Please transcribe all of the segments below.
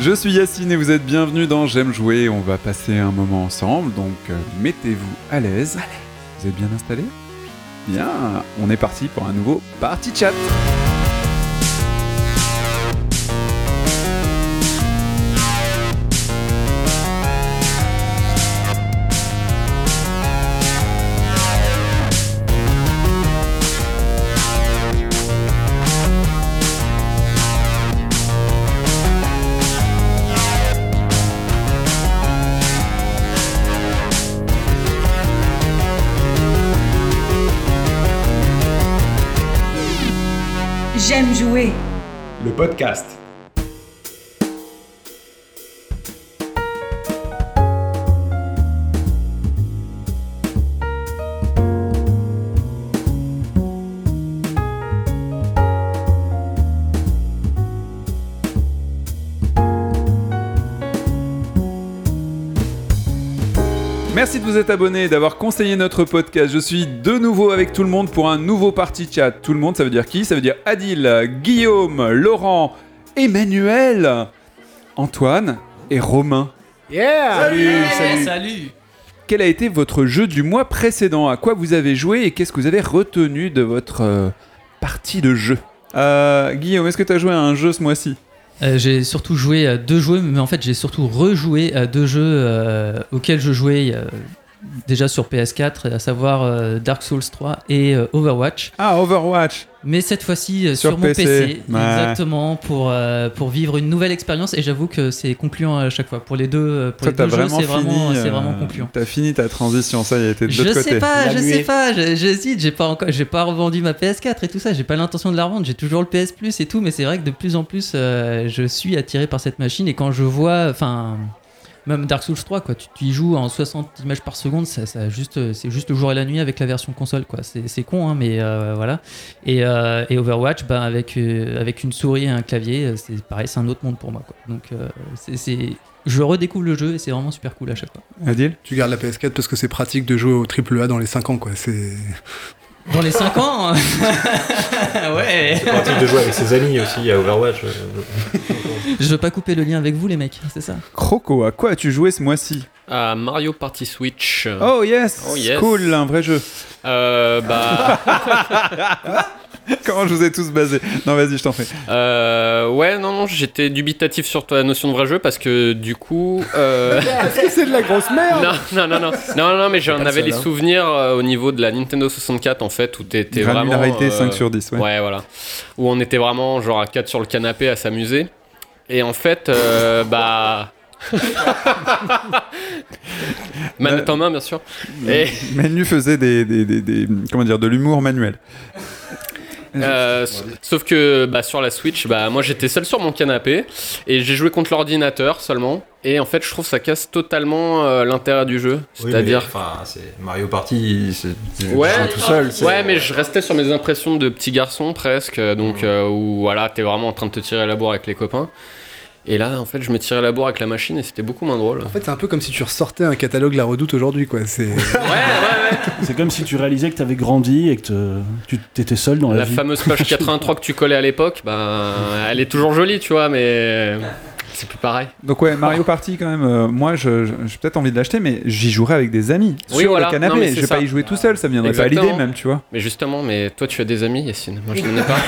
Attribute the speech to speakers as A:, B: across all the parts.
A: Je suis Yacine et vous êtes bienvenue dans J'aime jouer. On va passer un moment ensemble, donc euh, mettez-vous à l'aise. Vous êtes bien installés Bien, on est parti pour un nouveau Party Chat.
B: J'aime jouer.
C: le podcast.
A: Merci de vous être abonné et d'avoir conseillé notre podcast. Je suis de nouveau avec tout le monde pour un nouveau party chat. Tout le monde, ça veut dire qui Ça veut dire Adil, Guillaume, Laurent, Emmanuel, Antoine et Romain.
D: Yeah
C: salut.
A: Quel a été votre jeu du mois précédent À quoi vous avez joué et qu'est-ce que vous avez retenu de votre euh, partie de jeu Euh, Guillaume, est-ce que tu as joué à un jeu ce mois-ci
E: Euh, j'ai surtout joué à deux jeux, mais en fait j'ai surtout rejoué à deux jeux euh, auxquels je jouais euh, déjà sur PS4, à savoir euh, Dark Souls 3 et euh, Overwatch.
A: Ah, Overwatch
E: Mais cette fois-ci euh,
A: Sur
E: sur, mon
A: PC,
E: PC,
A: ouais.
E: exactement, pour, euh, pour vivre une nouvelle expérience. Et j'avoue que c'est concluant à chaque fois. Pour les deux, euh, pour
A: Toi,
E: les
A: t'as
E: deux jeux,
A: vraiment
E: c'est
A: fini.
E: vraiment, c'est
A: euh,
E: vraiment concluant.
A: T'as fini ta transition, ça y était de
E: Je
A: l'autre côté.
E: sais pas,
C: La
E: je
C: nuée.
E: sais pas, je- j'hésite, j'ai pas encore, j'ai pas revendu ma PS4 et tout ça, j'ai pas l'intention de la revendre, j'ai toujours le PS Plus et tout, mais c'est vrai que de plus en plus euh, je suis attiré par cette machine et quand je vois, enfin, même Dark Souls 3 quoi, tu, tu y joues en 60 images par seconde, ça, ça juste, c'est juste le jour et la nuit avec la version console quoi, c'est c'est con hein, mais euh, voilà. Et, euh, et Overwatch, bah, avec euh, avec une souris et un clavier, euh, c'est pareil, c'est un autre monde pour moi quoi. Donc euh, c'est- c'est, je redécouvre le jeu et c'est vraiment super cool à chaque fois.
A: Adil
F: Tu gardes la PS4 parce que c'est pratique de jouer au AAA dans les 5 ans, quoi. C'est.
E: Dans les 5 ans hein. Ouais
C: Pratique de jouer avec ses amis aussi à Overwatch. euh,
E: Je veux pas couper le lien avec vous, les mecs, c'est ça
A: Croco, à quoi as-tu joué ce mois-ci
G: à Mario Party Switch.
A: Oh yes,
G: Oh, yes.
A: Cool, un vrai jeu
G: Euh, bah,
A: Comment je vous ai tous basé Non, vas-y, je t'en prie.
G: euh, ouais, non, non, j'étais dubitatif sur la notion de vrai jeu parce que du coup. euh,
D: Est-ce que c'est de la grosse merde
G: non, non, non, non, non, non, mais j'en
C: pas de
G: avais les
A: hein.
C: celle-là.
G: souvenirs euh, au niveau de la Nintendo 64 en fait où t'étais vraiment.
A: Granularité
G: euh,
A: 5 sur 10, ouais.
G: Ouais. voilà. Où on était vraiment genre à 4 sur le canapé à s'amuser. Et en fait, euh, bah. Manette en main, bien sûr. Et,
A: Manu faisait des, des- des- des- comment dire, de l'humour manuel.
G: Euh, s- sauf que bah, sur la Switch, bah, moi j'étais seul sur mon canapé et j'ai joué contre l'ordinateur seulement. Et en fait, je trouve ça casse totalement euh, l'intérêt du jeu.
C: oui,
G: C'est-à-dire.
C: mais, Enfin, c'est Mario Party, c'est c'est-
G: Ouais,
C: c'est tout seul. c'est-
G: ouais, mais je restais sur mes impressions de petit garçon presque, euh, donc euh, où voilà, t'es vraiment en train de te tirer la bourre avec les copains. Et là, en fait, je me tirais la bourre avec la machine et c'était beaucoup moins drôle.
F: En fait, c'est un peu comme si tu ressortais un catalogue La Redoute aujourd'hui, quoi. C'est.
G: Ouais, ouais, ouais.
H: C'est comme si tu réalisais que t'avais grandi et que te- tu t'étais seul dans la,
G: La
H: vie.
G: fameuse page 83 que tu collais à l'époque, bah, elle est toujours jolie, tu vois, mais c'est plus pareil.
A: Donc ouais, Mario Party quand même, euh, moi je- je- j'ai peut-être envie de l'acheter, mais j'y jouerai avec des amis.
G: Oui,
A: sur
G: voilà.
A: le
G: Non, mais
A: canapé,
G: c'est
A: je vais
G: ça.
A: pas y jouer tout seul, ça me viendrait pas à
G: Exactement.
A: l'idée même, tu vois.
G: Mais justement, mais toi tu as des amis, Yacine. Moi je n'en ai pas.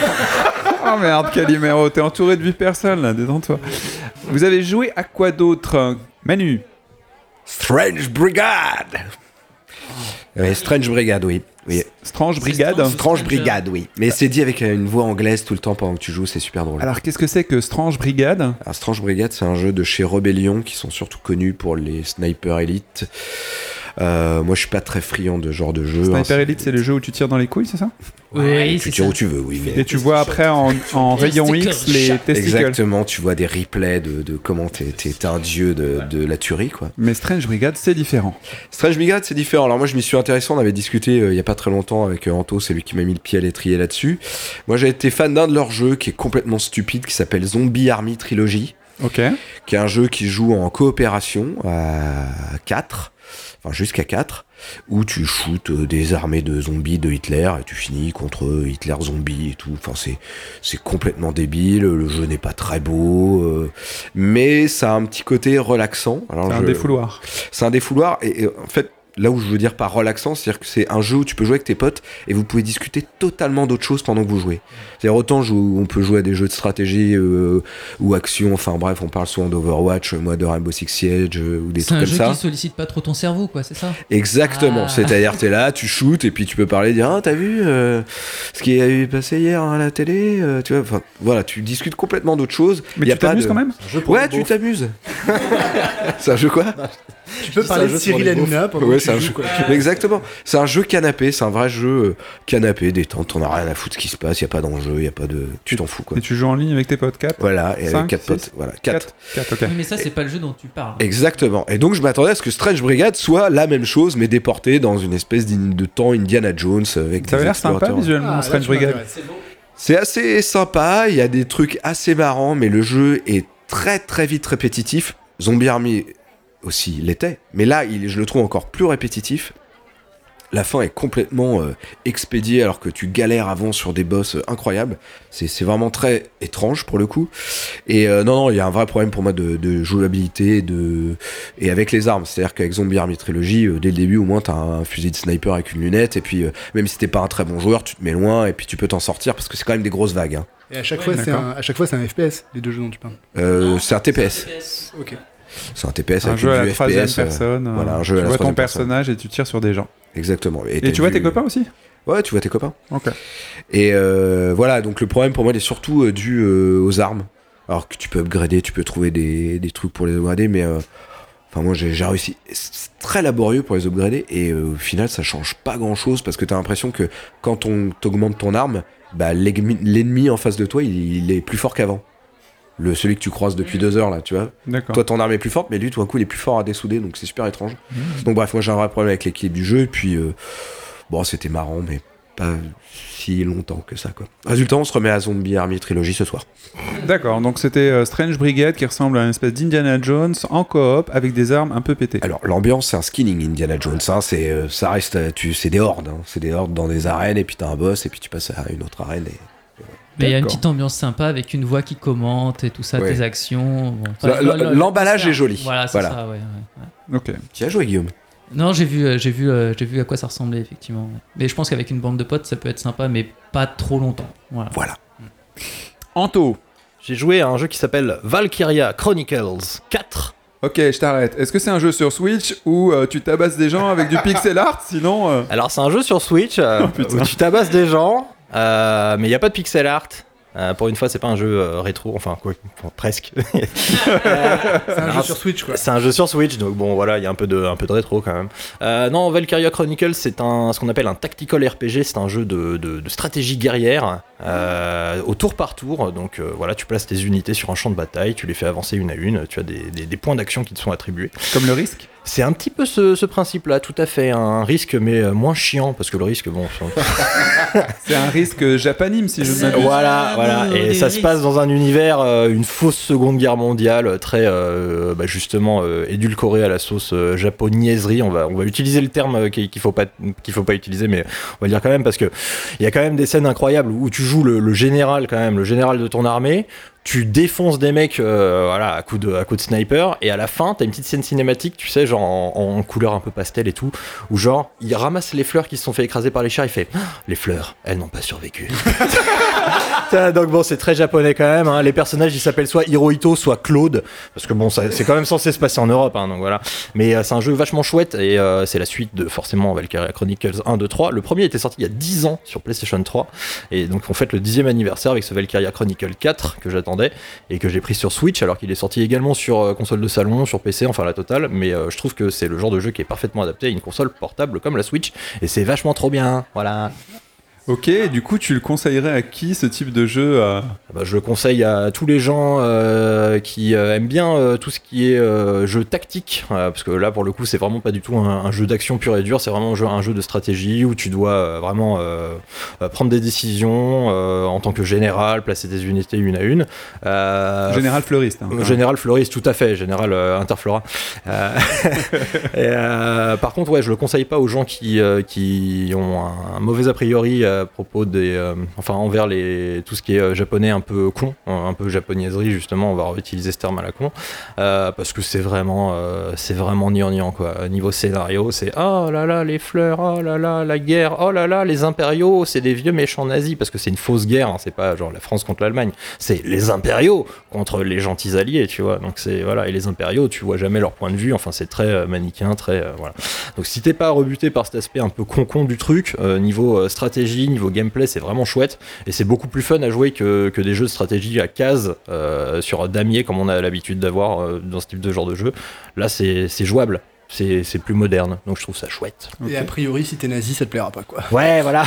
A: Oh merde, Calimero, t'es entouré de 8 personnes là, détends-toi. Vous avez joué à quoi d'autre euh, Manu
C: Strange Brigade. Ouais, Strange Brigade, oui. oui.
A: Strange Brigade
E: Strange.
I: Strange Brigade, oui. Mais c'est dit avec euh, une voix anglaise tout le temps pendant que tu joues, c'est super drôle. Alors,
A: Alors qu'est-ce que c'est que Strange Brigade
I: Strange Brigade, c'est un jeu de chez Rebellion qui sont surtout connus pour les snipers élites. Euh, moi, je suis pas très friand de ce genre de jeu. hein.
A: Sniper Elite, c'est le jeu où tu tires dans les couilles, c'est ça
E: Oui,
I: Tu tires où tu veux, oui. mais-
A: Et tu vois après en, en rayon X les testicules.
I: Exactement, tu vois des replays de, de comment t'es t'es- t'es un dieu de, de la tuerie, quoi.
A: Mais Strange Brigade, c'est différent.
I: Strange Brigade, c'est différent. Alors moi, je m'y suis intéressé, on avait discuté euh, il y a pas très longtemps avec euh, Anto, c'est lui qui m'a mis le pied à l'étrier là-dessus. Moi, j'ai été fan d'un de leurs jeux qui est complètement stupide, qui s'appelle Zombie Army Trilogy.
A: Ok.
I: qui est un jeu qui joue en coopération à 4, enfin jusqu'à 4. où tu shootes euh, des armées de zombies de Hitler et tu finis contre euh, Hitler zombie et tout. Enfin, c'est, c'est complètement débile. Le jeu n'est pas très beau, euh, mais ça a un petit côté relaxant. Alors,
A: C'est un
I: je-
A: défouloir.
I: c'est un défouloir et, et en fait là où je veux dire par relaxant, c'est-à-dire que c'est un jeu où tu peux jouer avec tes potes et vous pouvez discuter totalement d'autres choses pendant que vous jouez. C'est-à-dire autant jou- on peut jouer à des jeux de stratégie euh, ou action, enfin bref, on parle souvent d'Overwatch, moi de Rainbow Six Siege euh, ou des
E: C'est
I: trucs
E: un
I: comme
E: jeu
I: ça.
E: qui sollicite pas trop ton cerveau, quoi, c'est ça
I: Exactement,
E: Ah.
I: c'est-à-dire t'es là, tu shootes et puis tu peux parler, dire ah t'as vu euh, ce qui a eu passé hier à la télé, euh, tu vois, enfin voilà, tu discutes complètement d'autres choses.
A: Mais
I: Y a
A: tu
I: pas
A: t'amuses
I: de-
A: quand même
I: Ouais, tu t'amuses. C'est un jeu quoi
F: Tu peux
C: C'est
F: parler
C: un
F: de
C: jeu sur
F: Cyril
C: les beaufs.
F: Hanouna pendant
I: Ouais,
F: que
I: c'est un
F: tu
I: jeu.
F: joues, quoi. Ah,
I: Exactement. C'est un jeu canapé, c'est un vrai jeu euh, canapé, détente. On a rien à foutre de ce qui se passe, il a pas d'enjeu, y a pas de. Tu t'en fous quoi.
A: Et tu joues en ligne avec tes potes 4
I: Voilà, et
A: Cinq,
I: avec quatre
A: six,
I: potes. Voilà, quatre.
A: 4, ok.
E: Oui, Mais ça, c'est pas le jeu dont tu parles.
I: Exactement. Et donc je m'attendais à ce que Strange Brigade soit la même chose, mais déporté dans une espèce d'in- de temps Indiana Jones avec
A: Ça
I: des
A: avait l'air sympa
I: explorateurs.
A: visuellement,
F: Ah, là,
A: Strange
F: tu
A: Brigade.
F: m'intéresses.
I: C'est assez sympa, il y a des trucs assez marrants, mais le jeu est très très vite répétitif. Zombie Army aussi l'était, mais là il- je le trouve encore plus répétitif. La fin est complètement euh, expédiée alors que tu galères avant sur des boss euh, incroyables. C'est c'est vraiment très étrange pour le coup. Et euh, non, non, il y a un vrai problème pour moi de, de jouabilité de... et avec les armes. C'est-à-dire qu'avec Zombie Army Trilogy, euh, dès le début, au moins, t'as un, un fusil de sniper avec une lunette. Et puis, euh, même si t'es pas un très bon joueur, tu te mets loin et puis tu peux t'en sortir parce que c'est quand même des grosses vagues. hein.
F: Et à chaque fois, c'est
A: D'accord.
F: un, à chaque fois, c'est un FPS, les deux jeux dont tu parles.
I: Euh, c'est un TPS.
F: Ok.
I: C'est un TPS
A: Ah, Un
I: avec
A: jeu à
I: une
A: la
I: vue
A: troisième
I: FPS. euh,
A: personne. euh,
I: voilà, un jeu à
A: tu
I: la
A: vois ton
I: troisième personne.
A: personnage et tu tires sur des gens.
I: euh, exactement.
A: Et,
I: t'as
A: tu vois
I: vu- euh,
A: tes copains aussi
I: Ouais, tu vois tes copains.
A: Ok.
I: Et euh, voilà, donc le problème pour moi, il est surtout euh, dû euh, aux armes. Alors que tu peux upgrader, tu peux trouver des, des trucs pour les upgrader, mais euh, enfin moi j'ai j'ai réussi. C'est très laborieux pour les upgrader et euh, au final ça change pas grand chose parce que t'as l'impression que quand on t'augmente ton arme, bah l'ennemi l'ennemi en face de toi il, il est plus fort qu'avant. Le celui que tu croises depuis deux heures là, tu vois.
A: D'accord.
I: Toi, ton arme est plus forte, mais lui, tout d'un coup, il est plus fort à dessouder, donc c'est super étrange.
H: Mmh.
I: Donc, bref, moi, j'ai un vrai problème avec l'équilibre du jeu, et puis, euh, bon, c'était marrant, mais pas si longtemps que ça, quoi. Résultat, on se remet à Zombie Army Trilogy ce soir.
A: D'accord, donc c'était euh, Strange Brigade qui ressemble à une espèce d'Indiana Jones en coop avec des armes un peu pétées.
I: Alors, l'ambiance, c'est un skinning Indiana Jones, hein, c'est, euh, ça reste, euh, tu, c'est des hordes, hein. c'est des hordes dans des arènes, et puis t'as un boss, et puis tu passes à une autre arène, et-
E: Mais il y a une
A: D'accord.
E: petite ambiance sympa avec une voix qui commente et tout ça,
I: Ouais.
E: tes actions. bon.
I: L-
E: Enfin, le- le-
I: l'emballage est joli.
E: Voilà, c'est
I: Voilà.
E: ça, ouais, ouais.
A: Ok.
I: Tu as joué, Guillaume
E: Non, j'ai vu, euh, j'ai vu, euh, j'ai vu à quoi ça ressemblait effectivement. ouais. Mais je pense qu'avec une bande de potes, ça peut être sympa, mais pas trop longtemps. Voilà.
I: Voilà.
A: Anto
B: J'ai joué à un jeu qui s'appelle Valkyria Chronicles 4.
A: Ok, je t'arrête. Est-ce que c'est un jeu sur Switch où euh, tu tabasses des gens avec du pixel art Sinon. euh,
B: Alors c'est un jeu sur Switch euh, où tu tabasses des gens, euh, mais il n'y a pas de pixel art. Euh, pour une fois, c'est pas un jeu euh, rétro, enfin quoi, enfin, presque.
F: C'est un jeu
B: Alors,
F: sur Switch, quoi.
B: C'est un jeu sur Switch, donc bon voilà, il y a un peu de, un peu de rétro quand même. Euh, non, Valkyria Chronicles, c'est un, ce qu'on appelle un tactical RPG, c'est un jeu de, de- de stratégie guerrière, euh, au tour par tour. Donc euh, voilà, tu places tes unités sur un champ de bataille, tu les fais avancer une à une, tu as des, des- des points d'action qui te sont attribués.
A: Comme le risque
B: C'est un petit peu ce, ce principe-là, tout à fait, hein. un risque mais euh, moins chiant, parce que le risque, bon...
A: C'est un risque euh, japanime si je ne m'abuse. Ah,
B: Voilà, voilà. Et ça se passe dans un univers, euh, une fausse Seconde Guerre mondiale, euh, très euh, bah, justement euh, édulcoré à la sauce euh, japonaiserie. On va, on va utiliser le terme euh, qu'il qu'il faut pas, qu'il faut pas utiliser, mais on va le dire quand même parce que il y a quand même des scènes incroyables où tu joues le, le général quand même, le général de ton armée. Tu défonces des mecs, euh, voilà, à coup de, à coup de sniper, et à la fin, t'as une petite scène cinématique, tu sais, genre en, en couleur un peu pastel et tout, où genre, il ramasse les fleurs qui se sont fait écraser par les chars, il fait, les fleurs, elles n'ont pas survécu. Putain, donc bon, c'est très japonais quand même. hein. Les personnages, ils s'appellent soit Hirohito, soit Claude, parce que bon, ça- c'est quand même censé se passer en Europe, hein, donc voilà. Mais euh, c'est un jeu vachement chouette et euh, c'est la suite de forcément Valkyria Chronicles 1, 2, 3. Le premier était sorti il y a 10 ans sur PlayStation 3 et donc on fête le 10e anniversaire avec ce Valkyria Chronicle 4 que j'attendais et que j'ai pris sur Switch, alors qu'il est sorti également sur euh, console de salon, sur PC, enfin la totale. Mais euh, je trouve que c'est le genre de jeu qui est parfaitement adapté à une console portable comme la Switch et c'est vachement trop bien. hein. Voilà.
A: Ok, et du coup, tu le conseillerais à qui ce type de jeu euh, à-
B: Ah bah, je le conseille à tous les gens euh, qui euh, aiment bien euh, tout ce qui est euh, jeu tactique, euh, parce que là pour le coup c'est vraiment pas du tout un, un jeu d'action pur et dur, c'est vraiment un jeu, un jeu de stratégie où tu dois euh, vraiment euh, euh, prendre des décisions euh, en tant que général, placer des unités une à une. Euh,
A: Général fleuriste. hein, quand
B: euh,
A: même.
B: Général fleuriste, tout à fait. Général euh, Interflora. Euh, et, euh, par contre, ouais, je le conseille pas aux gens qui, euh, qui ont un, un mauvais a priori à propos des, euh, enfin envers les tout ce qui est euh, japonais un peu con, euh, un peu japonaiserie justement. On va utiliser ce terme à la con euh, parce que c'est vraiment, euh, c'est vraiment niant quoi. Niveau scénario, c'est oh là là les fleurs, oh là là la guerre, oh là là les impériaux, c'est des vieux méchants nazis parce que c'est une fausse guerre. hein, c'est pas genre la France contre l'Allemagne, c'est les impériaux contre les gentils alliés, tu vois. Donc c'est voilà, et les impériaux, tu vois jamais leur point de vue. Enfin, c'est très euh, manichéen, très euh, voilà. Donc si t'es pas rebuté par cet aspect un peu con-con du truc, euh, niveau euh, stratégie, niveau gameplay, c'est vraiment chouette et c'est beaucoup plus fun à jouer que, que des jeux de stratégie à cases euh, sur damier comme on a l'habitude d'avoir euh, dans ce type de genre de jeu. Là, c'est c'est jouable. C'est c'est plus moderne, donc je trouve ça chouette.
F: Et a priori, si t'es nazi, ça te plaira pas, quoi.
B: Ouais, voilà.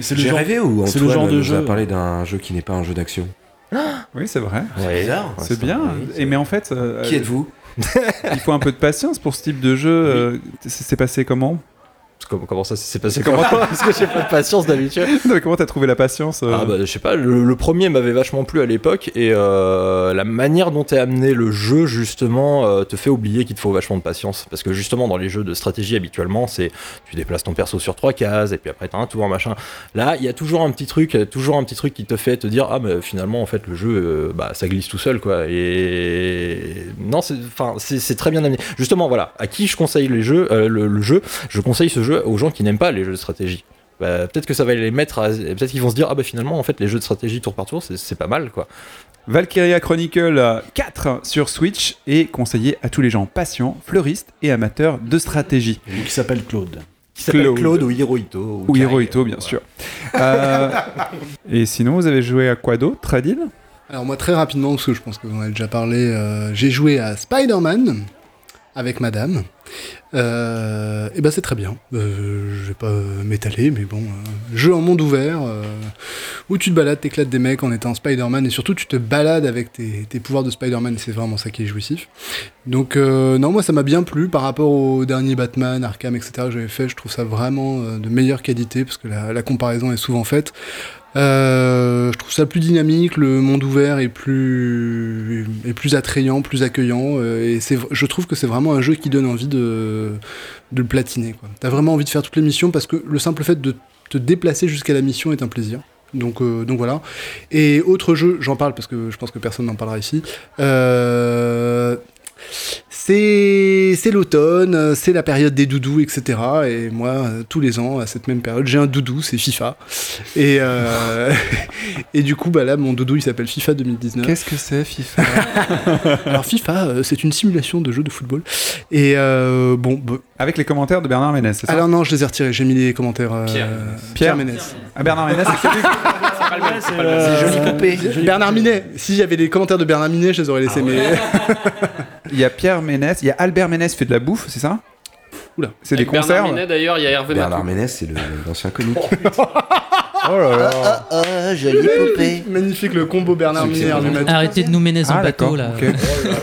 H: C'est le
I: J'ai
H: genre-
I: rêvé ou
H: c'est le
I: Antoine
H: genre de
I: nous a
H: jeu- hein.
I: parlé d'un jeu qui n'est pas un jeu d'action
A: Oui, c'est vrai.
B: Ouais.
C: bizarre.
B: Ouais,
A: c'est bien.
B: oui,
A: et mais en fait, euh,
I: Qui êtes-vous
A: il faut un peu de patience pour ce type de jeu. euh, C'est c'est passé comment
B: Comment, comment ça s'est passé Comment Parce que j'ai pas de patience d'habitude.
A: Non, mais Comment t'as trouvé la patience euh
B: Ah bah, je sais pas, le, le premier m'avait vachement plu à l'époque et euh, la manière dont est amené le jeu justement euh, te fait oublier qu'il te faut vachement de patience parce que justement dans les jeux de stratégie habituellement c'est tu déplaces ton perso sur trois cases et puis après t'as un tour machin. Là il y a toujours un petit truc, toujours un petit truc qui te fait te dire ah mais finalement en fait le jeu euh, bah ça glisse tout seul quoi et non c'est enfin c'est c'est très bien amené. Justement voilà à qui je conseille les jeux, euh, le- le jeu, je conseille ce jeu aux gens qui n'aiment pas les jeux de stratégie bah, peut-être que ça va les mettre à... peut-être qu'ils vont se dire ah bah finalement en fait les jeux de stratégie tour par tour c'est- c'est pas mal quoi
A: Valkyria Chronicle euh, 4 sur Switch est conseillé à tous les gens patients, fleuristes et amateurs de stratégie.
H: Qui s'appelle Claude.
B: qui s'appelle
A: Claude.
B: Claude. ou Hirohito
A: Ou
B: Kai,
A: Hirohito, bien
B: voilà.
A: sûr. Euh, et sinon, vous avez joué à quoi d'autre, Adil
F: Alors moi très rapidement, parce que je pense que vous en avez déjà parlé, euh, j'ai joué à Spider-Man avec madame. Euh, et ben c'est très bien. Euh, je vais pas m'étaler, mais bon, euh, jeu en monde ouvert, euh, où tu te balades, t'éclates des mecs en étant Spider-Man, et surtout tu te balades avec tes, tes pouvoirs de Spider-Man, et c'est vraiment ça qui est jouissif. Donc euh, non, moi ça m'a bien plu par rapport au dernier Batman, Arkham, etc. que j'avais fait, je trouve ça vraiment euh, de meilleure qualité, parce que la- la comparaison est souvent faite. Euh, je trouve ça plus dynamique, le monde ouvert est plus, est plus attrayant, plus accueillant, euh, et c'est, v- je trouve que c'est vraiment un jeu qui donne envie de, de le platiner. Quoi. T'as vraiment envie de faire toutes les missions parce que le simple fait de te déplacer jusqu'à la mission est un plaisir. Donc, euh, donc voilà. Et autre jeu, j'en parle parce que je pense que personne n'en parlera ici. Euh, c'est c'est l'automne, euh, c'est la période des doudous, etc. Et moi, euh, tous les ans, à cette même période, j'ai un doudou, c'est FIFA. Et, euh, et du coup, bah là, mon doudou, il s'appelle FIFA 2019.
A: Qu'est-ce que c'est, FIFA
F: Alors FIFA, euh, c'est une simulation de jeu de football. Et euh, bon, bah,
A: Avec les commentaires de Bernard Ménès, c'est ça
F: alors Ah non, je les ai retirés, j'ai mis les commentaires. euh,
G: Pierre.
A: Pierre.
F: Ménès.
A: Ah, Bernard Ménès, c'est celui-
G: C'est pas le même, c'est pas le même.
F: Euh, Bernard Minet. Si j'avais les commentaires de Bernard Minet, je les aurais laissés. mais...
A: Il y a Pierre Ménès, il y a Albert Ménès qui fait de la bouffe, c'est ça
F: Oula.
A: C'est des
G: Avec Bernard
A: concerts
G: Minet d'ailleurs, il y a Hervé
I: Bernard
G: Matou.
I: Ménès, c'est le- l'ancien comique.
C: Ah ah, jolie poupée.
F: Magnifique le combo Bernard
I: C'est
F: Minet.
I: vraiment
F: Hervé Matou.
E: Arrêtez de nous mener en
A: Ah, d'accord.
E: bateau là.
A: ok.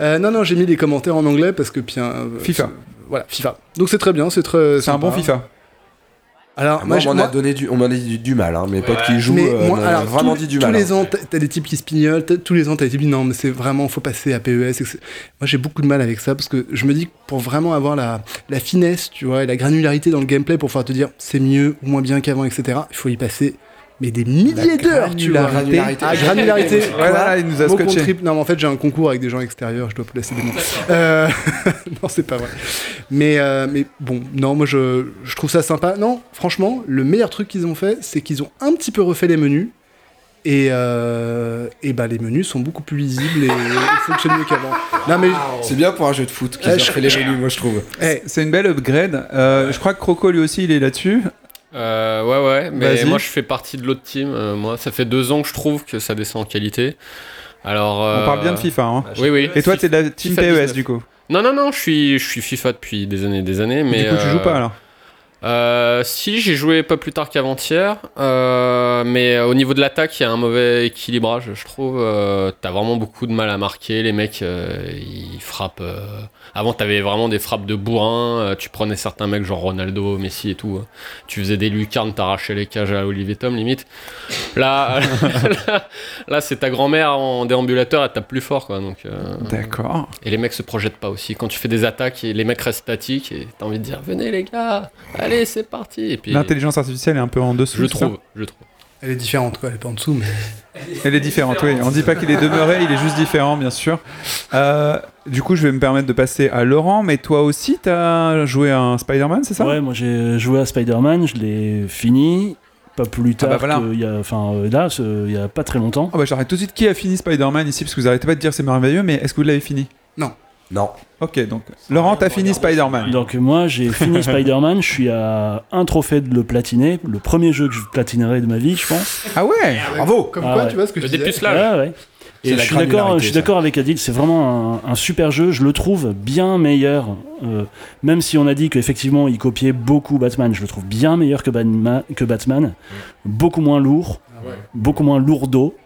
F: Euh, non, non, j'ai mis les commentaires en anglais parce que Pierre. euh,
A: FIFA.
F: Voilà, FIFA. Donc c'est très bien, c'est très.
A: C'est un bon FIFA.
F: Alors,
I: Ah,
F: moi,
I: moi,
F: je-
I: on m'en
F: moi-
I: a donné du, on m'en a dit du, du mal. hein. Mes potes qui jouent
F: mais
I: euh,
F: moi,
I: m'ont
F: alors,
I: vraiment
F: tous,
I: dit du
F: tous
I: mal. hein.
F: les ans, t'as t'as des types qui spignolent, t'as- tous les ans, t'as des types qui disent non, mais c'est vraiment, faut passer à E PES. etc. Moi, j'ai beaucoup de mal avec ça parce que je me dis que pour vraiment avoir la, la finesse, tu vois, et la granularité dans le gameplay pour pouvoir te dire c'est mieux ou moins bien qu'avant, etc., il faut y passer mais des milliers d'heures, tu vois.
I: Granularité.
F: Ah, granularité.
A: Ouais, là, là, il nous a
F: Mot contre
A: scotché.
F: triple. Non, mais en fait, j'ai un concours avec des gens extérieurs, je dois vous laisser des mots. Euh, non, c'est pas vrai. Mais, euh, mais bon, non, moi, je, je trouve ça sympa. Non, franchement, le meilleur truc qu'ils ont fait, c'est qu'ils ont un petit peu refait les menus. Et, euh, et bah, les menus sont beaucoup plus lisibles et, et fonctionnent mieux qu'avant. Non, mais.
I: C'est bien pour un jeu de foot qu'ils
F: Ah,
I: ont
F: je-
I: fait les menus, moi je trouve.
F: eh,
A: C'est une belle upgrade. Euh, Je crois que Croco lui aussi il est là-dessus.
G: Euh, ouais, ouais, mais
A: Vas-y.
G: moi je fais partie de l'autre team. euh, moi, ça fait deux ans que je trouve que ça descend en qualité. Alors,
A: On
G: euh,
A: parle bien de FIFA. Hein.
G: Oui, oui.
A: Et toi, t'es de la team
G: FIFA
A: PES
G: 19.
A: du coup.
G: Non, non, non, je suis, je suis FIFA depuis des années, des années, mais.
A: du coup, tu
G: euh,
A: joues pas alors
G: Euh, si, j'ai joué pas plus tard qu'avant-hier, euh, mais au niveau de l'attaque, il y a un mauvais équilibrage, je trouve. Euh, t'as vraiment beaucoup de mal à marquer, les mecs, euh, ils frappent. euh, Avant, t'avais vraiment des frappes de bourrin, euh, tu prenais certains mecs genre Ronaldo, Messi et tout, euh, tu faisais des lucarnes, t'arrachais les cages à Olivier Tom, limite. Là, là, là, c'est ta grand-mère en déambulateur, elle tape plus fort, quoi, donc... euh,
A: D'accord.
G: et les mecs se projettent pas aussi. Quand tu fais des attaques, et les mecs restent statiques et t'as envie de dire venez les gars, allez c'est parti. Et puis
A: L'intelligence artificielle est un peu en dessous.
G: je le
A: c'est ça
G: trouve, je le trouve.
F: Elle est différente, quoi. Elle est pas en dessous, mais.
A: Elle est différente, oui. On dit pas qu'il est demeuré, il est juste différent, bien sûr. Euh, du coup, je vais me permettre de passer à Laurent, mais toi aussi, t'as joué à un Spider-Man, c'est ça
H: Ouais, moi j'ai joué à Spider-Man, je l'ai fini, pas plus tard
A: bah voilà.
H: que il y a, enfin euh, là, ce- il y a pas très longtemps.
A: Ah bah j'arrête tout de suite. Qui a fini Spider-Man ici Parce que vous arrêtez pas de dire c'est merveilleux, mais est-ce que vous l'avez fini
I: Non.
A: Ok, donc Laurent, t'as fini Spider-Man.
H: Donc moi j'ai fini Spider-Man, je suis à un trophée de le platiner, le premier jeu que je platinerai de ma vie, je pense.
A: Ah ouais
I: Bravo
F: Comme
H: Ah
F: quoi,
H: ouais.
F: tu vois ce que je
G: Le
F: disais
G: dépucelage.
H: Ouais, ouais.
I: C'est
H: Et
I: la
H: je suis d'accord,
I: granularité,
H: je suis
I: ça.
H: d'accord avec Adil, c'est vraiment un, un super jeu, je le trouve bien meilleur, euh, même si on a dit qu'effectivement il copiait beaucoup Batman, je le trouve bien meilleur que, Batman- que Batman,
G: Mm.
H: beaucoup moins lourd,
G: Ah
H: beaucoup moins lourdeau,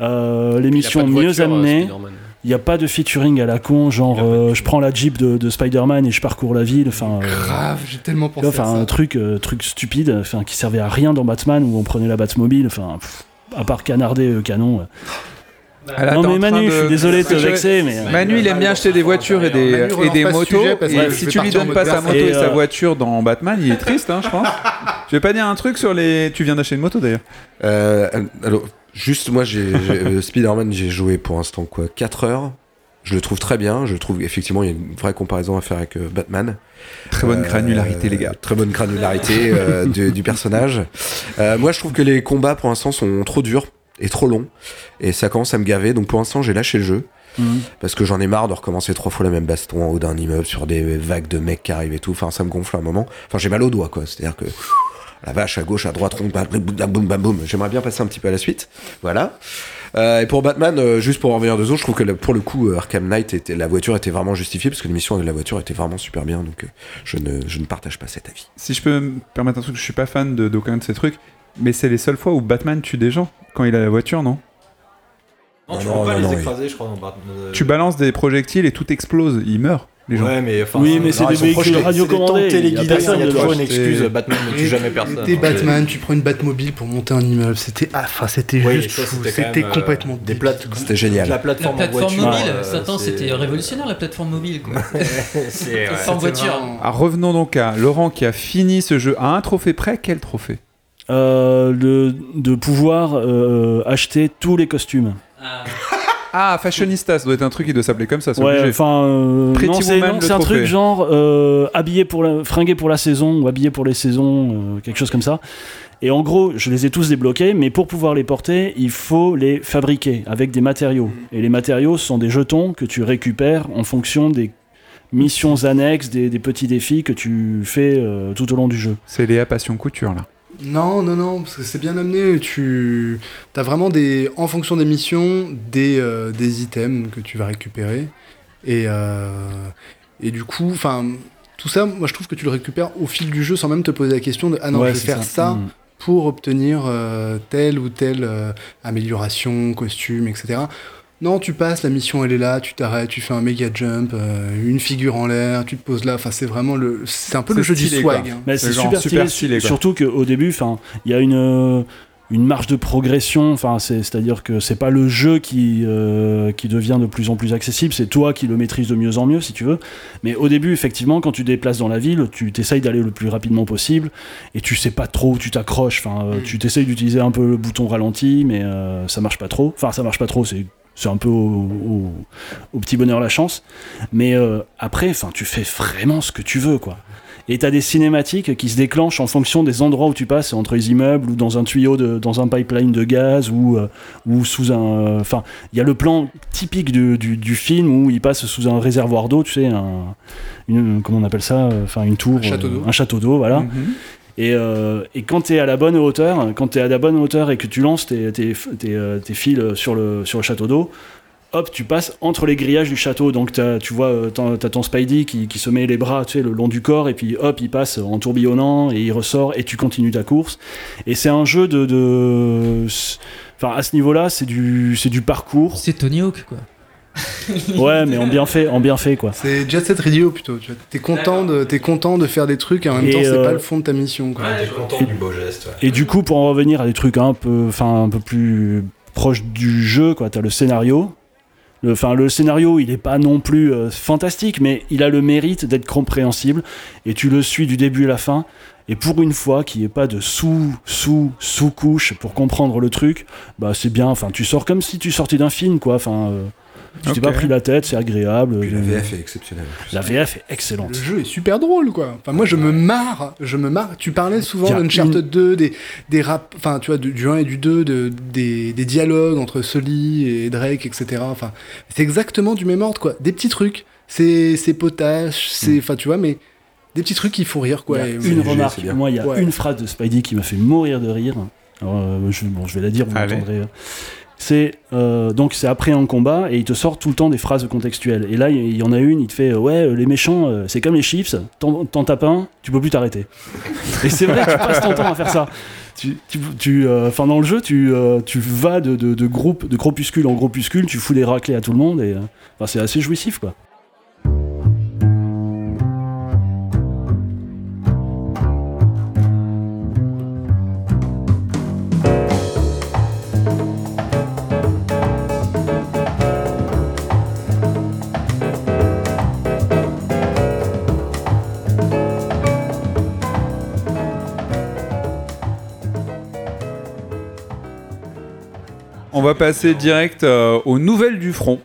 H: euh, les
G: Il a
H: missions
G: pas de
H: mieux
G: voiture, euh,
H: amenées,
G: Spider-Man.
H: il n'y a pas de featuring à la con, genre
G: Il a pas de
H: euh,
G: featuring.
H: je prends la Jeep de, de Spider-Man et je parcours la ville, enfin... euh,
F: Grave, j'ai tellement
H: tu
F: pensé
H: vois,
F: à ça.
H: Enfin, un truc, euh, truc stupide, enfin, qui servait à rien dans Batman où on prenait la Batmobile, enfin, pff, à part canarder euh, canon. euh,
A: Ah là,
H: non
A: t'es
H: mais
A: en train
H: Manu,
A: de-
H: je suis désolé de te
A: Parce que
H: vexer, mais...
F: Bah,
H: euh,
A: Manu, il aime bien acheter des voitures et des,
F: Manu relance
A: et des
F: pas ce
A: motos.
F: sujet parce que
A: et
F: je
A: si
F: vais
A: tu lui
F: partir en
A: donnes
F: mode
A: pas sa
F: berce.
A: moto
H: Et,
A: et, sa
H: euh,
A: voiture dans Batman, il est triste, hein, je pense. Je vais pas dire un truc sur les. Tu viens d'acheter une moto d'ailleurs.
I: Euh, alors, juste, moi, j'ai, j'ai- euh, Spider-Man, j'ai joué pour l'instant quoi 4 heures. Je le trouve très bien. Je trouve effectivement, il y a une vraie comparaison à faire avec euh, Batman.
A: Très bonne
I: Euh,
A: granularité, les gars.
I: Très bonne granularité euh, du, du personnage. Euh, moi, je trouve que les combats pour l'instant sont trop durs et trop longs. Et ça commence à me gaver. Donc pour l'instant, j'ai lâché le jeu.
H: Mhm.
I: Parce que j'en ai marre de recommencer trois fois le même baston en haut d'un immeuble sur des vagues de mecs qui arrivent et tout. Enfin, ça me gonfle à un moment. Enfin, j'ai mal aux doigts, quoi. C'est-à-dire que. La vache à gauche, à droite, rond, bam, bam, boum, bam, boum. J'aimerais bien passer un petit peu à la suite. Voilà. Euh, et pour Batman, euh, juste pour en revenir deux autres, je trouve que le- pour le coup, euh, Arkham Knight, était, la voiture était vraiment justifiée parce que l'émission avec la voiture était vraiment super bien. Donc, euh, je, ne, je ne partage pas cet avis.
A: Si je peux me permettre un truc, je suis pas fan de- d'aucun de, ces trucs, mais c'est les seules fois où Batman tue des gens quand il a la voiture, non
B: Non, tu
I: Non,
B: peux pas
I: non,
B: les
I: non,
B: écraser, je crois. dans Bat- euh,
A: Tu balances des projectiles et tout explose, ils meurent, les gens.
B: Ouais, mais enfin,
H: Oui,
B: non,
H: mais
A: Ah,
H: c'est
B: ils
H: des
B: sont
H: véhicules
B: projetés.
H: radiocommandés.
B: C'est des
H: y a
B: tentes téléguidées,
H: personne
B: Il y a
H: dedans.
B: toujours une
A: projetés.
B: excuse. Batman ne tue jamais personne.
F: T'es
B: hein,
F: Batman, tu prends une Batmobile pour monter un immeuble. C'était ah, enfin, c'était
B: Oui,
F: juste
B: ça,
F: fou.
B: c'était quand
F: C'était
B: même, euh,
F: complètement
B: Des
F: débile.
B: plates,
I: C'était génial.
B: La
E: La
B: plateforme, en
E: plateforme
B: voiture,
E: mobile,
B: euh,
E: ça, attends,
B: c'est-
E: c'était révolutionnaire la plateforme mobile quoi.
B: C'est- ouais.
E: Sans voiture.
A: Ah, revenons donc à Laurent qui a fini ce jeu à un trophée près. Quel trophée
H: Euh, le- de pouvoir euh, acheter tous les costumes.
E: Ah,
A: Ah, Fashionista, ça doit être un truc qui doit s'appeler comme ça, c'est
H: Ouais,
A: obligé.
H: enfin, euh,
A: Pretty
H: non, c'est
A: Woman,
H: non,
A: le
H: c'est un
A: trophée.
H: truc genre euh, habillé pour la, fringué pour la saison ou habillé pour les saisons, euh, quelque chose comme ça. Et en gros, je les ai tous débloqués, mais pour pouvoir les porter, il faut les fabriquer avec des matériaux. Et les matériaux sont des jetons que tu récupères en fonction des missions annexes, des, des petits défis que tu fais euh, tout au long du jeu.
A: C'est Léa Passion Couture, là.
F: Non, non, non, parce que c'est bien amené. Tu as vraiment des, en fonction des missions, des, euh, des items que tu vas récupérer. Et, euh, et du coup, enfin, tout ça, moi je trouve que tu le récupères au fil du jeu sans même te poser la question de ah non,
H: Ouais,
F: je vais
H: c'est
F: faire ça,
H: Mm.
F: pour obtenir euh, telle ou telle euh, amélioration, costume, etc. Non, tu passes, la mission elle est là, tu t'arrêtes, tu fais un méga jump, euh, une figure en l'air, tu te poses là. Enfin, c'est vraiment le, c'est un peu le
A: C'est
F: jeu du
A: stylé,
F: swag.
A: quoi.
F: hein.
H: Mais
A: C'est
H: c'est
A: genre
H: super,
A: super
H: stylé,
A: stylé, quoi.
H: surtout qu'au début, enfin, il y a une euh, une marge de progression. Enfin, c'est c'est-à-dire que c'est pas le jeu qui euh, qui devient de plus en plus accessible, c'est toi qui le maîtrises de mieux en mieux, si tu veux. Mais au début, effectivement, quand tu déplaces dans la ville, tu t'essayes d'aller le plus rapidement possible et tu sais pas trop où tu t'accroches. Enfin,
A: Mm.
H: euh, tu t'essayes d'utiliser un peu le bouton ralenti, mais euh, ça marche pas trop. Enfin, ça marche pas trop. C'est c'est un peu au, au- au petit bonheur la chance. Mais euh, après, enfin, tu fais vraiment ce que tu veux, quoi. Et t'as des cinématiques qui se déclenchent en fonction des endroits où tu passes, entre les immeubles ou dans un tuyau, de, dans un pipeline de gaz ou, euh, ou sous un. euh, Enfin, il y a le plan typique du, du- du film où il passe sous un réservoir d'eau, tu sais, un, une, comment on appelle ça, enfin une tour,
F: Un château d'eau.
H: euh, un château d'eau, voilà.
A: Mhm.
H: Et, euh, et quand t'es à la bonne euh, hauteur, quand t'es à la bonne hauteur et que tu lances tes, tes, tes, euh, tes fils sur le, sur le château d'eau, hop, tu passes entre les grillages du château. Donc t'as- tu vois, euh, t'en- t'as ton Spidey qui, qui se met les bras tu sais, le long du corps, et puis hop, il passe en tourbillonnant, et il ressort, et tu continues ta course. Et c'est un jeu de... de... Enfin, à ce niveau-là, c'est du, c'est du parcours.
E: C'est Tony Hawk, quoi.
H: Ouais, mais en bien fait, en bien fait, quoi.
F: C'est Jet Set Radio plutôt. Tu vois. T'es content, de- t'es content de faire des trucs et en même
H: Et,
F: temps, c'est
H: euh,
F: pas le fond de ta mission. Quoi.
B: content du beau geste.
H: Et du coup, pour en revenir à des trucs un peu, enfin, un peu plus proches du jeu, quoi, t'as le scénario. Le- Enfin, le scénario, il est pas non plus euh, fantastique, mais il a le mérite d'être compréhensible. Et tu le suis du début à la fin. Et pour une fois, qu'il n'y ait pas de sous, sous, sous couche pour comprendre le truc, bah c'est bien. Enfin, tu sors comme si tu sortais d'un film, quoi. Enfin, euh, tu t'es
A: Ok.
H: pas pris la tête, c'est agréable.
I: Puis la
H: Euh,
I: VF est exceptionnelle.
H: la VF est
F: Le
H: excellente.
F: jeu est super drôle, quoi. Enfin, moi, je me marre. Je me marre. Tu parlais souvent
H: Il y a
F: d'Uncharted
H: une-
F: 2, des, des rap, enfin, tu vois, du, du 1 et du 2, de- des, des dialogues entre Sully et Drake, etc. Enfin, c'est exactement du même ordre, quoi. Des petits trucs. C'est, c'est potache, c'est, enfin, tu vois, mais des petits trucs qui font rire, quoi.
H: Il y a
F: Et-
H: une
I: léger,
H: remarque,
I: c'est bien.
H: moi il y a
F: Ouais.
H: une phrase de Spidey qui m'a fait mourir de rire. Alors, euh, je, bon, je vais la dire, vous
A: Allez.
H: l'entendrez. hein. C'est euh, donc c'est après un combat et il te sort tout le temps des phrases contextuelles. Et là il il y en a une, il te fait euh, ouais euh, les méchants euh, c'est comme les chips, t'en t'en tapes un, tu peux plus t'arrêter. et c'est vrai, tu passes ton temps à faire ça. Tu, tu, tu, euh, enfin, dans le jeu tu, euh, tu vas de, de, de groupe de groupuscule en groupuscule, tu fous des raclés à tout le monde et euh, enfin, c'est assez jouissif quoi.
A: On va passer direct euh, aux nouvelles du front.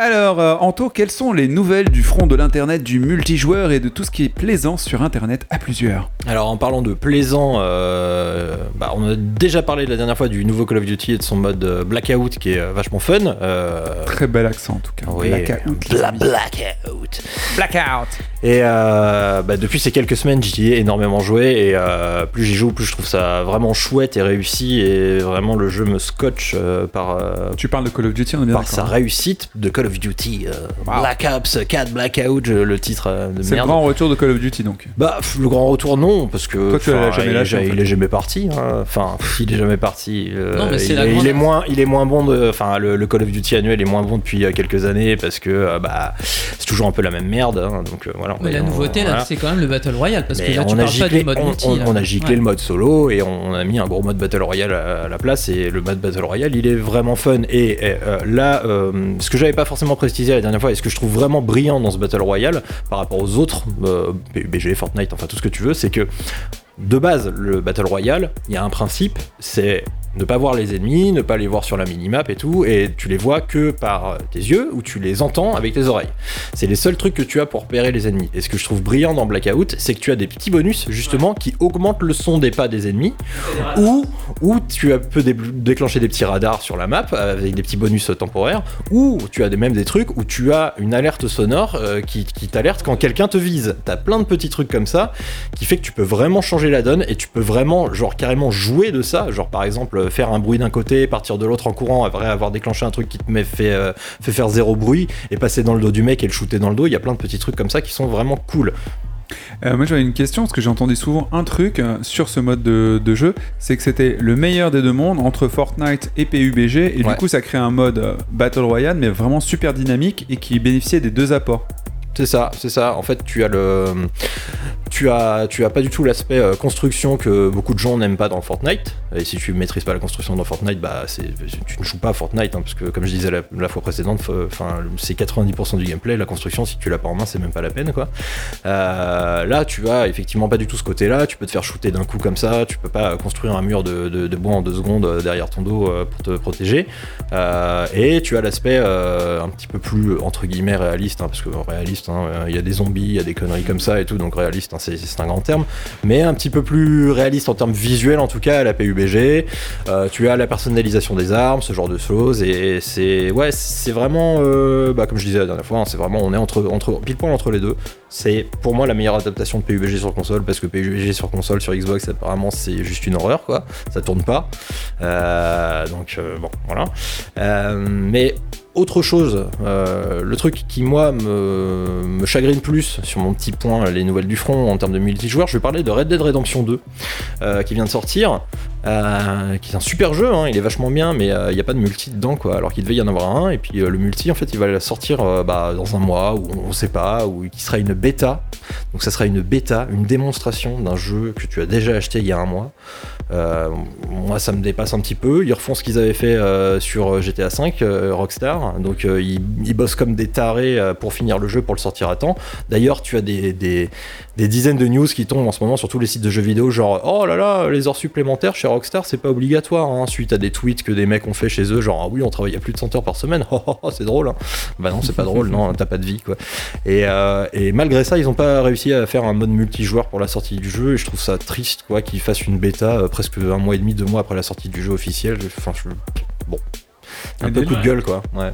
A: Alors, euh, Anto, quelles sont les nouvelles du front de l'internet, du multijoueur et de tout ce qui est plaisant sur internet à plusieurs
B: Alors en parlant de plaisant, euh, bah, on a déjà parlé de la dernière fois du nouveau Call of Duty et de son mode euh, Blackout qui est euh, vachement fun. Euh,
A: Très bel accent en tout cas.
B: Oui.
A: Blackout.
B: la Blackout. Et euh, bah, depuis ces quelques semaines, j'y ai énormément joué et euh, plus j'y joue, plus je trouve ça vraiment chouette et réussi et vraiment le jeu me scotche euh, par, euh,
A: Tu parles de Call of Duty, on est bien
B: par sa
A: d'accord.
B: réussite de Call of Duty, euh,
A: Wow.
B: Black Ops 4 Blackout, euh, le titre euh, de
A: C'est le
B: merde.
A: grand retour de Call of Duty donc.
B: Bah, pff, le grand retour, non, parce que
A: Toi, tu l'as
B: enfin,
A: jamais
B: il,
A: lâché,
B: est-
A: en fait.
B: il est jamais parti. hein. Enfin, pff, il est jamais parti. euh,
E: Non, mais c'est
B: il,
E: la
B: est,
E: grande-
B: il est moins, il est moins bon. de- Enfin, le, le Call of Duty annuel est moins bon depuis euh, quelques années parce que euh, bah, c'est toujours un peu la même merde. hein. donc euh, voilà.
E: Mais la
B: on-
E: nouveauté, là,
B: voilà.
E: c'est quand même le Battle Royale, parce que
B: Mais
E: là, tu
B: on, a
E: parles pas
B: giclé,
E: du mode
B: on-
E: multi.
B: on-
E: là.
B: on a giclé
E: Ouais.
B: le mode solo et on a mis un gros mode Battle Royale à, à la place et le mode Battle Royale il est vraiment fun et, et, euh, là euh, ce que j'avais pas forcément précisé la dernière fois et ce que je trouve vraiment brillant dans ce Battle Royale par rapport aux autres euh, PUBG, Fortnite, enfin tout ce que tu veux c'est que de base le Battle Royale il y a un principe c'est ne pas voir les ennemis, ne pas les voir sur la minimap et tout, et tu les vois que par tes yeux ou tu les entends avec tes oreilles. C'est les seuls trucs que tu as pour repérer les ennemis. Et ce que je trouve brillant dans Blackout, c'est que tu as des petits bonus justement qui augmentent le son des pas des ennemis, ou, ou tu as- peux dé- déclencher des petits radars sur la map avec des petits bonus euh, temporaires, ou tu as des- même des trucs où tu as une alerte sonore euh, qui, qui t'alerte quand quelqu'un te vise. T'as plein de petits trucs comme ça qui fait que tu peux vraiment changer la donne et tu peux vraiment, genre carrément jouer de ça. Genre par exemple euh, faire un bruit d'un côté, partir de l'autre en courant après avoir déclenché un truc qui te met, fait, euh, fait faire zéro bruit et passer dans le dos du mec et le shooter dans le dos. Il y a plein de petits trucs comme ça qui sont vraiment cool.
A: Euh, moi j'avais une question parce que j'ai entendu souvent un truc euh, sur ce mode de, de jeu, c'est que c'était le meilleur des deux mondes entre Fortnite et PUBG et du
B: Ouais.
A: coup ça crée un mode euh, Battle Royale mais vraiment super dynamique et qui bénéficiait des deux apports.
B: C'est ça, c'est ça. En fait, tu as le, tu as, tu as pas du tout l'aspect euh, construction que beaucoup de gens n'aiment pas dans Fortnite. Et si tu maîtrises pas la construction dans Fortnite, bah, c'est, tu ne joues pas à Fortnite, hein, parce que comme je disais la, la fois précédente, f- enfin, c'est 90% du gameplay. La construction, si tu l'as pas en main, c'est même pas la peine, quoi. Euh, là, tu as effectivement pas du tout ce côté-là. Tu peux te faire shooter d'un coup comme ça. Tu peux pas construire un mur de, de, de bois en deux secondes euh, derrière ton dos euh, pour te protéger. Euh, et tu as l'aspect euh, un petit peu plus entre guillemets réaliste, hein, parce que réaliste, hein, euh, il y a des zombies, il y a des conneries comme ça et tout, donc réaliste, hein, enfin, c'est c'est un grand terme, mais un petit peu plus réaliste en termes visuels, en tout cas, à la PUBG. Euh, tu as la personnalisation des armes, ce genre de choses, et c'est ouais, c'est vraiment, euh, bah, comme je disais la dernière fois, hein, c'est vraiment, on est entre, entre pile poil entre les deux. C'est pour moi la meilleure adaptation de PUBG sur console, parce que PUBG sur console, sur Xbox, apparemment, c'est juste une horreur, quoi. Ça tourne pas. Euh, donc, euh, bon, voilà. Euh, mais autre chose, euh, le truc qui moi me, me chagrine plus sur mon petit point, les nouvelles du front en termes de multijoueur, je vais parler de Red Dead Redemption 2 euh, qui vient de sortir, euh, qui est un super jeu, hein, il est vachement bien, mais euh, il n'y a pas de multi dedans quoi, alors qu'il devait y en avoir un, et puis euh, le multi en fait il va sortir euh, bah, dans un mois, ou on ne sait pas, ou qui sera une bêta, donc ça sera une bêta, une démonstration d'un jeu que tu as déjà acheté il y a un mois. Euh, moi, ça me dépasse un petit peu. Ils refont ce qu'ils avaient fait euh, sur euh, GTA V, euh, Rockstar. Donc, euh, ils, ils bossent comme des tarés euh, pour finir le jeu, pour le sortir à temps. D'ailleurs, tu as des, des, des dizaines de news qui tombent en ce moment sur tous les sites de jeux vidéo, genre oh là là, les heures supplémentaires chez Rockstar, c'est pas obligatoire. hein. suite à des tweets que des mecs ont fait chez eux, genre ah oui, on travaille à plus de 100 heures par semaine. Oh, oh, oh, c'est drôle. hein. Bah non, c'est pas drôle, non, t'as pas de vie quoi. Et, euh, et malgré ça, ils n'ont pas réussi à faire un mode multijoueur pour la sortie du jeu. Et je trouve ça triste, quoi, qu'ils fassent une bêta euh, presque un mois et demi, deux mois après la sortie du jeu officiel. Enfin, je... bon, un peu coup de gueule, quoi. Ouais.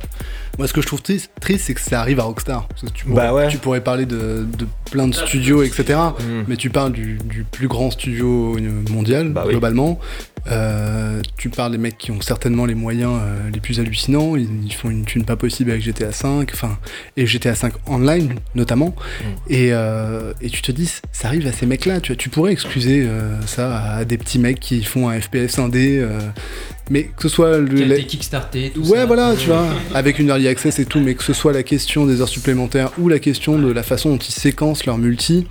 F: Moi, ce que je trouve triste, triste, c'est que ça arrive à Rockstar. Parce que tu, pourrais,
B: Bah ouais.
F: tu pourrais parler de, de plein de studios, etc.
B: Mm.
F: Mais tu parles du, du plus grand studio euh, mondial,
B: Bah oui.
F: globalement. Euh, tu parles des mecs qui ont certainement les moyens euh, les plus hallucinants. Ils, ils font une thune pas possible avec GTA V, enfin, et GTA V Online, notamment. Et, euh, et tu te dis, ça arrive à ces mecs-là. Tu, vois. tu pourrais excuser euh, ça à des petits mecs qui font un FPS indé. euh, mais que ce soit le,
E: Qui a
F: la-
E: été kickstarté, tout
F: Ouais,
E: ça.
F: voilà, tu vois, avec une early access et tout, mais que ce soit la question des heures supplémentaires ou la question de la façon dont ils séquencent leur multi,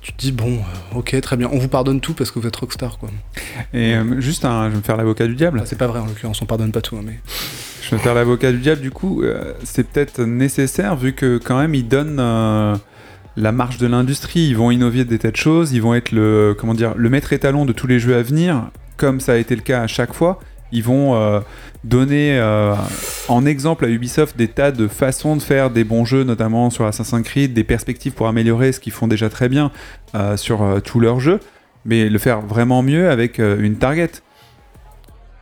F: tu te dis, bon, euh, ok, très bien, on vous pardonne tout parce que vous êtes rockstar, quoi.
A: Et euh, juste, un, je vais me faire l'avocat du diable.
F: Enfin, c'est pas vrai en l'occurrence, on pardonne pas tout, hein, mais.
A: Je vais me faire l'avocat du diable, du coup, euh, c'est peut-être nécessaire vu que quand même ils donnent euh, la marge de l'industrie, ils vont innover des tas de choses, ils vont être le comment dire le maître étalon de tous les jeux à venir, comme ça a été le cas à chaque fois. Ils vont euh, donner euh, en exemple à Ubisoft des tas de façons de faire des bons jeux, notamment sur Assassin's Creed, des perspectives pour améliorer ce qu'ils font déjà très bien euh, sur euh, tous leurs jeux, mais le faire vraiment mieux avec euh, une target.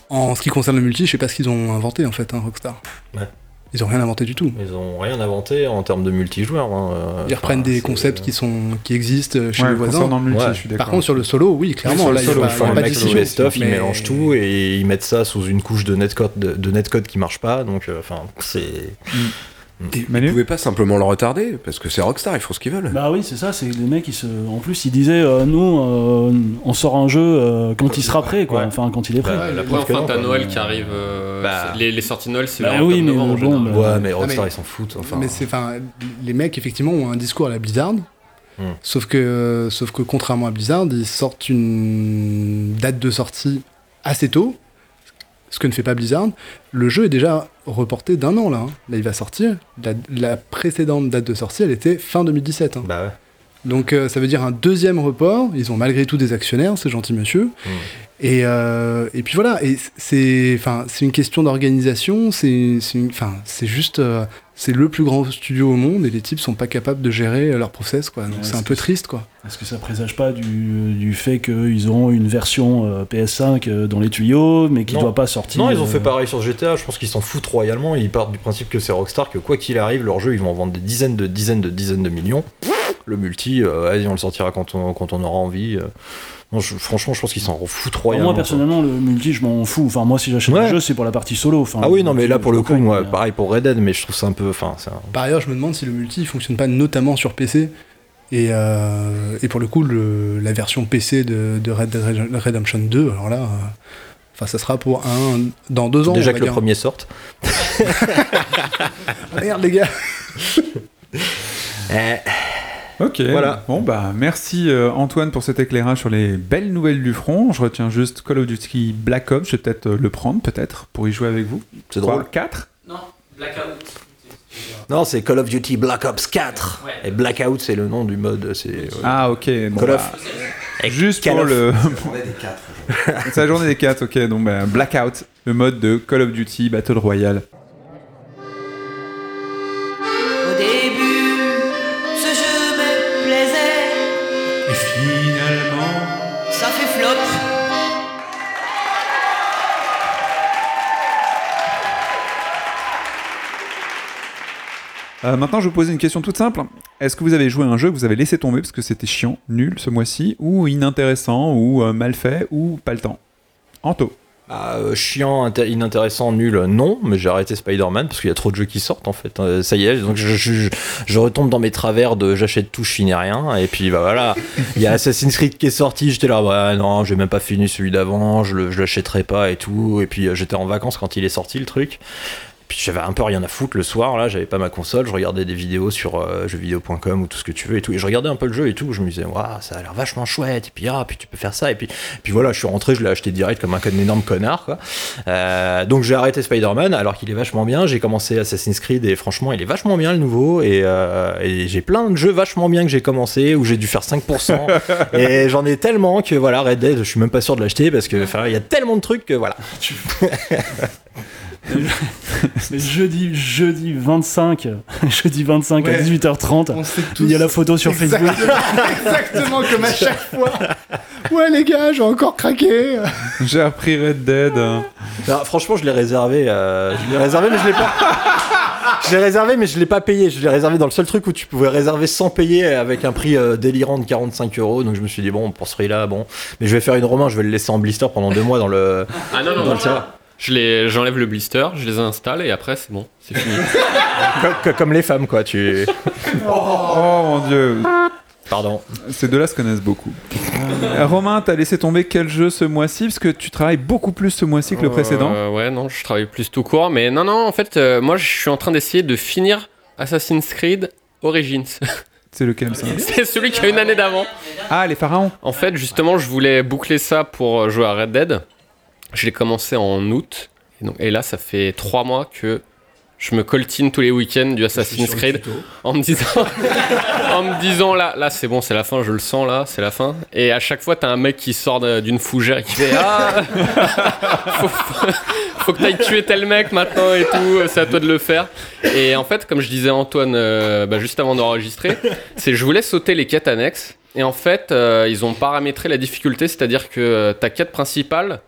F: En ce qui concerne le multi, je sais pas ce qu'ils ont inventé, en fait, hein, Rockstar.
B: Ouais.
F: Ils ont rien inventé du tout.
B: Ils ont rien inventé en termes de multijoueur. hein, euh,
F: Ils reprennent
B: enfin,
F: des
B: c'est- euh,
F: concepts qui, sont, qui existent euh, chez
A: Ouais,
F: les voisins.
A: concernant le multi,
B: Ouais.
A: je suis d'accord.
F: Par contre, sur le solo, oui, clairement,
A: sur le
F: là, il y a
A: solo,
F: pas-
B: Ils font
F: il y a
B: un
F: pas de
B: mec
F: discussion.
B: best-of, ils
F: Mais-
B: mélangent tout et ils mettent ça sous une couche de netcode, de, de netcode qui marche pas. Donc, euh, enfin, c'est.
I: Vous
A: Manu
I: pouvez pas simplement le retarder, parce que c'est Rockstar, ils font ce qu'ils veulent.
H: Bah oui, c'est ça, c'est les mecs qui se. En plus, ils disaient, euh, nous, euh, on sort un jeu euh, quand il sera prêt, quoi.
B: Ouais.
H: Enfin, quand il est prêt.
B: Bah, la
G: Ouais,
B: preuve que
G: enfin,
B: non,
G: t'as
B: quoi.
G: Noël qui arrive. euh,
B: Bah.
G: c'est- les, les sorties de Noël, c'est
H: Bah
G: en octobre,
H: oui, mais
G: novembre, en
H: bon,
G: général.
H: bah,
B: Ouais, mais
F: Ah,
B: Rockstar,
F: mais-
B: ils s'en foutent. Enfin,
F: Mais c'est, enfin, les mecs effectivement ont un discours à la Blizzard.
B: Hmm.
F: Sauf que, sauf que contrairement à Blizzard, ils sortent une date de sortie assez tôt, ce que ne fait pas Blizzard. Le jeu est déjà reporté d'un an là. hein. Là, il va sortir. La, la précédente date de sortie, elle était fin 2017. hein.
B: bah ouais.
F: Donc euh, ça veut dire un deuxième report. Ils ont malgré tout des actionnaires, c'est gentil monsieur.
B: Mmh.
F: Et, euh, et puis voilà. Et c'est, enfin, c'est une question d'organisation. C'est, c'est une- enfin, c'est juste, euh, c'est le plus grand studio au monde et les types sont pas capables de gérer euh, leur process quoi. Donc
H: Ouais,
F: c'est
H: c'est
F: un peu
H: ça.
F: triste quoi.
H: Est-ce que ça présage pas du, du fait qu'ils auront une version euh, PS5 euh, dans les tuyaux, mais qui
B: Non.
H: doit pas sortir
B: Non, ils ont
H: euh,
B: fait pareil sur GTA, je pense qu'ils s'en foutent royalement, ils partent du principe que c'est Rockstar, que quoi qu'il arrive, leur jeu, ils vont en vendre des dizaines de dizaines de dizaines de millions. Le multi, euh, vas-y, on le sortira quand on, quand on aura envie. euh. Non, je- franchement, je pense qu'ils s'en foutent royalement.
H: moi
B: quoi.
H: personnellement, le multi, je m'en fous. Enfin, moi, si j'achète
B: Ouais.
H: le jeu, c'est pour la partie solo. Enfin,
B: Ah oui, non, mais là,
H: je-
B: pour le
H: je
B: coup,
H: comprends,
B: moi,
H: mais, euh,
B: pareil pour Red Dead, mais je trouve ça un peu... Enfin, c'est un-
F: Par ailleurs, je me demande si le multi il fonctionne pas notamment sur PC. Et, euh, et pour le coup, le- la version PC de, de Red Dead Red- Redemption 2, alors là, euh, enfin, ça sera pour un dans deux ans.
B: Déjà
F: on va
B: que le
F: dire. Ah,
B: premier sorte.
F: Merde les gars.
A: Ok.
B: Voilà.
A: Bon bah merci euh, Antoine pour cet éclairage sur les belles nouvelles du front. Je retiens juste Call of Duty Black Ops. Je vais peut-être euh, le prendre peut-être pour y jouer avec vous.
B: C'est drôle.
A: 4
E: Non, Blackout.
B: Non, c'est Call of Duty Black Ops 4.
E: Ouais.
B: Et Blackout, c'est le nom du mode. C'est...
A: Ah ok. Bon,
B: Call
A: bah,
B: of.
A: juste
B: Call
A: pour
B: of.
A: le
I: des quatre.
A: c'est la journée des 4. Ok. Donc bah, Blackout, le mode de Call of Duty Battle Royale.
J: Au début, ce jeu me plaisait. flotte.
A: Euh, maintenant, je vais vous poser une question toute simple. Est-ce que vous avez joué à un jeu que vous avez laissé tomber parce que c'était chiant, nul ce mois-ci, ou inintéressant, ou euh, mal fait, ou pas le temps Anto.
B: Ah, euh, chiant, inté- inintéressant, nul, euh, non, mais j'ai arrêté Spider-Man parce qu'il y a trop de jeux qui sortent en fait. Euh, ça y est, donc je, je- je- je retombe dans mes travers de j'achète tout, je finis rien. Et puis bah voilà, il y a Assassin's Creed qui est sorti, j'étais là, bah non, j'ai même pas fini celui d'avant, je, le- je l'achèterai pas et tout. Et puis euh, j'étais en vacances quand il est sorti le truc. Puis j'avais un peu rien à foutre le soir, là, j'avais pas ma console, je regardais des vidéos sur euh, jeuxvideo.com ou tout ce que tu veux et tout. Et je regardais un peu le jeu et tout, je me disais, waouh, ça a l'air vachement chouette, et puis ah, puis tu peux faire ça, et puis, puis voilà, je suis rentré, je l'ai acheté direct comme un, con- énorme connard, quoi. Euh, donc j'ai arrêté Spider-Man alors qu'il est vachement bien, j'ai commencé Assassin's Creed et franchement, il est vachement bien le nouveau, et, euh, et j'ai plein de jeux vachement bien que j'ai commencé où j'ai dû faire 5%, et j'en ai tellement que voilà, Red Dead, je suis même pas sûr de l'acheter parce que, enfin, il y a tellement de trucs que voilà.
H: Mais jeudi, jeudi 25, jeudi 25 à 18h30,
D: On sait tous.
H: il y a la photo sur Facebook.
D: Exactement comme à chaque fois. Ouais, les gars, j'ai encore craqué.
A: J'ai repris Red Dead. hein.
B: Non, franchement, je l'ai réservé. euh, je l'ai réservé, mais je l'ai pas. Je l'ai réservé, mais je l'ai pas payé. Je l'ai réservé dans le seul truc où tu pouvais réserver sans payer avec un prix euh, délirant de 45 euros. Donc je me suis dit bon, pour ce prix-là, bon. Mais je vais faire une romain. Je vais le laisser en blister pendant deux mois dans le.
G: Ah non, non,
B: dans
G: non.
B: le serveur.
G: Je les- J'enlève le blister, je les installe et après c'est bon, c'est fini.
B: Co- co- Comme les femmes, quoi. Tu.
A: Oh mon dieu,
B: Pardon.
A: ces deux-là se connaissent beaucoup. Euh, Romain, t'as laissé tomber quel jeu ce mois-ci Parce que tu travailles beaucoup plus ce mois-ci que le précédent.
G: Euh, ouais, non, je travaille plus tout court. Mais non, non, en fait, euh, moi je suis en train d'essayer de finir Assassin's Creed Origins.
A: C'est lequel ça
G: c'est celui qui a une année d'avant.
A: Ah, les pharaons
G: En fait, justement, je voulais boucler ça pour euh, jouer à Red Dead. Je l'ai commencé en août. Et, donc- et là, ça fait trois mois que je me coltine tous les week-ends du Assassin's Creed en me disant, en me disant là, là c'est bon, c'est la fin, je le sens là, c'est la fin. Et à chaque fois, t'as un mec qui sort de- d'une fougère et qui fait ah, faut, faut- faut que t'ailles tuer tel mec maintenant et tout, euh, c'est à toi de le faire. Et en fait, comme je disais à Antoine euh, bah, juste avant d'enregistrer, c'est je voulais sauter les quêtes annexes et en fait euh, ils ont paramétré la difficulté c'est à dire que euh, ta quête principale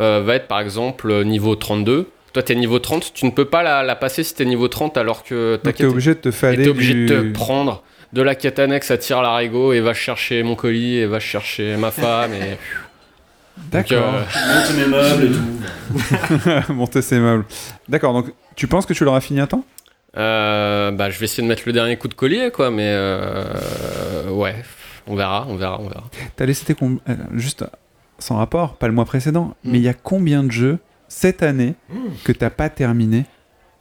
G: euh, va être par exemple euh, niveau 32 toi t'es niveau 30 tu ne peux pas la, la passer si t'es niveau 30 alors que ta
A: Donc t'es
G: quête est-
A: obligé de te
G: et
A: faller
G: t'es obligé
A: du...
G: de te prendre de la quête annexe à tir l'arigot et va chercher mon colis et va chercher ma femme et donc,
A: D'accord.
G: euh,
H: Monte mes meubles et tout.
A: Monter ses meubles. D'accord, donc tu penses que tu l'auras fini à temps
G: euh, bah je vais essayer de mettre le dernier coup de collier quoi mais euh, ouais on verra on verra on verra
A: T'as laissé tes com- euh, juste sans rapport, pas le mois précédent, mais il y a combien de jeux cette année que t'as pas terminé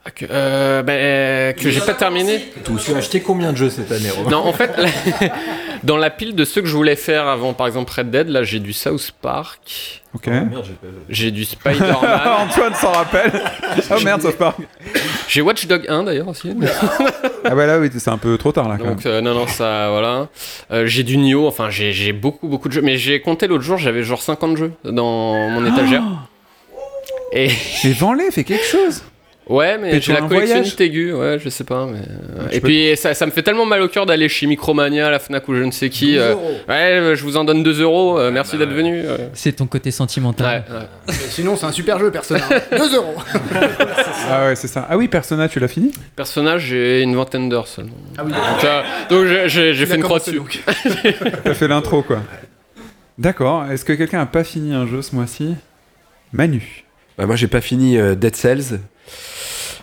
G: Ah, que, euh, bah, que j'ai pas terminé
B: Tu as acheté combien de jeux cette année, Romain
G: Non, en fait, la- dans la pile de ceux que je voulais faire avant, par exemple Red Dead, là j'ai du South Park,
A: Ok.
G: j'ai du Spider-Man,
A: Ah, Antoine s'en rappelle. oh merde, sauf pas.
G: j'ai Watch Dog 1 d'ailleurs aussi.
A: Ah bah là oui, c'est un peu trop tard là. quand même.
G: Donc euh, non, non, ça, voilà. Euh, j'ai du Nioh, enfin j'ai j'ai beaucoup, beaucoup de jeux, mais j'ai compté l'autre jour, j'avais genre 50 jeux dans mon étagère. Et
A: Mais vends-les, fais quelque chose.
G: ouais, mais
A: T'es
G: j'ai
A: sur
G: la
A: un
G: collectionniste
A: voyage
G: aiguë, ouais, je sais pas. Mais... euh,
A: Je
G: Et
A: peux-
G: puis ça, ça me fait tellement mal au cœur d'aller chez Micromania, la Fnac ou je ne sais qui. euh, Ouais, je vous en donne 2 euros, euh, merci
A: Bah,
G: d'être venu. euh.
E: C'est ton côté sentimental.
G: Ouais, ouais.
D: Sinon, c'est un super jeu, Persona. 2 euros.
A: Ah ouais, c'est ça. Ah oui, Persona, tu l'as fini
G: Personnage, j'ai une vingtaine d'heures seulement.
D: Ah oui.
G: Donc, euh, donc j'ai- j'ai j'ai fait
D: l'as
G: une croix
D: commencé,
G: dessus.
A: T'as fait l'intro quoi. D'accord. Est-ce que quelqu'un a pas fini un jeu ce mois-ci Manu.
I: Bah, moi, j'ai pas fini euh, Dead Cells.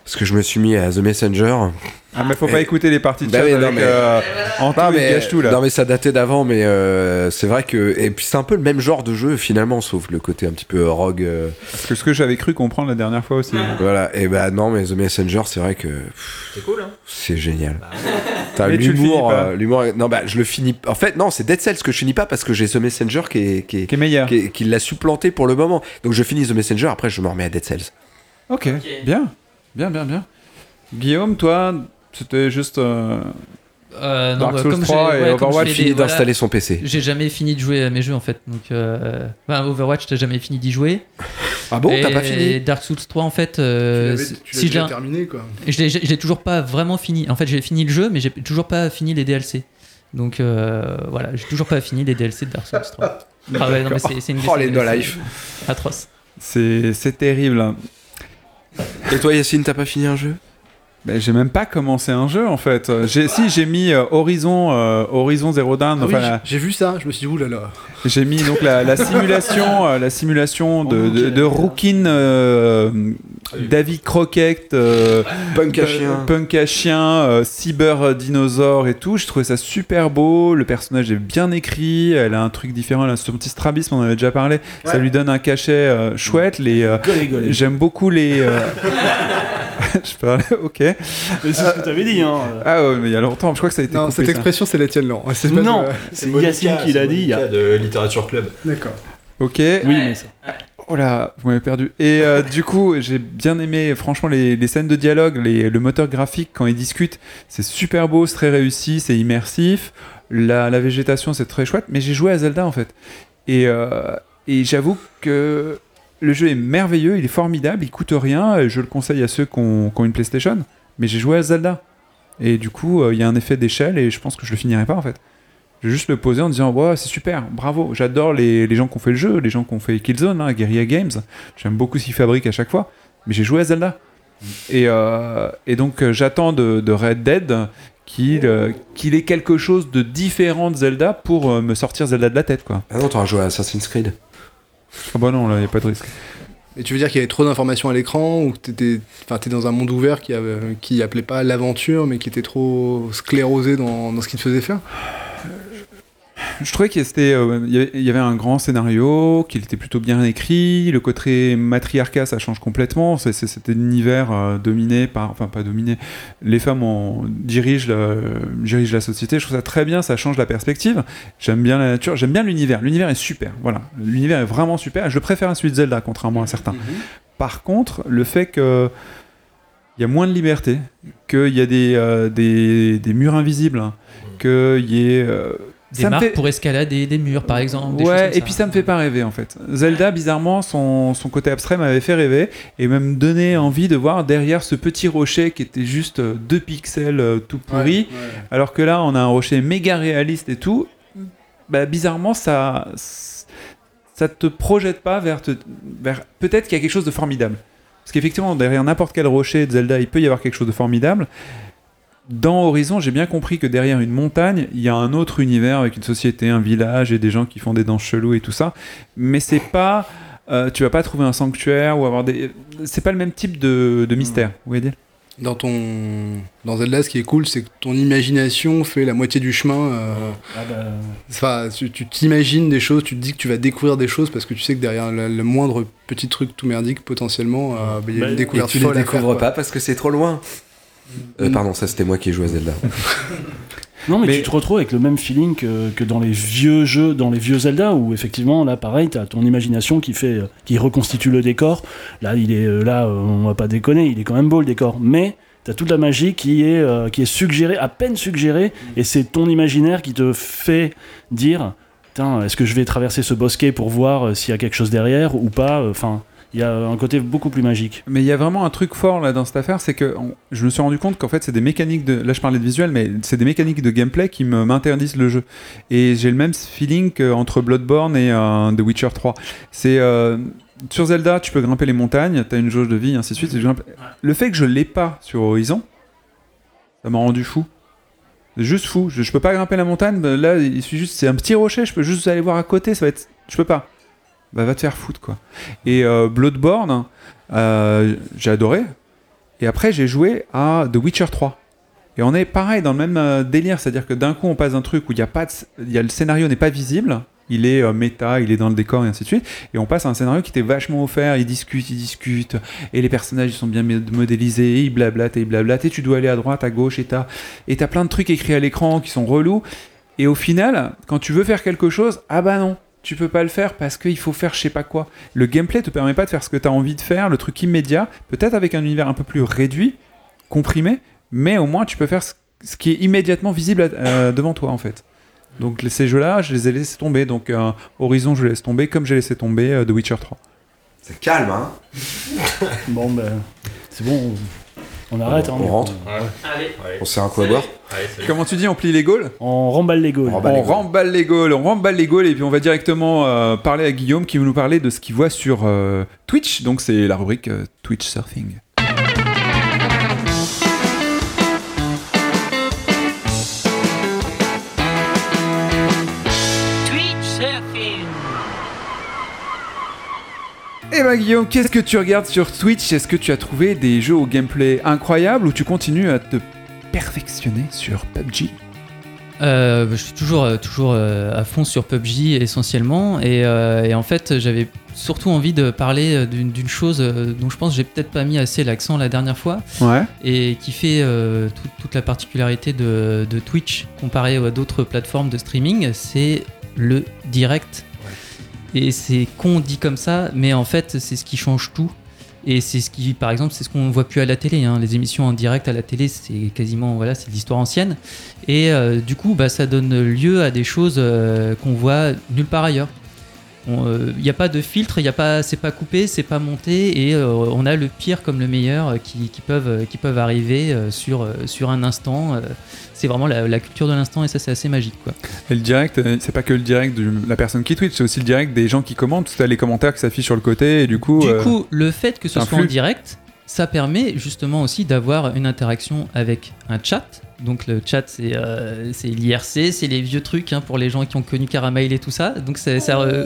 I: Parce que je me suis mis à The Messenger.
A: Ah mais faut pas
I: Eh.
A: écouter les parties de
I: Bah
A: chat
I: oui, non,
A: avec
I: mais-
A: euh, Anto, il
I: mais,
A: gâche tout là.
I: non, mais ça datait d'avant, mais euh, c'est vrai que. Et puis c'est un peu le même genre de jeu finalement, sauf le côté un petit peu rogue. euh,
A: Parce que ce que j'avais cru comprendre la dernière fois aussi.
I: Voilà, et bah non, mais The Messenger, c'est vrai que. C'est
B: cool, hein.
I: C'est génial. T'as
A: Mais tu le finis
I: l'humour.
A: pas.
I: euh, l'humour. Non, bah je le finis. En fait, non, c'est Dead Cells que je finis pas parce que j'ai The Messenger qui, est, qui, est-
A: Qui est meilleur.
I: qui, est- qui l'a supplanté pour le moment. Donc je finis The Messenger, après je me remets à Dead Cells.
A: Ok. Bien. Bien, bien, bien. Guillaume, toi, c'était juste. euh,
E: Euh, non,
A: Dark
E: bah,
A: Souls
E: comme
A: 3
E: j'ai-
A: et
E: ouais, comme
A: Overwatch
E: je fais
I: Fini
E: des- voilà,
I: d'installer son PC.
E: J'ai jamais fini de jouer à mes jeux en fait. Donc, euh, ben, Overwatch, t'as jamais fini d'y jouer.
I: Ah bon,
E: Et
I: t'as pas fini
E: Dark Souls 3, en fait, euh,
F: tu l'avais- tu l'as
E: si j'ai
F: déjà
E: un- Ah
F: terminé, quoi.
E: je l'ai- je l'ai toujours pas vraiment fini. En fait, j'ai fini le jeu, mais j'ai toujours pas fini les DLC. Donc euh, voilà, j'ai toujours pas fini les DLC de Dark Souls 3. Ah ouais, non, mais c'est c'est une
I: Oh,
E: c'est
I: les
E: une
I: no
E: DLC
I: life.
E: Atroce.
A: C'est c'est terrible. hein.
I: Et toi, Yacine, t'as pas fini un jeu
A: Ben, j'ai même pas commencé un jeu en fait. Euh, J'ai, si j'ai mis euh, Horizon, euh, Horizon Zero Dawn.
F: Ah oui,
A: enfin, la-
F: j'ai j'ai vu ça, je me suis dit, oulala.
A: j'ai mis donc la, la simulation, euh, la simulation
F: Oh,
A: de, de, de Rookin, euh,
F: Ah
A: David Crockett, euh,
I: Punk à chien.
A: Punk à chien, euh, cyber dinosaure et tout. Je trouvais ça super beau. Le personnage est bien écrit. Elle a un truc différent. Elle a son petit strabisme, on en avait déjà parlé. Ça lui donne un cachet euh, chouette. Les, euh,
H: Golé, golé.
A: j'aime beaucoup les. euh, je parlais, ok. Euh,
H: Mais C'est ce que t'avais dit, hein.
A: Ah ouais, mais il y a longtemps, je crois que ça a été
F: Non,
A: coupé.
F: cette
A: ça.
F: expression, c'est la tienne, non C'est pas
H: Non,
F: de-
H: c'est Yacine qui l'a dit. il y a-
B: de Littérature Club.
F: D'accord.
A: Ok.
H: Oui, mais ça.
A: Oh là, vous m'avez perdu. Et euh, du coup, j'ai bien aimé, franchement, les, les scènes de dialogue, les- le moteur graphique, quand ils discutent, c'est super beau, c'est très réussi, c'est immersif. La, la végétation, c'est très chouette. Mais j'ai joué à Zelda, en fait. Et, euh, et j'avoue que le jeu est merveilleux, il est formidable, il coûte rien. et Je le conseille à ceux qui ont, qui ont une PlayStation. Mais j'ai joué à Zelda. Et du coup, euh, il y a un effet d'échelle et je pense que je le finirai pas, en fait. Je vais juste le poser en disant ouais, c'est super, bravo, j'adore les, les gens qui ont fait le jeu, les gens qui ont fait Killzone, hein, Guerrilla Games. J'aime beaucoup ce qu'ils fabriquent à chaque fois, mais j'ai joué à Zelda. Et, euh, et donc euh, j'attends de, de Red Dead qu'il euh, qu'il ait quelque chose de différent de Zelda pour euh, me sortir Zelda de la tête. quoi.
I: Ah non, t'auras joué à Assassin's Creed.
A: Ah bah non, là, il n'y a pas de risque.
F: Et tu veux dire qu'il y avait trop d'informations à l'écran ou que t'étais, enfin, t'es dans un monde ouvert qui, avait- qui appelait pas à l'aventure mais qui était trop sclérosé dans, dans ce qu'il te faisait faire
A: Je trouvais qu'il y c'était, euh, il y avait- il y avait un grand scénario, qu'il était plutôt bien écrit. Le côté matriarcat, ça change complètement. C'est, c'est cet univers euh, dominé par, enfin pas dominé, les femmes en- dirigent, le- dirigent la société. Je trouve ça très bien, ça change la perspective. J'aime bien la nature, j'aime bien l'univers. L'univers est super, voilà. L'univers est vraiment super. Je le préfère à celui de Zelda, contrairement à certains. Par contre, le fait que il y a moins de liberté, qu'il y a des, euh, des, des murs invisibles, hein, qu'il y ait euh,
E: Des
A: ça me
E: marques
A: fait-
E: pour escalader des murs, par exemple. des choses
A: ouais,
E: comme
A: et puis ça me fait pas rêver en fait. Zelda, bizarrement, son, son côté abstrait m'avait fait rêver et même donné envie de voir derrière ce petit rocher qui était juste euh, deux pixels euh, tout pourri, alors que là on a un rocher méga réaliste et tout. Bah, bizarrement, ça, ça te projette pas vers. te- vers... Peut-être qu'il y a quelque chose de formidable. Parce qu'effectivement, derrière n'importe quel rocher de Zelda, il peut y avoir quelque chose de formidable. Dans Horizon, j'ai bien compris que derrière une montagne, il y a un autre univers avec une société, un village et des gens qui font des danses cheloues et tout ça. Mais c'est pas. euh, tu vas pas trouver un sanctuaire ou avoir des. C'est pas le même type de, de mystère. Vous voyez
F: Dans ton, dans Zelda, ce qui est cool, c'est que ton imagination fait la moitié du chemin. euh,
H: Ah bah,
F: Enfin, tu tu t'imagines des choses, tu te dis que tu vas découvrir des choses parce que tu sais que derrière le, le moindre petit truc tout merdique, potentiellement, euh, bah, il y a
H: Bah,
F: une
H: et
I: Et
F: découverte
I: tu les
F: folle à faire,
I: découvres
F: quoi.
I: pas parce que c'est trop loin. Euh, pardon, ça c'était moi qui ai joué à Zelda.
H: Non, mais,
A: Mais-
H: tu te retrouves avec le même feeling que, que dans les vieux jeux, dans les vieux Zelda, où effectivement, là, pareil, t'as ton imagination qui fait, euh, qui reconstitue le décor. Là, il est, euh, là, euh, on va pas déconner, il est quand même beau le décor. Mais t'as toute la magie qui est, euh, qui est suggérée, à peine suggérée, Mm. et c'est ton imaginaire qui te fait dire, Putain, est-ce que je vais traverser ce bosquet pour voir euh, s'il y a quelque chose derrière ou pas Euh, Enfin, il y a un côté beaucoup plus magique.
A: Mais il y a vraiment un truc fort là dans cette affaire, c'est que on- je me suis rendu compte qu'en fait c'est des mécaniques de, là je parlais de visuel, mais c'est des mécaniques de gameplay qui me- m'interdisent le jeu. Et j'ai le même feeling entre Bloodborne et euh, The Witcher 3. C'est euh, sur Zelda, tu peux grimper les montagnes, t'as une jauge de vie, ainsi de suite. et tu grimpes- Le fait que je l'ai pas sur Horizon, ça m'a rendu fou. Juste fou. Je, je peux pas grimper la montagne. ben, Là, il suffit juste, c'est un petit rocher. Je peux juste aller voir à côté. Ça va être, je peux pas. Bah va te faire foutre quoi. Et euh, Bloodborne, euh, j'ai adoré. Et après, j'ai joué à The Witcher 3. Et on est pareil dans le même euh, délire, c'est-à-dire que d'un coup, on passe d'un truc où il y a pas, de sc- il y a le scénario n'est pas visible. Il est euh, méta, il est dans le décor et ainsi de suite. Et on passe à un scénario qui était vachement offert. Ils discutent, ils discutent. Et les personnages, ils sont bien mod- modélisés. Ils blablatent et ils blablatent. Et tu dois aller à droite, à gauche. Et t'as, et t'as plein de trucs écrits à l'écran qui sont relous. Et au final, quand tu veux faire quelque chose, ah bah non, tu peux pas le faire parce qu'il faut faire je sais pas quoi. Le gameplay te permet pas de faire ce que tu as envie de faire, le truc immédiat, peut-être avec un univers un peu plus réduit, comprimé, mais au moins tu peux faire ce, ce qui est immédiatement visible à- euh, devant toi en fait. Donc les- ces jeux-là, je les ai laissés tomber. Donc euh, Horizon, je les laisse tomber, comme j'ai laissé tomber euh, The Witcher 3.
I: C'est calme, hein
H: Bon, ben, c'est bon. On arrête,
I: on,
H: hein,
I: on
H: mais-
I: rentre, on sert un coup à boire.
A: Comment tu dis, on plie les Gaules
H: On remballe Ah bah, les Gaules.
I: On remballe.
A: On
I: les Gaules.
A: remballe les Gaules, on remballe les Gaules et puis on va directement euh, parler à Guillaume qui va nous parler de ce qu'il voit sur euh, Twitch. Donc c'est la rubrique euh, Twitch Surfing. Eh ben Guillaume, qu'est-ce que tu regardes sur Twitch Est-ce que tu as trouvé des jeux au gameplay incroyable ou tu continues à te perfectionner sur PUBG
E: Euh, je suis toujours, euh, toujours euh, à fond sur PUBG essentiellement. Et, euh, et en fait, j'avais surtout envie de parler euh, d'une d'une chose euh, dont je pense que j'ai peut-être pas mis assez l'accent la dernière fois
A: Ouais.
E: et qui fait euh, tout- toute la particularité de, de Twitch comparé à d'autres plateformes de streaming, c'est le direct. Et c'est con dit comme ça, mais en fait, c'est ce qui change tout. Et c'est ce qui, par exemple, c'est ce qu'on voit plus à la télé. hein. Les émissions en direct à la télé, c'est quasiment, voilà, c'est de l'histoire ancienne. Et euh, du coup, bah, ça donne lieu à des choses euh, qu'on voit nulle part ailleurs. Il n'y a pas de filtre, il euh, y a pas, c'est pas coupé, c'est pas monté, et euh, on a le pire comme le meilleur euh, qui, qui peuvent, euh, qui peuvent arriver euh, sur, euh, sur un instant. euh. c'est vraiment la, la culture de l'instant, et ça, c'est assez magique. Quoi.
A: Et le direct, euh, c'est pas que le direct de la personne qui tweet, c'est aussi le direct des gens qui commentent, tu as les commentaires qui s'affichent sur le côté et du coup.
E: Du
A: euh,
E: coup, le fait que ce
A: un
E: soit en
A: flux.
E: direct, ça permet justement aussi d'avoir une interaction avec un chat. Donc le chat, c'est euh, c'est l'IRC, c'est les vieux trucs hein, pour les gens qui ont connu Caramel et tout ça. Donc ça, ça re-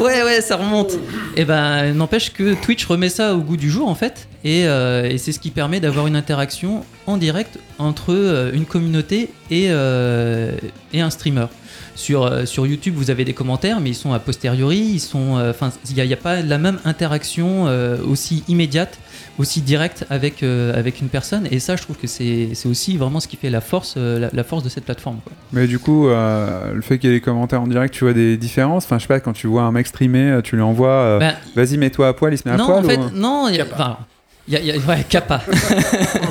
E: ouais ouais, ça remonte. Et ben n'empêche que Twitch remet ça au goût du jour en fait, et, euh, et c'est ce qui permet d'avoir une interaction en direct entre euh, une communauté et, euh, et un streamer. Sur, euh, sur YouTube, vous avez des commentaires, mais ils sont a posteriori, ils sont, euh, 'fin, il n'y a, il y a pas la même interaction euh, aussi immédiate, aussi directe avec, euh, avec une personne. Et ça, je trouve que c'est c'est aussi vraiment ce qui fait la force, euh, la, la force de cette plateforme. quoi.
A: Mais du coup, euh, le fait qu'il y ait les commentaires en direct, tu vois des différences. Enfin, je sais pas, quand tu vois un mec streamer, euh, tu lui envoies. euh,
E: Ben,
A: Vas-y, mets-toi à poil, il se met
E: non,
A: à poil.
E: en fait,
A: ou-
E: non, il y a, enfin, il y a- il y a- ouais, Kappa.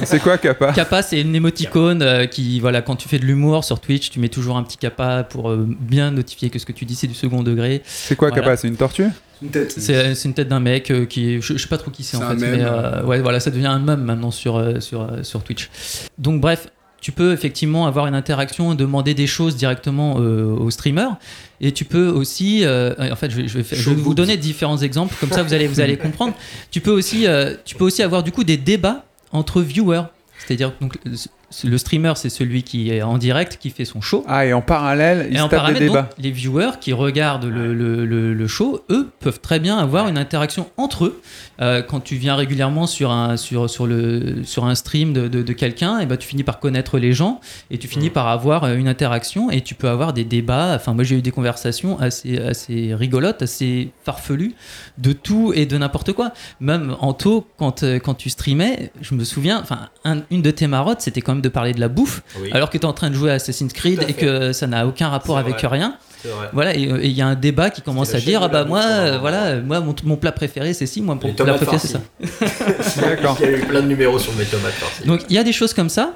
A: C'est quoi, Kappa
E: Kappa, c'est une émoticône euh, qui, voilà, quand tu fais de l'humour sur Twitch, tu mets toujours un petit Kappa pour euh, bien notifier que ce que tu dis, c'est du second degré.
A: C'est quoi,
E: Voilà.
A: Kappa C'est une tortue
F: Une tête.
E: C'est c'est une tête d'un mec euh, qui, est- je, je sais pas trop qui c'est en
F: C'est
E: fait,
F: un mème.
E: mais euh, ouais, voilà, ça devient un meme maintenant sur euh, sur euh, sur Twitch. Donc bref, tu peux effectivement avoir une interaction, demander des choses directement euh, au streamer, et tu peux aussi, euh, en fait, je, vais- je vais, faire- je vais vous donner différents exemples, comme ça vous allez vous allez comprendre. Tu peux aussi, euh, tu peux aussi avoir du coup des débats entre viewers, c'est-à-dire que, donc le- le streamer c'est celui qui est en direct, qui fait son show.
A: Ah, et en parallèle, il
E: Et
A: se tape
E: en
A: des
E: paramètre, donc,
A: débats.
E: les viewers qui regardent le, le- le- le show, eux, peuvent très bien avoir une interaction entre eux. Euh, quand tu viens régulièrement sur un, sur, sur le, sur un stream de, de- de quelqu'un, et ben, tu finis par connaître les gens et tu
A: Mm.
E: finis par avoir euh, une interaction et tu peux avoir des débats. Enfin, moi, j'ai eu des conversations assez, assez rigolotes, assez farfelues de tout et de n'importe quoi. Même en taux, quand, euh, quand tu streamais, je me souviens, enfin, un- une de tes marottes, c'était quand même de parler de la bouffe alors que tu es en train de jouer à Assassin's Creed et que ça n'a aucun rapport avec rien. Voilà, et euh, et il y a un débat qui commence à dire ah bah moi euh, voilà, euh, moi mon, mon plat préféré c'est ci, moi mon
J: Les
E: plat
J: tomates
E: préféré c'est ça.
A: D'accord.
J: Il y a eu plein de numéros sur mes tomates farcies.
E: Donc il y a des choses comme ça.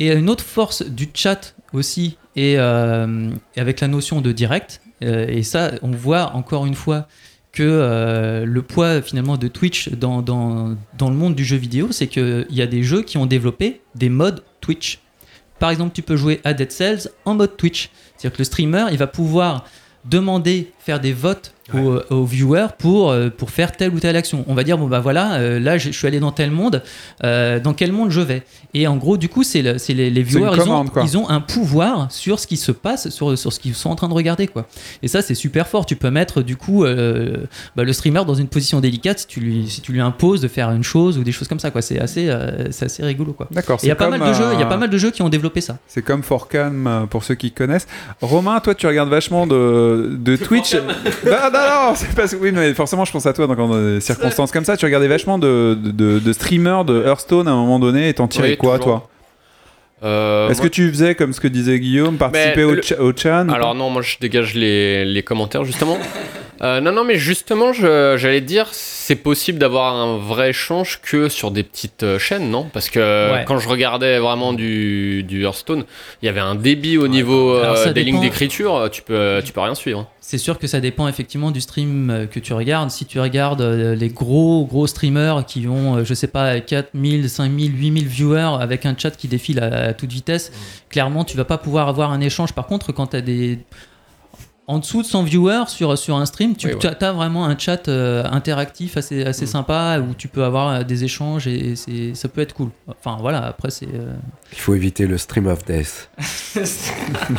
E: Et une autre force du chat aussi, et, euh, et avec la notion de direct, euh, et ça, on voit encore une fois que euh, le poids finalement de Twitch dans, dans, dans le monde du jeu vidéo, c'est qu'il y a des jeux qui ont développé des modes Twitch. Par exemple, tu peux jouer à Dead Cells en mode Twitch. C'est-à-dire que le streamer, il va pouvoir demander, faire des votes aux, aux viewers pour, euh, pour faire telle ou telle action. On va dire, bon bah voilà, euh, là je je suis allé dans tel monde, euh, dans quel monde je vais. Et en gros, du coup, c'est le- c'est les, les
A: C'est une
E: viewers, ils,
A: commande,
E: ont,
A: quoi.
E: ils ont un pouvoir sur ce qui se passe, sur, sur ce qu'ils sont en train de regarder. quoi. Et ça, c'est super fort. Tu peux mettre, du coup, euh, bah, le streamer dans une position délicate si tu, lui, si tu lui imposes de faire une chose ou des choses comme ça. quoi. C'est assez, euh, c'est assez rigolo. quoi.
A: D'accord.
E: Et Il y, a
A: c'est
E: pas mal
A: comme,
E: de jeux, il y a
A: euh,
E: pas mal de jeux qui ont développé ça.
A: C'est comme Forcam euh, pour ceux qui connaissent. Romain, toi, tu regardes vachement de, de Twitch. non, non, non, c'est parce que oui, mais forcément, je pense à toi. Donc, dans des circonstances comme ça, tu regardais vachement de, de, de- de streamers de Hearthstone à un moment donné. Et t'en tirais
G: Oui,
A: quoi,
G: toujours. Euh,
A: Est-ce
G: moi-
A: que tu faisais comme ce que disait Guillaume, participer
G: Mais
A: au,
G: le-
A: cha- au Chan
G: Alors non, moi je dégage les, les commentaires justement. Euh, non, non, mais justement, je- j'allais dire, c'est possible d'avoir un vrai échange que sur des petites euh, chaînes, non Parce que euh,
E: Ouais.
G: quand je regardais vraiment du, du Hearthstone, il y avait un débit au niveau
E: Alors,
G: euh,
E: ça
G: des
E: dépend.
G: lignes d'écriture, euh, tu peux, tu peux rien suivre. hein.
E: C'est sûr que ça dépend effectivement du stream euh, que tu regardes. Si tu regardes euh, les gros gros streamers qui ont, euh, je sais pas, 4000, 5000, 8000 viewers avec un chat qui défile à, à toute
G: Mm.
E: vitesse, clairement tu vas pas pouvoir avoir un échange. Par contre, quand tu as des. En dessous de 100 viewers sur, sur un stream, tu
G: Oui, ouais. Mm.
E: as vraiment un chat euh, interactif assez, assez sympa où tu peux avoir euh, des échanges et, et c'est- ça peut être cool. Enfin voilà, après c'est. euh,
I: Il faut éviter le stream of death.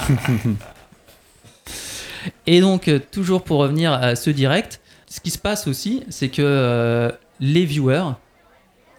E: Et donc, euh, toujours pour revenir à ce direct, ce qui se passe aussi, c'est que euh, les viewers,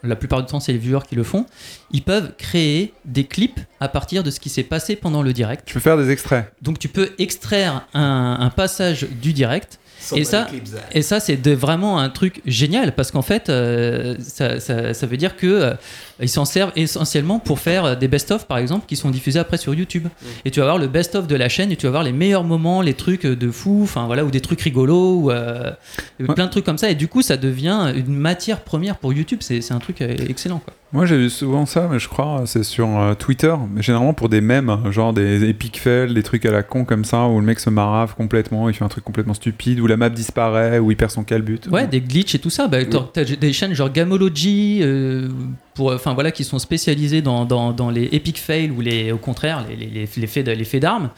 E: la plupart du temps c'est les viewers qui le font, ils peuvent créer des clips à partir de ce qui s'est passé pendant le direct.
A: Tu peux faire des extraits.
E: Donc tu peux extraire un, un passage du direct. Et ça, et ça, c'est de- vraiment un truc génial parce qu'en fait, euh, ça, ça- ça veut dire que euh, ils s'en servent essentiellement pour faire euh, des best-of, par exemple, qui sont diffusés après sur YouTube. Et tu vas voir le best-of de la chaîne et tu vas voir les meilleurs moments, les trucs euh, de fou, enfin voilà, ou des trucs rigolos, ou euh,
A: Ouais.
E: plein de trucs comme ça. Et du coup, ça devient une matière première pour YouTube. C'est c'est un truc euh, excellent, quoi.
A: Moi j'ai vu souvent ça, mais je crois euh, c'est sur euh, Twitter, mais généralement pour des mèmes, hein, genre des epic fails, des trucs à la con comme ça, où le mec se marave complètement, il fait un truc complètement stupide, où la map disparaît, où il perd son calbut.
E: Ouais, des glitches et tout ça. Bah, t'as- t'as des chaînes genre Gamology, euh, pour, enfin voilà, qui sont spécialisées dans, dans, dans les epic fails ou les, au contraire, les, les, les, les faits, de- les faits d'armes.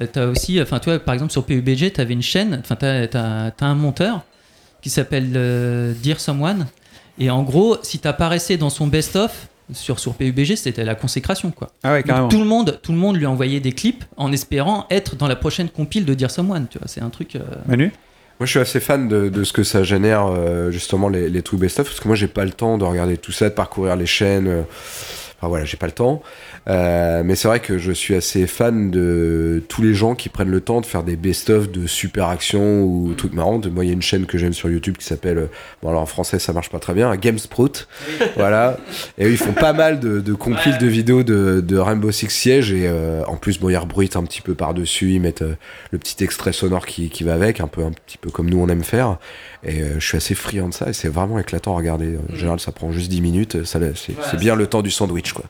E: Euh, t'as aussi, enfin tu vois, par exemple sur PUBG, t'avais une chaîne, enfin t'as, t'as, t'as un monteur qui s'appelle euh, Dear Someone, et en gros, si t'apparaissais dans son best-of sur, sur PUBG, c'était la consécration, quoi.
A: Ah ouais,
E: Donc,
A: carrément.
E: tout le monde, tout le monde lui envoyait des clips en espérant être dans la prochaine compile de Dear Someone, tu vois. C'est un truc. euh,
A: Manu
I: Moi, je suis assez fan de, de ce que ça génère, euh, justement, les, les trucs best-of, parce que moi, j'ai pas le temps de regarder tout ça, de parcourir les chaînes. euh, Enfin, voilà, j'ai pas le temps. Euh, mais c'est vrai que je suis assez fan de tous les gens qui prennent le temps de faire des best-of de super actions ou trucs marrants. Moi, il y a une chaîne que j'aime sur YouTube qui s'appelle, euh, bon, alors en français, ça marche pas très bien, Gamesprout. voilà. Et eux, ils font pas mal de, de compiles de vidéos de, de Rainbow Six Siege. Et euh, en plus, bon, ils rebruitent un petit peu par-dessus, ils mettent. euh, le petit extrait sonore qui, qui va avec, un peu un petit peu comme nous on aime faire. Et euh, je suis assez friand de ça et c'est vraiment éclatant à regarder. Euh, En général, ça prend juste 10 minutes, euh, ça, c'est, c'est
E: Ouais.
I: bien le temps du sandwich quoi.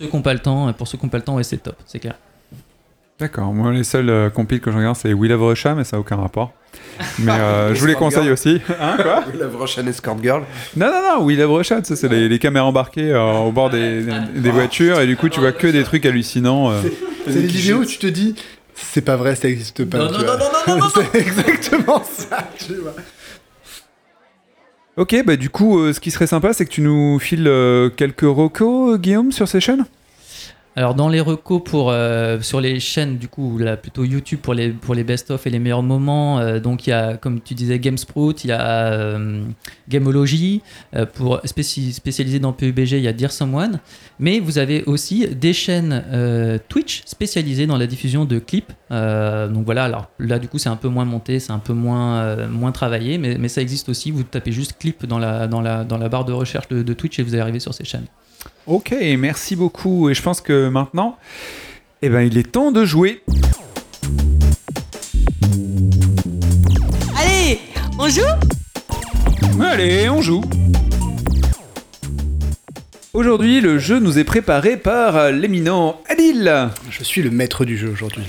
E: Ceux qui n'ont pas le temps, pour ceux qui n'ont pas le temps, ouais, c'est top, c'est clair.
A: D'accord, moi les seuls euh, compiles que je regarde c'est Will of Russia, mais ça n'a aucun rapport. Mais euh, je vous les
I: Escort
A: conseille
I: Girl.
A: aussi. Hein, quoi
I: La prochaine escort girl.
A: Non, non, non, Will of Russia, tu sais, c'est les, les caméras embarquées euh, au bord des, des- des voitures et du coup tu vois que des trucs hallucinants. euh.
F: C'est des vidéos où tu te dis, c'est pas vrai, ça existe pas.
E: Non,
F: tu
E: non,
F: vois.
E: non, non, non, non,
F: C'est exactement ça, tu vois.
A: Ok, bah du coup, euh, ce qui serait sympa, c'est que tu nous files euh, quelques recos, euh, Guillaume, sur ces chaînes
E: Alors dans les recos pour euh, sur les chaînes du coup là plutôt YouTube pour les pour les best of et les meilleurs moments euh, donc il y a comme tu disais Gamesprout il y a euh, Gamology euh, pour spéci- spécialisé dans PUBG il y a Dear Someone mais vous avez aussi des chaînes euh, Twitch spécialisées dans la diffusion de clips Euh, donc voilà alors là du coup c'est un peu moins monté c'est un peu moins euh, moins travaillé mais, mais ça existe aussi vous tapez juste clip dans la dans la dans la barre de recherche de, de Twitch et vous allez arriver sur ces chaînes
A: Ok, merci beaucoup. Et je pense que maintenant, eh ben, il est temps de jouer.
K: Allez, on joue
A: Allez, on joue Aujourd'hui, le jeu nous est préparé par euh, l'éminent Adil.
F: Je suis le maître du jeu aujourd'hui.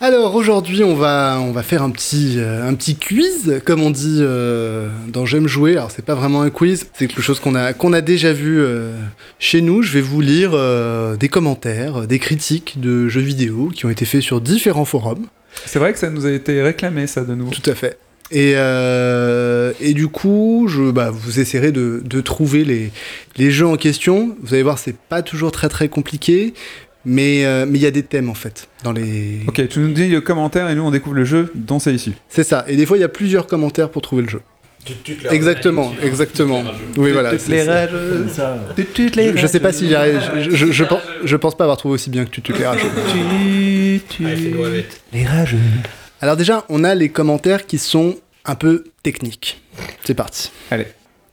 F: Alors aujourd'hui, on va, on va faire un petit, euh, un petit quiz, comme on dit euh, dans J'aime jouer. Alors c'est pas vraiment un quiz, c'est quelque chose qu'on a, qu'on a déjà vu euh, chez nous. Je vais vous lire euh, des commentaires, des critiques de jeux vidéo qui ont été faits sur différents forums.
A: C'est vrai que ça nous a été réclamé, ça, de nouveau.
F: Tout à fait. Et, euh, et du coup, je, bah, vous essaierez de, de trouver les, les jeux en question. Vous allez voir, c'est pas toujours très très compliqué, mais euh, mais il y a des thèmes en fait dans les.
A: Ok, tu nous dis le commentaire et nous on découvre le jeu dont c'est issu.
F: C'est ça. Et des fois, il y a plusieurs commentaires pour trouver le jeu. exactement, exactement. Oui, voilà. c'est ça.
H: Ça,
F: Je, je sais pas si j'arrive. Je, je, je, pense- je pense pas avoir trouvé aussi bien que tu les rages. Ah,
C: Les rageux.
F: Alors déjà, on a les commentaires qui sont un peu techniques. C'est parti.
A: Allez.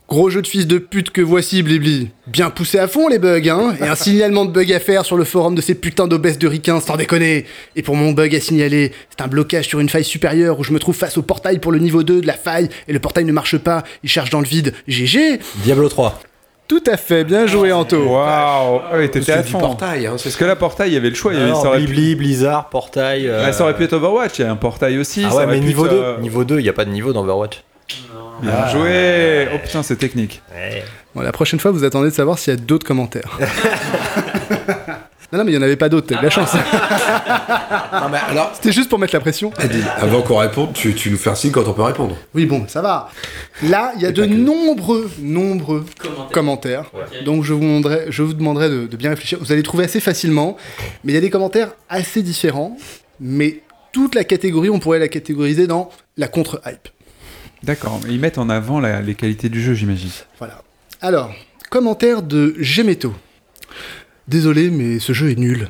F: Gros jeu de fils de pute que voici, Blibli. Bien poussé à fond les bugs, hein Et un signalement de bug à faire sur le forum de ces putains d'obèses de ricains, sans déconner Et pour mon bug à signaler, c'est un blocage sur une faille supérieure où je me trouve face au portail pour le niveau 2 de la faille, et le portail ne marche pas, il cherche dans le vide. GG
B: Diablo 3.
F: Tout à fait, bien joué Anto
A: Waouh Ah ouais, t'étais à
I: C'est du
A: fond.
I: portail, hein, c'est
A: Parce que là, portail, il y avait le choix. il y avait-
B: Alors,
A: ça, aurait pu...
B: Ah, Blibli, Blizzard, Portail. euh,
A: Ah, ça aurait pu être Overwatch. Il y a un portail aussi.
B: Ah
A: ça
B: ouais,
A: aurait
B: mais
A: pu
B: niveau
A: être,
B: 2.
A: euh,
B: Niveau 2, il n'y a pas de niveau dans Overwatch.
A: Bien joué Oh putain, c'est technique.
F: Bon, la prochaine fois, vous attendez de savoir s'il y a d'autres commentaires. non, non, mais il n'y en avait pas d'autres, t'as eu de la chance.
I: Non, mais alors,
F: C'était juste pour mettre la pression.
I: Adil, avant qu'on réponde, tu, tu nous fais un signe quand on peut répondre.
F: Oui, bon, ça va. Là, il y a de nombreux, nombreux commentaires. Donc, je vous demanderai, je vous demanderai de, de bien réfléchir. Vous allez trouver assez facilement. Mais il y a des commentaires assez différents. Mais toute la catégorie, on pourrait la catégoriser dans la contre-hype.
A: D'accord, mais ils mettent en avant la- les qualités du jeu, j'imagine.
F: Voilà. Alors, commentaire de Gemetto. Désolé, mais ce jeu est nul.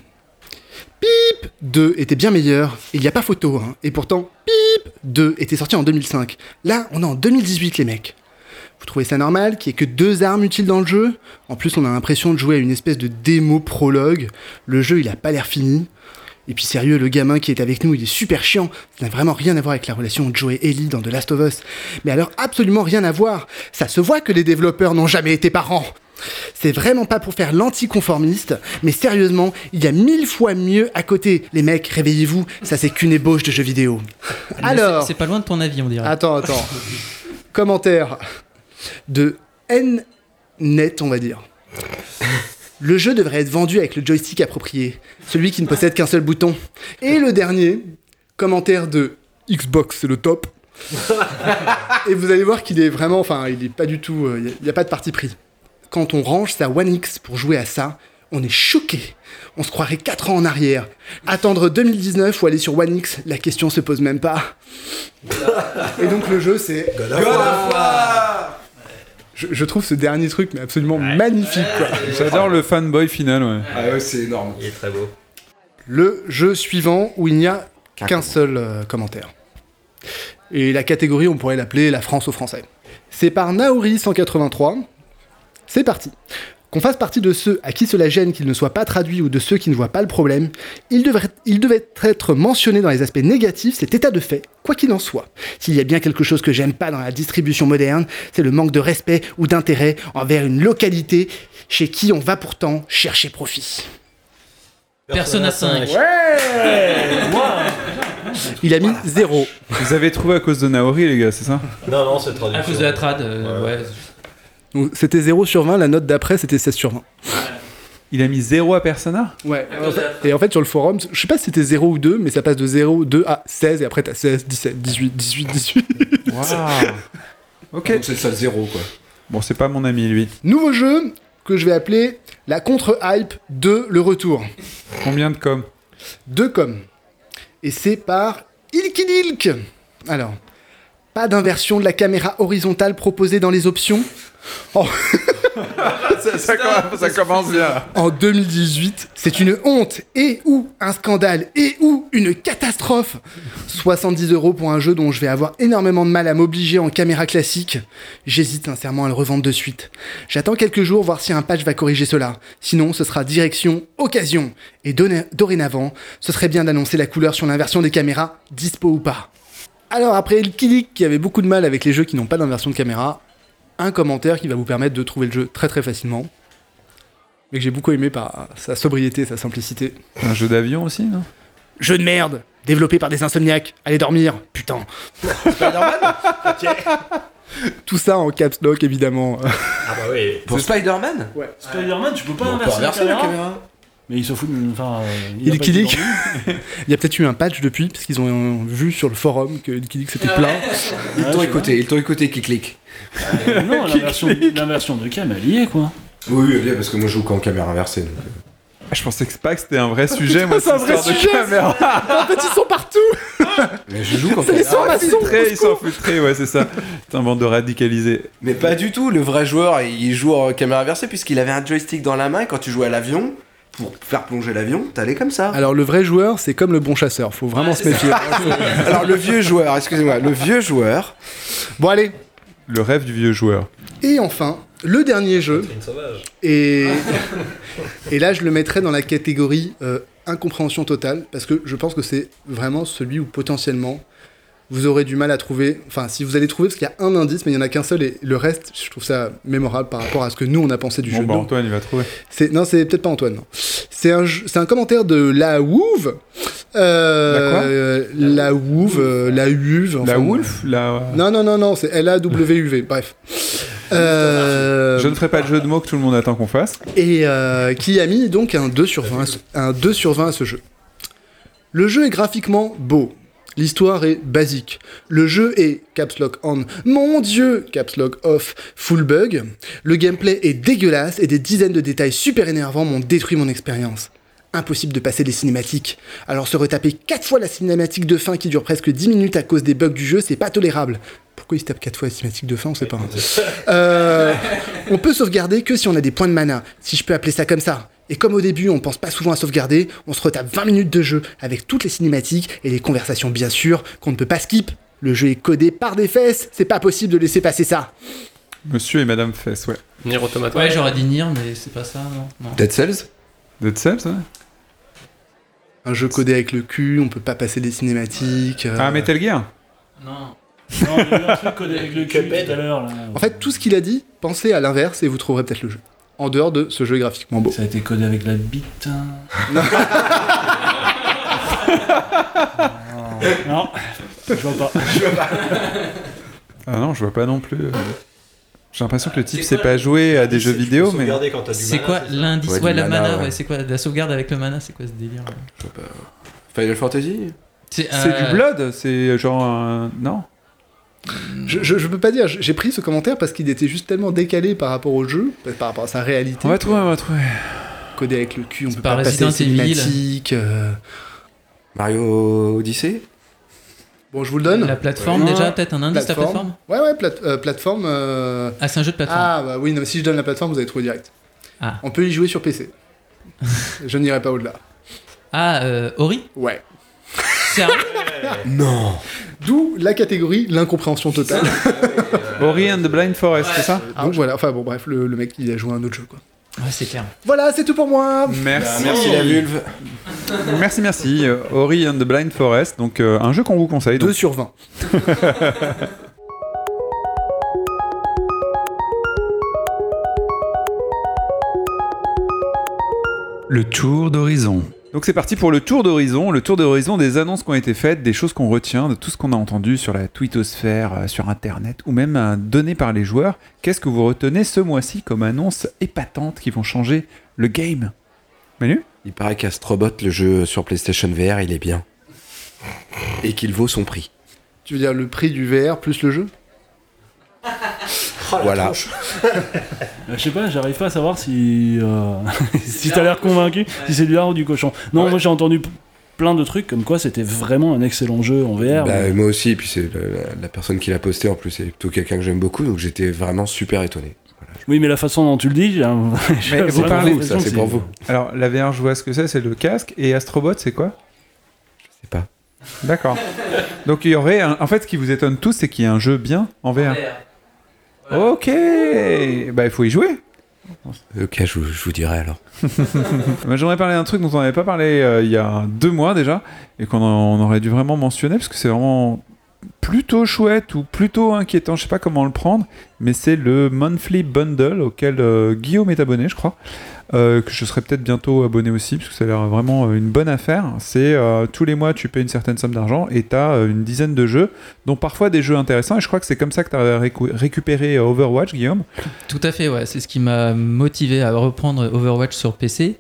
F: Pip 2 était bien meilleur, il n'y a pas photo, hein. et pourtant, Pip 2 était sorti en 2005. Là, on est en 2018, les mecs. Vous trouvez ça normal qu'il n'y ait que deux armes utiles dans le jeu En plus, on a l'impression de jouer à une espèce de démo prologue. Le jeu, il a pas l'air fini. Et puis sérieux, le gamin qui est avec nous, il est super chiant. Ça n'a vraiment rien à voir avec la relation de Joe et Ellie dans The Last of Us. Mais alors absolument rien à voir. Ça se voit que les développeurs n'ont jamais été parents. C'est vraiment pas pour faire l'anticonformiste, mais sérieusement, il y a mille fois mieux à côté. Les mecs, réveillez-vous, ça c'est qu'une ébauche de jeux vidéo.
E: Ah, Mais
F: Alors,
E: c'est- C'est pas loin de ton avis, on dirait.
F: Attends, attends. Commentaire de N-Net, on va dire. Le jeu devrait être vendu avec le joystick approprié, celui qui ne possède qu'un seul bouton. Et le dernier, commentaire de Xbox, c'est le top. Et vous allez voir qu'il est vraiment, enfin, il est pas du tout, il n'y a, pas de parti pris. Quand on range sa One X pour jouer à ça, on est choqué. On se croirait 4 ans en arrière. Attendre 2019 ou aller sur One X, la question se pose même pas. Et donc le jeu c'est God of Je, je trouve ce dernier truc mais absolument magnifique quoi.
A: J'adore le fanboy final, ouais.
I: Ah ouais, c'est énorme.
J: Il est très beau.
F: Le jeu suivant où il n'y a qu'un seul euh, commentaire. Et la catégorie on pourrait l'appeler la France aux Français. C'est par Naori 183. C'est parti. Qu'on fasse partie de ceux à qui cela gêne qu'il ne soit pas traduit ou de ceux qui ne voient pas le problème, il devrait, il devait être mentionné dans les aspects négatifs, cet état de fait, quoi qu'il en soit. S'il y a bien quelque chose que j'aime pas dans la distribution moderne, c'est le manque de respect ou d'intérêt envers une localité chez qui on va pourtant chercher profit.
E: Persona 5.
F: Il a mis zéro.
A: Vous avez trouvé à cause de Naori, les gars, c'est ça
J: Non, non, c'est traduction.
E: À cause de la trad, euh, ouais.
F: Donc, C'était 0 sur 20, la note d'après c'était 16 sur 20.
A: Il a mis 0 à Persona
F: Ouais. Et en fait sur le forum, je sais pas si c'était 0 ou 2, mais ça passe de 0, 2 à 16 et après t'as 16, 17, 18, 18, 18.
A: Waouh Ok.
I: Donc c'est ça, zéro, quoi.
A: Bon, c'est pas mon ami, lui.
F: Nouveau jeu que je vais appeler la contre-hype de le retour.
A: Combien de com
F: Deux comme. Et c'est par Ilkidilk. Alors, pas d'inversion de la caméra horizontale proposée dans les options.
A: ça, commence bien.
F: En 2018, c'est une honte et ou un scandale et ou une catastrophe. 70 euros pour un jeu dont je vais avoir énormément de mal à m'obliger en caméra classique. J'hésite sincèrement à le revendre de suite. J'attends quelques jours voir si un patch va corriger cela. Sinon, ce sera direction occasion. Et dona- dorénavant, ce serait bien d'annoncer la couleur sur l'inversion des caméras, dispo ou pas. Alors après le Kilik qui avait beaucoup de mal avec les jeux qui n'ont pas d'inversion de caméra, un commentaire qui va vous permettre de trouver le jeu très très facilement mais que j'ai beaucoup aimé par sa sobriété, sa simplicité.
A: Un jeu d'avion aussi, non
F: Jeu de merde, développé par des insomniaques. Allez dormir, putain. Tout ça en caps lock évidemment.
J: Ah bah oui.
I: Pour Spider-Man
H: Spider-Man, tu peux pas
I: On peut
H: inverser la
I: inverser la
H: caméra.
I: caméra. Ah,
H: Mais il se fout de. Enfin, euh,
F: Il
H: a
F: est
H: pas été
F: kidique.
H: vendu.
F: Il y a peut-être eu un patch depuis parce qu'ils ont vu sur le forum que Liquid Leaks était plein.
I: Ils t'ont écouté, ils t'ont écouté qui clique.
H: Euh, Non, l'inversion l'inversion de Cam, elle y est quoi.
I: Oui, oui, bien, parce que moi je joue qu'en caméra inversée. donc.
A: Ah, Je pensais que c'est pas que c'était un vrai sujet, moi,
F: c'est un
A: cette
F: vrai
A: histoire de
F: sujet,
A: caméra.
F: en fait, ils sont partout.
I: Mais je joue qu'en
F: C'est les
I: caméra.
F: sommations.
A: Très, ils sont infiltrés, ouais, c'est ça. C'est un bande de radicalisés.
I: Mais pas du tout, le vrai joueur il joue en caméra inversée puisqu'il avait un joystick dans la main et quand tu jouais à l'avion, pour faire plonger l'avion, t'allais comme ça.
F: Alors le vrai joueur, c'est comme le bon chasseur, faut vraiment se méfier.
I: Alors le vieux joueur, excusez-moi, le vieux joueur,
F: bon allez,
A: Le rêve du vieux joueur.
F: Et enfin, le dernier jeu. Et, et là, je le mettrais dans la catégorie euh, incompréhension totale, parce que je pense que c'est vraiment celui où potentiellement vous aurez du mal à trouver. Enfin, si vous allez trouver, parce qu'il y a un indice, mais il n'y en a qu'un seul, et le reste, je trouve ça mémorable par rapport à ce que nous, on a pensé du
A: Bon,
F: jeu.
A: bah,
F: Non.
A: Antoine, il va trouver.
F: C'est- non, c'est peut-être pas Antoine. non. C'est un, jeu- c'est un commentaire de la Wouve.
A: La quoi
F: Euh, la Wouve, euh, la Uve.
A: La
F: enfin,
A: Wolf la...
F: Non, non, non, non, c'est L-A-W-U-V, bref. Euh,
A: Je ne ferai pas le jeu de mots que tout le monde attend qu'on fasse.
F: et euh, qui a mis donc un 2 sur 20, à ce- un 2 sur 20 à ce jeu. Le jeu est graphiquement beau. L'histoire est basique. Le jeu est caps lock on. Mon dieu, caps lock off, full bug. Le gameplay est dégueulasse et des dizaines de détails super énervants m'ont détruit mon expérience. Impossible de passer les cinématiques. Alors se retaper 4 fois la cinématique de fin qui dure presque 10 minutes à cause des bugs du jeu, c'est pas tolérable. Pourquoi il se tape 4 fois la cinématique de fin, on sait pas. hein. Euh, on peut sauvegarder que si on a des points de mana, si je peux appeler ça comme ça. Et comme au début, on pense pas souvent à sauvegarder, on se retape 20 minutes de jeu avec toutes les cinématiques et les conversations bien sûr qu'on ne peut pas skip. Le jeu est codé par des fesses, c'est pas possible de laisser passer ça.
A: Monsieur et Madame Fess, ouais.
G: Nier Automata.
E: Ouais, j'aurais dit Nier, mais c'est pas ça, non. non.
I: Dead Cells
A: Dead Cells, ouais.
F: Un jeu codé avec le cul, on peut pas passer les cinématiques. euh.
A: Ah, Metal Gear
E: Non.
H: Non, il y a eu un truc codé avec le cul
L: Cuphead.
H: tout à l'heure. là.
F: En fait, tout ce qu'il a dit, pensez à l'inverse et vous trouverez peut-être le jeu. En dehors de ce jeu graphiquement beau.
H: Ça a été codé avec la bite. hein. non. je vois pas.
A: Ah non, je vois pas non plus. euh. J'ai l'impression que le type sait pas jouer à des jeux vidéo, mais.
E: C'est quoi l'indice
I: Ouais,
E: Ouais,
I: du
E: la
I: mana,
E: mana,
I: ouais.
E: ouais, c'est quoi La sauvegarde avec le mana, c'est quoi ce délire là
I: Final Fantasy
A: C'est
E: euh,
A: du blood C'est genre un. Non
F: Je, je- je peux pas dire, j'ai pris ce commentaire parce qu'il était juste tellement décalé par rapport au jeu, par rapport à sa réalité.
A: On va trouver, on va trouver.
F: codé avec le cul, on
E: C'est
F: peut
E: pas
F: pas passer les
E: Resident Evil.
F: cinématiques. euh.
I: Mario Odyssey
F: Bon, je vous le donne.
E: La plateforme,
F: Ouais.
E: déjà, peut-être un indice, la plateforme
F: Ouais, ouais, plate- euh, plateforme. euh,
E: Ah, c'est un jeu de plateforme.
F: Ah, bah oui, non, mais si je donne la plateforme, vous allez trouver direct.
E: Ah.
F: On peut y jouer sur PC. je n'irai pas au-delà.
E: Ah, euh, Ori
F: Ouais.
E: Sérieux
I: Non
F: D'où la catégorie l'incompréhension totale.
A: Ori and the Blind Forest, c'est ça
E: Ah,
F: Donc voilà, enfin bon, bref, le, le mec, il a joué à un autre jeu, quoi.
E: Ouais, c'est clair.
F: Voilà, c'est tout pour moi.
A: Bah, Merci.
I: Ah, Merci la vulve
A: Merci, merci. Euh, Ori and the Blind Forest, donc euh, un jeu qu'on vous conseille. donc.
F: 2 sur 20.
A: Le tour d'horizon. Donc c'est parti pour le tour d'horizon, le tour d'horizon des annonces qui ont été faites, des choses qu'on retient, de tout ce qu'on a entendu sur la twittosphère, euh, sur internet, ou même euh, donné par les joueurs. Qu'est-ce que vous retenez ce mois-ci comme annonces épatantes qui vont changer le game Manu
I: Il paraît qu'Astrobot, le jeu sur PlayStation VR, il est bien. Et qu'il vaut son prix.
F: Tu veux dire le prix du VR plus le jeu
I: voilà.
H: Euh, Je sais pas, j'arrive pas à savoir si euh, si t'as l'air convaincu, si c'est du lard ou du cochon. Non, moi j'ai entendu p- plein de trucs comme quoi c'était vraiment un excellent jeu en VR.
I: Bah,
H: mais-
I: Moi aussi, et puis c'est la, la- la personne qui l'a posté en plus, c'est plutôt quelqu'un que j'aime beaucoup, donc j'étais vraiment super étonné.
H: Oui, mais la façon dont tu le dis, j'ai un- j'ai
A: vous
H: vraiment
A: parlez,
H: l'impression
I: ça, c'est
H: que
I: pour vous.
A: Alors la VR, je vois ce que c'est, c'est le casque, et Astrobot, c'est quoi Je
I: sais pas.
A: D'accord. Donc il y aurait... un- En fait, ce qui vous étonne tous, c'est qu'il y a un jeu bien en VR. Ok Bah il faut y jouer
I: Ok, je, vous- je vous dirai alors.
A: Moi, J'aimerais parler d'un truc dont on n'avait pas parlé euh, il y a deux mois déjà, et qu'on en- on aurait dû vraiment mentionner, parce que c'est vraiment plutôt chouette ou plutôt inquiétant, je sais pas comment le prendre, mais c'est le Monthly Bundle auquel euh, Guillaume est abonné, je crois, euh, que je serai peut-être bientôt abonné aussi, parce que ça a l'air vraiment euh, une bonne affaire. C'est euh, tous les mois, tu payes une certaine somme d'argent, et tu as une dizaine de jeux, dont parfois des jeux intéressants, et je crois que c'est comme ça que tu as récupéré euh, Overwatch, Guillaume.
E: Tout à fait, ouais. C'est ce qui m'a motivé à reprendre Overwatch sur PC.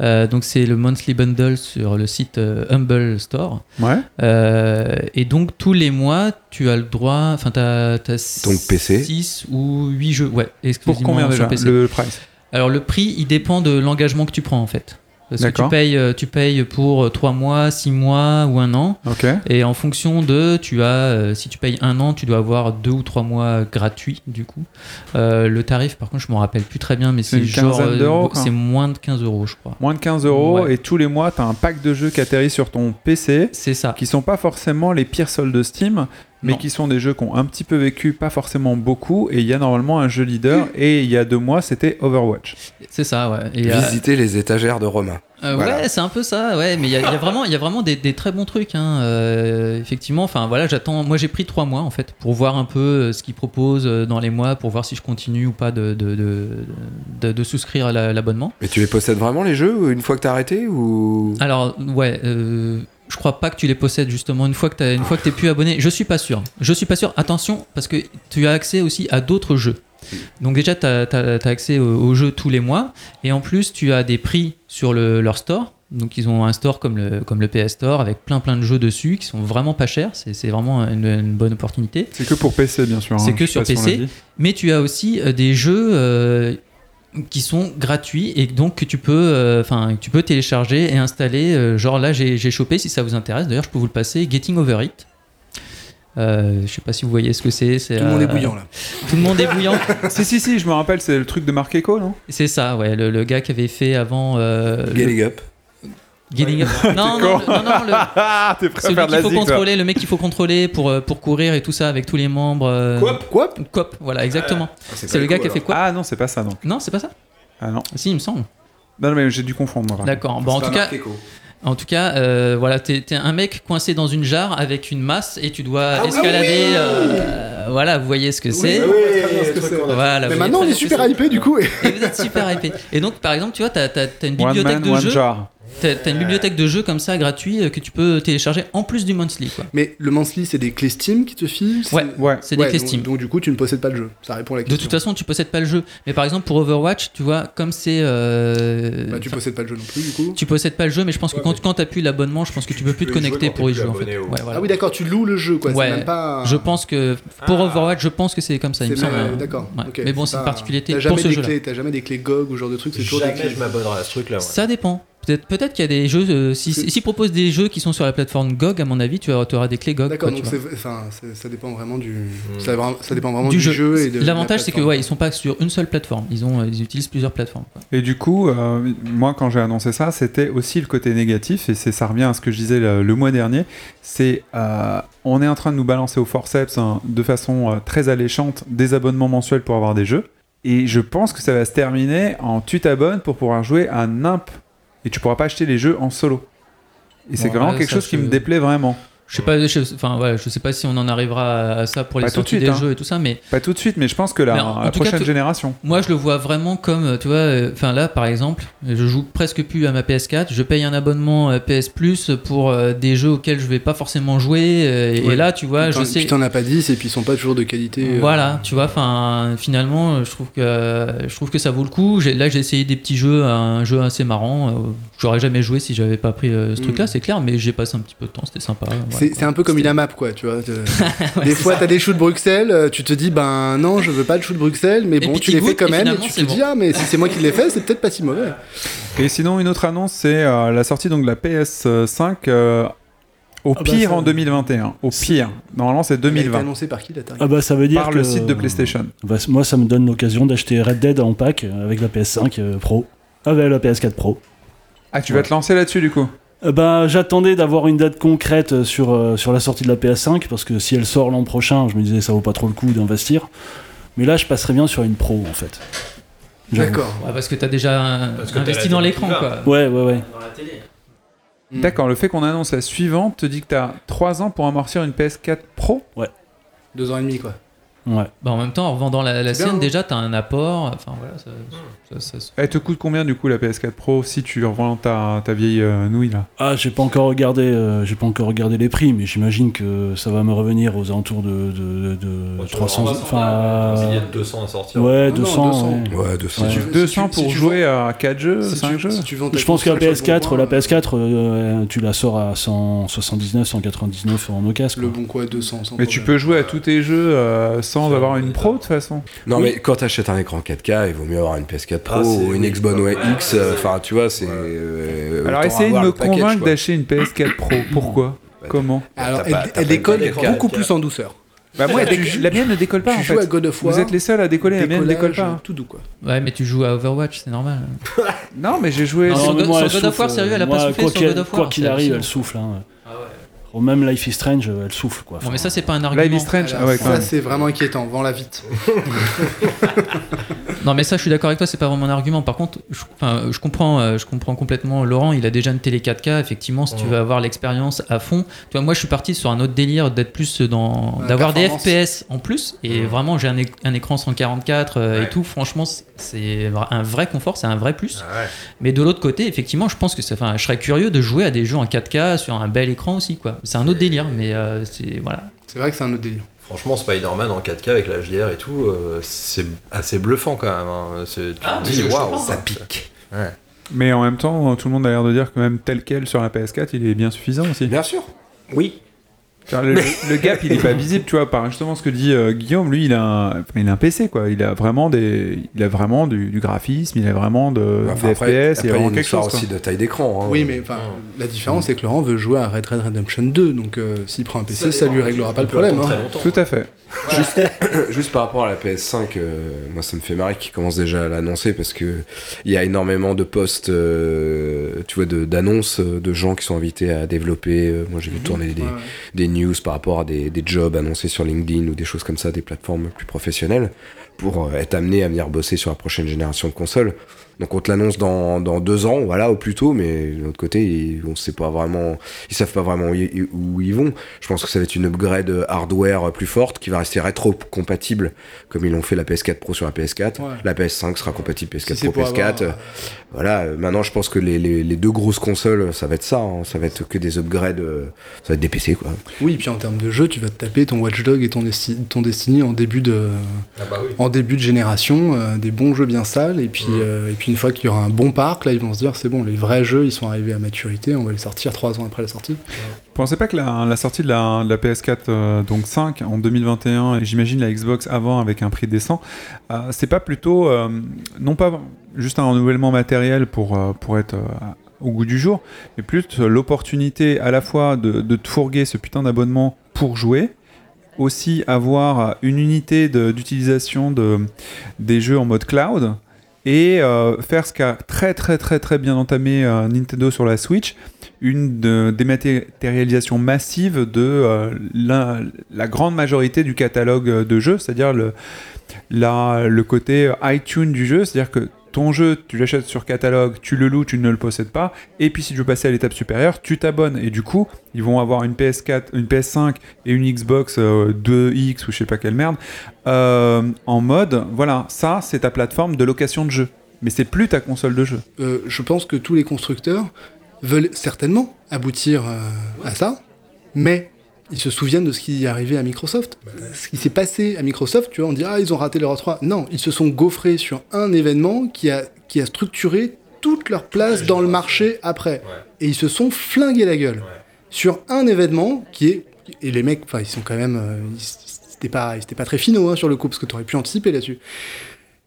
E: Euh, donc, c'est le monthly bundle sur le site euh, Humble Store.
A: Ouais.
E: Euh, et donc, tous les mois, tu as le droit. Enfin, t'as as
I: Donc, PC.
E: 6 ou 8 jeux. Ouais,
A: Pour
E: exclusivement
A: combien déjà
E: sur PC.
A: le price
E: Alors le prix, il dépend de l'engagement que tu prends en fait. Parce que tu
A: D'accord.
E: payes, euh, tu payes pour 3 mois, 6 mois ou un an.
A: Ok.
E: Et en fonction de, tu as, euh, si tu payes un an, tu dois avoir 2 ou 3 mois gratuits du coup. Euh, le tarif, par contre, je m'en rappelle plus très bien, mais
A: C'est
E: c'est
A: une
E: genre,
A: quinzaine
E: euh,
A: d'euros, quoi.
E: c'est moins de 15 euros, je crois.
A: Moins de 15 euros
E: Ouais.
A: et tous les mois, tu as un pack de jeux qui atterrit sur ton PC
E: C'est ça.
A: qui sont pas forcément les pires soldes de Steam, mais
E: Non.
A: qui sont des jeux qui ont un petit peu vécu, pas forcément beaucoup, et il y a normalement un jeu leader, et il y a deux mois, c'était Overwatch.
E: C'est ça, ouais. Et, euh,
I: Visiter les étagères de Romain.
E: Euh,
I: Voilà.
E: Ouais, c'est un peu ça, ouais, mais il y, a- il y a vraiment, il y a vraiment des, des très bons trucs, hein, euh, effectivement. Enfin, voilà, j'attends. Moi, j'ai pris trois mois en fait pour voir un peu euh, ce qu'ils proposent euh, dans les mois, pour voir si je continue ou pas de, de, de, de- de souscrire à la- l'abonnement.
I: Mais tu les possèdes vraiment les jeux une fois que t'as arrêté ou
E: Alors, ouais, euh, je crois pas que tu les possèdes justement une fois que t'as- une fois que t'es plus abonné. Je suis pas sûr. Je suis pas sûr. Attention, parce que tu as accès aussi à d'autres jeux. Donc déjà, tu as, accès au- aux jeux tous les mois, et en plus, tu as des prix sur le- leur store. Donc ils ont un store comme le, comme le PS Store avec plein plein de jeux dessus qui sont vraiment pas chers, c'est c'est vraiment une- une bonne opportunité.
A: C'est que pour PC, bien sûr.
E: C'est
A: hein, je
E: que
A: sais
E: sur
A: pas si on l'a
E: PC.
A: dit.
E: Mais tu as aussi euh, des jeux euh, qui sont gratuits et donc que tu peux, euh, enfin, que tu peux télécharger et installer. Euh, genre là, j'ai j'ai chopé, si ça vous intéresse, d'ailleurs, je peux vous le passer, Getting Over It. Euh, je sais pas si vous voyez ce que c'est. euh,
D: Tout le monde est bouillant là.
E: Tout le monde est bouillant.
A: si, si, si, je me rappelle, c'est le truc de Marc Echo, non
E: C'est ça, ouais, le, le gars qui avait fait avant. euh, le-
I: Getting Up
E: Getting Over- Non, non, le- non, non, le-
A: Ah, t'es prêt à
E: celui
A: faire de la
E: qu'il faut
A: zig, toi.
E: contrôler, le mec qu'il faut contrôler pour, euh, pour courir et tout ça avec tous les membres. euh,
I: Coop,
E: Coop, voilà, exactement.
I: pas
E: c'est le gars qui a
I: Coop,
E: fait quoi
A: Ah non, c'est pas ça, donc.
E: Non, c'est pas ça
A: Ah non.
E: Si, il me semble.
A: Non, non, mais j'ai dû confondre, moi. par
E: D'accord. Bon, en tout cas, en tout cas, euh, voilà, t'es t'es un mec coincé dans une jarre avec une masse et tu
D: Ah
E: dois escalader. euh, voilà, vous voyez ce que c'est. Ah Voilà.
D: Mais
E: vous voyez
D: maintenant on
E: très
D: est
E: bien ce que
D: super
E: c'est.
D: hypé du coup. et-
E: Et vous êtes super hypé. Et donc, par exemple, tu vois, t'as t'as- t'as une
A: contre. One
E: bibliothèque
A: man,
E: de
A: one
E: jeux,
A: jar.
E: t'as t'as
D: Euh.
E: une bibliothèque de jeux comme ça gratuit euh, que tu peux télécharger en plus du monthly, quoi.
D: Mais le Mansly, c'est des clés Steam qui te filent c'est-
E: Ouais,
A: Ouais.
E: c'est des
D: Ouais,
E: clés
D: donc-
E: Steam.
D: Donc, du coup, tu ne possèdes pas le jeu. Ça répond à la
E: De
D: question.
E: toute façon, tu possèdes pas le jeu. Mais par exemple, pour Overwatch, tu vois, comme c'est. euh,
D: Bah, tu possèdes pas le jeu non plus du coup.
E: tu possèdes pas le jeu, mais je pense que
J: Ouais,
E: quand,
J: mais-
E: quand tu appuies l'abonnement, je pense que tu, peux plus te
J: peux y jouer
E: connecter
J: quand
E: pour y
J: t'es
E: jouer. En
J: plus
E: fait.
J: abonné ou-
E: Ouais, voilà.
D: Ah oui, d'accord, tu loues le jeu quoi.
E: Ouais.
D: C'est même pas.
E: Je pense que pour
J: Ah.
E: Overwatch, je pense que c'est comme ça. Il me
D: C'est
E: semble.
D: même- D'accord.
E: Ouais.
D: ok,
E: Mais bon, c'est
D: pas-
E: une particularité
D: T'as
E: pour
D: jamais
E: ce
D: des
E: jeu-là.
D: clés, t'as jamais des clés GOG ou ce genre de truc, c'est toujours des
J: Jamais
D: clés.
J: je m'abonnerai à ce truc-là. ouais.
E: Ça dépend. Peut-être peut qu'il y a des jeux. euh, si- si- S'ils proposent des jeux qui sont sur la plateforme GOG, à mon avis, tu auras, tu auras des clés GOG.
D: D'accord,
E: quoi, tu
D: donc
E: vois.
D: c'est, enfin, c'est- ça dépend vraiment du, ça, vra- ça dépend vraiment
E: Du
D: du,
E: jeu.
D: jeu. et de
E: L'avantage, c'est que ouais, ils
D: sont
E: sont pas sur une seule plateforme. Ils ont, euh, ils utilisent plusieurs plateformes. quoi.
A: Et du coup, euh, moi, quand j'ai annoncé ça, c'était aussi le côté négatif, et c'est ça revient à ce que je disais le, le mois dernier. C'est euh, on est en train de nous balancer au forceps hein, de façon euh, très alléchante des abonnements mensuels pour avoir des jeux, et je pense que ça va se terminer en tu t'abonnes pour pouvoir jouer à nimp, et tu pourras pas acheter les jeux en solo. Et c'est
E: Ouais,
A: vraiment quelque
E: ça,
A: chose qui
E: je-
A: me déplaît vraiment.
E: Je sais pas. je- Enfin, ouais, je sais pas si on en arrivera à ça
D: Bah,
E: pour les
A: Pas tout de
E: sorties
A: suite,
E: des
A: hein.
E: jeux et tout ça, mais
A: Pas tout de suite, mais je pense que
E: Mais
A: la,
E: en- en
A: la
E: tout cas,
A: prochaine
E: tout-
A: génération.
E: Moi, je le vois vraiment comme, euh, tu vois, enfin là, par exemple, je joue presque plus à ma PS4. Je paye un abonnement euh, PS Plus pour euh, des jeux auxquels je vais pas forcément jouer. euh, et,
D: Ouais.
E: et là, tu vois, je sais.
D: Tu t'en as pas 10 et puis ils sont pas toujours de qualité. euh,
E: Voilà, tu vois, enfin, finalement, euh, je trouve que euh, je trouve que ça vaut le coup. J'ai- Là, j'ai essayé des petits jeux, un jeu assez marrant. euh, J'aurais jamais joué si j'avais pas pris euh, ce
D: Mm.
E: truc-là, c'est clair. Mais j'ai passé un petit peu de temps, c'était sympa. voilà,
D: C'est,
E: quoi.
D: c'est un peu comme
E: C'était-
D: une AMAP quoi, tu vois. te- des fois t'as des choux de Bruxelles, euh, tu te dis ben non je veux pas de choux de Bruxelles, mais
E: puis
D: bon
E: tu
D: tu les
E: goûtes,
D: fais quand
E: et
D: même et
E: finalement,
D: tu te
E: c'est bon.
D: dis ah mais si c'est moi qui les fais c'est peut-être pas si mauvais.
A: Et sinon, une autre annonce, c'est euh, la sortie donc de la PS5 euh,
D: Ah
A: au
H: bah,
A: pire
H: ça-
A: en 2021. Au
H: C'est-
A: pire. Normalement,
D: Il
A: c'est
D: a été
A: 2020.
D: annoncé par qui la tarif
H: Ah bah ça veut dire
A: Par
H: que-
A: le site de PlayStation.
H: Bah, moi ça me donne l'occasion d'acheter Red Dead en pack avec la PS5 euh, Pro. Avec la PS4 Pro.
A: Ah, tu vas te lancer là-dessus du coup
H: Euh, bah j'attendais d'avoir une date concrète euh, sur, euh, sur la sortie de la PS5 parce que si elle sort l'an prochain, je me disais ça vaut pas trop le coup d'investir. Mais là je passerais bien sur une Pro en fait. J'avoue.
D: D'accord.
E: Ouais, parce que t'as déjà euh,
J: Parce que t'as
E: investi
J: la
E: dans
J: télé
E: l'écran,
J: qui va.
E: quoi.
H: Ouais ouais ouais.
J: Dans la télé.
D: Mm.
A: D'accord, le fait qu'on annonce la suivante te dit que t'as 3 ans pour amortir une PS4 Pro
D: Deux ans et demi quoi.
H: Ouais.
E: Bah, en même temps, en revendant la, la
D: C'est bien,
E: scène,
D: hein.
E: déjà, t'as un apport. Enfin voilà, ça- ça- ça se
A: Elle te coûte combien du coup la PS4 Pro si tu revends ta, ta vieille euh, nouille là
H: Ah, j'ai pas encore regardé, euh, j'ai pas encore regardé les prix, mais j'imagine que ça va me revenir aux alentours de, de, de- de
J: Autour de
H: 300,
J: 300,
H: enfin, euh,
J: Il y a 200 à sortir.
H: ouais,
G: Ah
D: Non,
H: 200.
D: 200.
H: ouais.
I: Ouais, 200.
H: Ouais.
D: Si tu- si
A: 200
D: tu- si
A: pour
D: tu
A: jouer à 4
F: Euh,
A: jeux, 5
D: tu-
A: jeux
D: si tu vends ta
H: Je pense que la
D: console sur le
H: PS4,
D: bon
H: la
D: coin,
H: PS4, euh, tu la sors à 179, 199 en occasion.
D: Le bon quoi 200. sans
A: Mais tu
D: problème.
A: peux jouer à tous tes jeux euh, sans
J: Ça,
A: avoir
J: on
A: une
J: est
A: Pro de
J: pas-
A: toute façon.
I: Non mais quand t'achètes un écran 4K, il vaut mieux avoir une PS4 Pro
J: Ah, c'est-
I: ou une
J: oui.
I: Xbox One
J: Ouais,
I: X.
J: ouais,
I: euh,
J: c'est-
I: Enfin, tu vois, c'est. euh,
A: Alors
I: autant
A: essayez de
I: avoir
A: me
I: le package,
A: convaincre
I: quoi.
A: d'acheter une PS4 Pro. Pourquoi
I: Bah,
A: Comment
D: Alors,
I: T'as
D: elle,
I: pas-
D: elle
I: t'as pas
D: décolle
J: une
D: beaucoup
J: PS4.
D: plus en douceur.
A: Bah moi, tu- la mienne ne décolle pas
D: tu
A: en
D: joues
A: fait.
D: à God of War.
A: Vous êtes les seuls à décoller, la mienne ne décolle
D: décollage,
A: pas. hein.
D: Tout doux quoi.
E: Ouais, mais tu joues à Overwatch, c'est normal.
A: Non, mais j'ai joué.
E: Non,
A: sur-
E: sur
H: mais
E: God-
H: moi,
E: Ah, sur
H: elle
E: God of War,
H: souffle,
E: sérieux, elle a
H: moi,
E: pas soufflé
H: quoi
E: sur
H: qu'il-
E: God of War,
H: Quoi qu'il
E: c'est
H: arrive,
E: hallucinant.
G: Ah
H: elle souffle. hein. Bon, même Life is Strange, euh, elle souffle quoi.
E: Bon, mais ça, c'est pas un
A: Live
E: argument.
A: is Strange,
F: Alors,
A: ah ouais, quand
F: ça
A: même.
F: c'est vraiment inquiétant, vends la vite.
E: Non, mais ça, je suis d'accord avec toi, c'est pas vraiment un argument. Par contre, je, enfin, je comprends, euh, je comprends complètement Laurent. Il a déjà une télé 4K. Effectivement, si tu
B: Ouais.
E: veux avoir l'expérience à fond, tu vois, moi, je suis parti sur un autre délire d'être plus dans,
F: Ouais,
E: d'avoir des
F: performance.
E: FPS en plus. Et vraiment, j'ai un, é- un écran 144 euh, et
B: Ouais.
E: tout. Franchement, c'est- c'est vra- un vrai confort, c'est un vrai plus.
B: Ah ouais.
E: Mais de l'autre côté, effectivement, je pense que, ça- enfin, je serais curieux de jouer à des jeux en 4K sur un bel écran aussi, quoi. C'est un autre délire, mais euh, c'est voilà.
F: C'est vrai que c'est un autre délire.
B: Franchement, Spider-Man en 4K avec la HDR et tout, euh, c'est assez bluffant quand même. hein. C'est- Tu
E: Ah,
B: te
E: mais
B: dis,
E: je- je
B: waouh,
E: comprends.
B: ça pique. Ouais.
A: Mais en même temps, tout le monde a l'air de dire que même tel quel sur la PS4, il est bien suffisant aussi.
I: Bien sûr. Oui.
A: Enfin, Le, le gap, il est pas visible, tu vois. Par justement ce que dit euh, Guillaume, lui, il a, un, enfin, il a un PC, quoi. Il a vraiment des, il a vraiment du, du graphisme, il a vraiment de, Euh,
I: Enfin,
A: des
I: après,
A: FPS,
I: après,
A: il a
I: il y a
A: vraiment
I: une
A: quelque
I: histoire
A: chose. quoi.
I: aussi de taille d'écran. hein.
F: Oui, mais enfin, la différence c'est que Laurent veut jouer à Red Dead Redemption 2, donc euh, s'il prend un PC, ça, lui réglera pas le problème. hein.
A: Tout à fait.
I: Juste, juste par rapport à la PS5, euh, moi ça me fait marrer qu'ils commencent déjà à l'annoncer parce que il y a énormément de posts, euh, tu vois, de- d'annonces euh, de, gens qui sont invités à développer. euh, Moi j'ai
F: Mhm.
I: vu tourner des, des news par rapport à des, des jobs annoncés sur LinkedIn ou des choses comme ça, des plateformes plus professionnelles, pour euh, être amené à venir bosser sur la prochaine génération de consoles. Donc on te l'annonce dans, dans deux ans, voilà, au plus tôt, mais de l'autre côté, ils, on sait pas vraiment, ils savent pas vraiment où, ils- où ils vont. Je pense que ça va être une upgrade hardware plus forte qui va rester rétro-compatible, comme ils l'ont fait la PS4 Pro sur la PS4.
F: Ouais.
I: La PS5 sera compatible PS4
F: Si c'est
I: Pro,
F: pour
I: PS4.
F: avoir, euh,
I: Voilà, euh, maintenant je pense que les, les- les deux grosses consoles, ça va être ça, hein, ça va être que des upgrades, euh, ça va être des PC quoi.
F: Oui, et puis en termes de jeu, tu vas te taper ton Watchdog et ton, Desti- ton Destiny en début de,
B: Ah bah oui. Mm.
F: en début de génération, euh, des bons jeux bien sales, et puis, euh, et puis une fois qu'il y aura un bon parc, là ils vont se dire c'est bon, les vrais jeux ils sont arrivés à maturité, on va les sortir trois ans après la sortie.
A: Vous pensez pas que la, la sortie de la, de la PS4 euh, donc 5 en 2021 et j'imagine la Xbox avant avec un prix décent, euh, c'est pas plutôt euh, non pas juste un renouvellement matériel pour euh, pour être euh, au goût du jour, mais plus euh, l'opportunité à la fois de, de te fourguer ce putain d'abonnement pour jouer, aussi avoir euh, une unité de- d'utilisation de, des jeux en mode cloud et euh, faire ce qu'a très très très très bien entamé euh, Nintendo sur la Switch, une de- dématérialisation massive de euh, la, la grande majorité du catalogue euh, de jeux, c'est-à-dire le, la- le côté euh, iTunes du jeu, c'est-à-dire que ton jeu, tu l'achètes sur catalogue, tu le loues, tu ne le possèdes pas, et puis si tu veux passer à l'étape supérieure, tu t'abonnes, et du coup, ils vont avoir une PS4, une PS5 et une Xbox euh, 2X ou je sais pas quelle merde, euh, en mode, voilà, ça c'est ta plateforme de location de jeu, mais c'est plus ta console de jeu.
F: Euh, je pense que tous les constructeurs veulent certainement aboutir euh, à ça, mais ils se souviennent de ce qui est arrivé à Microsoft. Ce qui s'est passé à Microsoft, tu vois, on dit ah ils ont raté leur E3. Non, ils se sont gaufrés sur un événement qui a, qui a structuré toute leur place dans le marché après. Et ils se sont flingués la gueule sur un événement qui est et les mecs, enfin ils sont quand même, euh, ils- c'était pas, c'était pas très finaux hein, sur le coup parce que t'aurais pu anticiper là-dessus.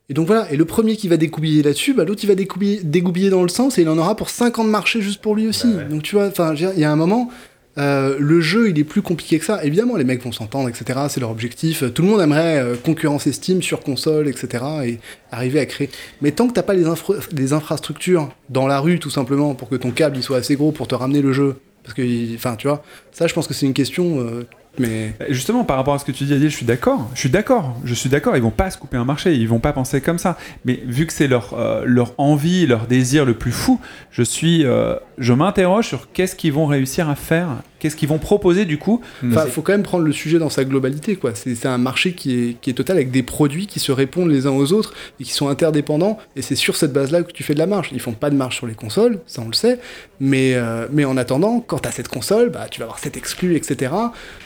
F: Et donc voilà, et le premier qui va dégoubiller là-dessus, bah, l'autre il va dégoubiller, dégoubiller dans le sens et il en aura pour 50 marchés juste pour lui aussi. Donc tu vois, enfin, je veux dire, il y a un moment, euh, le jeu il est plus compliqué que ça. Évidemment, les mecs vont s'entendre, etc. C'est leur objectif. Tout le monde aimerait euh, concurrencer Steam sur console, etc. et arriver à créer. Mais tant que t'as pas les, infra- les infrastructures dans la rue tout simplement pour que ton câble il soit assez gros pour te ramener le jeu, parce que, il- enfin, tu vois, ça je pense que c'est une question, euh, mais.
A: Justement, par rapport à ce que tu dis, Adil, je suis d'accord. Je suis d'accord. Je suis d'accord. Ils vont pas se couper un marché. Ils vont pas penser comme ça. Mais vu que c'est leur, euh, leur envie, leur désir le plus fou, je suis, euh, je m'interroge sur qu'est-ce qu'ils vont réussir à faire, qu'est-ce qu'ils vont proposer du coup.
F: Enfin, faut quand même prendre le sujet dans sa globalité, quoi. C'est c'est un marché qui est, qui est total avec des produits qui se répondent les uns aux autres et qui sont interdépendants. Et c'est sur cette base-là que tu fais de la marge. Ils font pas de marge sur les consoles, ça on le sait. Mais, euh, mais en attendant, quand t'as cette console, bah, tu vas avoir cette exclue, etc.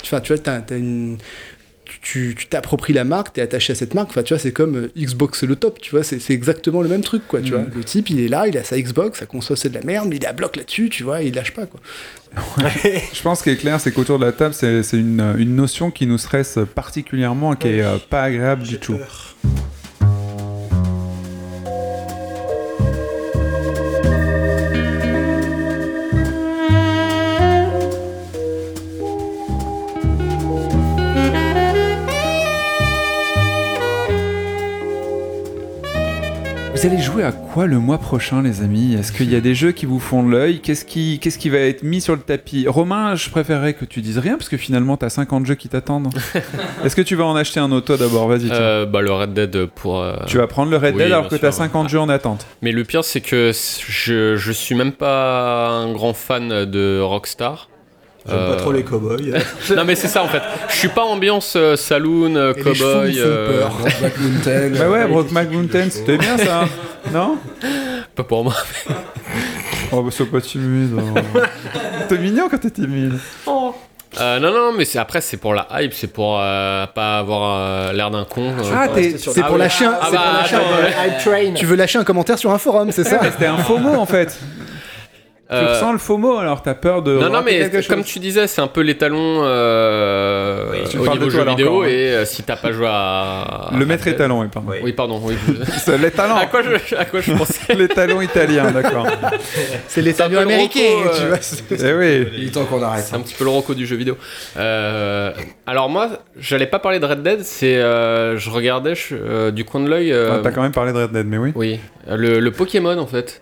F: Enfin, tu vois, t'as t'as une- tu- Tu tu t'appropries la marque, t'es attaché à cette marque. Enfin, tu vois, c'est comme euh, Xbox le top, tu vois, c'est c'est exactement le même truc, quoi. Tu vois, le type, il est là, il a sa Xbox, sa console c'est de la merde, mais il est à bloc là-dessus, tu vois, et il lâche pas, quoi.
A: Je pense qu'il est clair, c'est qu'autour de la table, c'est c'est une, une notion qui nous stresse particulièrement, qui est euh, pas agréable du tout.
E: Mais
A: Vous allez jouer à quoi le mois prochain, les amis Est-ce qu'il y a des jeux qui vous font l'œil Qu'est-ce qui, qu'est-ce qui va être mis sur le tapis Romain, je préférerais que tu dises rien, parce que finalement, t'as 50 jeux qui t'attendent. Est-ce que tu vas en acheter un auto d'abord Vas-y. tiens.
G: Euh, bah, le Red Dead pour. euh,
A: tu vas prendre le Red
G: oui,
A: Dead alors
G: bien
A: que
G: sûr.
A: t'as 50 jeux en attente.
G: Mais le pire, c'est que c- je, je suis même pas un grand fan de Rockstar.
J: J'aime
G: Euh,
J: pas trop les cowboys.
G: Non, mais c'est ça en fait. Je suis pas ambiance euh, saloon, euh,
F: Et les chevaux me
G: cowboy.
F: font
G: euh,
F: peur.
I: Black Mountain.
A: Bah ouais, Brock Mountain, c'était bien ça, hein non
G: Pas pour moi.
A: Oh bah sois pas timide. oh. T'es mignon quand t'es timide.
G: Euh, non, non, mais c'est- après, c'est pour la hype, c'est pour euh, pas avoir euh, l'air d'un con. euh.
A: Ah t'es...
F: C'est pour lâcher un.
G: Ah
F: c'est pour
G: bah,
F: lâcher un-
G: attends, ouais.
I: euh,
F: Tu veux lâcher un commentaire sur un forum, c'est ça
A: C'était un faux mot en fait. Tu
G: Euh,
A: ressens le faux mot alors t'as peur de.
G: Non, non,
A: rater
G: mais
A: quelque
G: comme
A: chose.
G: tu disais, c'est un peu l'étalon euh,
J: Oui, tu
G: au
A: parles de
G: niveau
A: toi,
G: jeu
A: là,
G: vidéo.
A: encore, hein.
G: Et euh, si t'as pas joué à.
A: Le maître
G: à-
A: étalon, il parle.
J: Oui.
G: Oui, pardon. Oui.
A: C'est l'étalon.
G: à, quoi je, à quoi je pensais
A: L'étalon italien, d'accord.
F: C'est les
G: un
F: saluts
G: peu le
F: américains,
G: reco,
F: tu
G: euh,
F: vois. c'est-
A: Eh oui.
I: Il est temps qu'on arrête.
G: C'est un petit peu le roco du jeu vidéo. Euh, alors moi, j'allais pas parler de Red Dead, c'est euh, je regardais je- euh, du coin de l'œil. euh,
A: Ah, T'as quand même parlé de Red Dead, mais oui.
G: oui, le, le Pokémon en fait,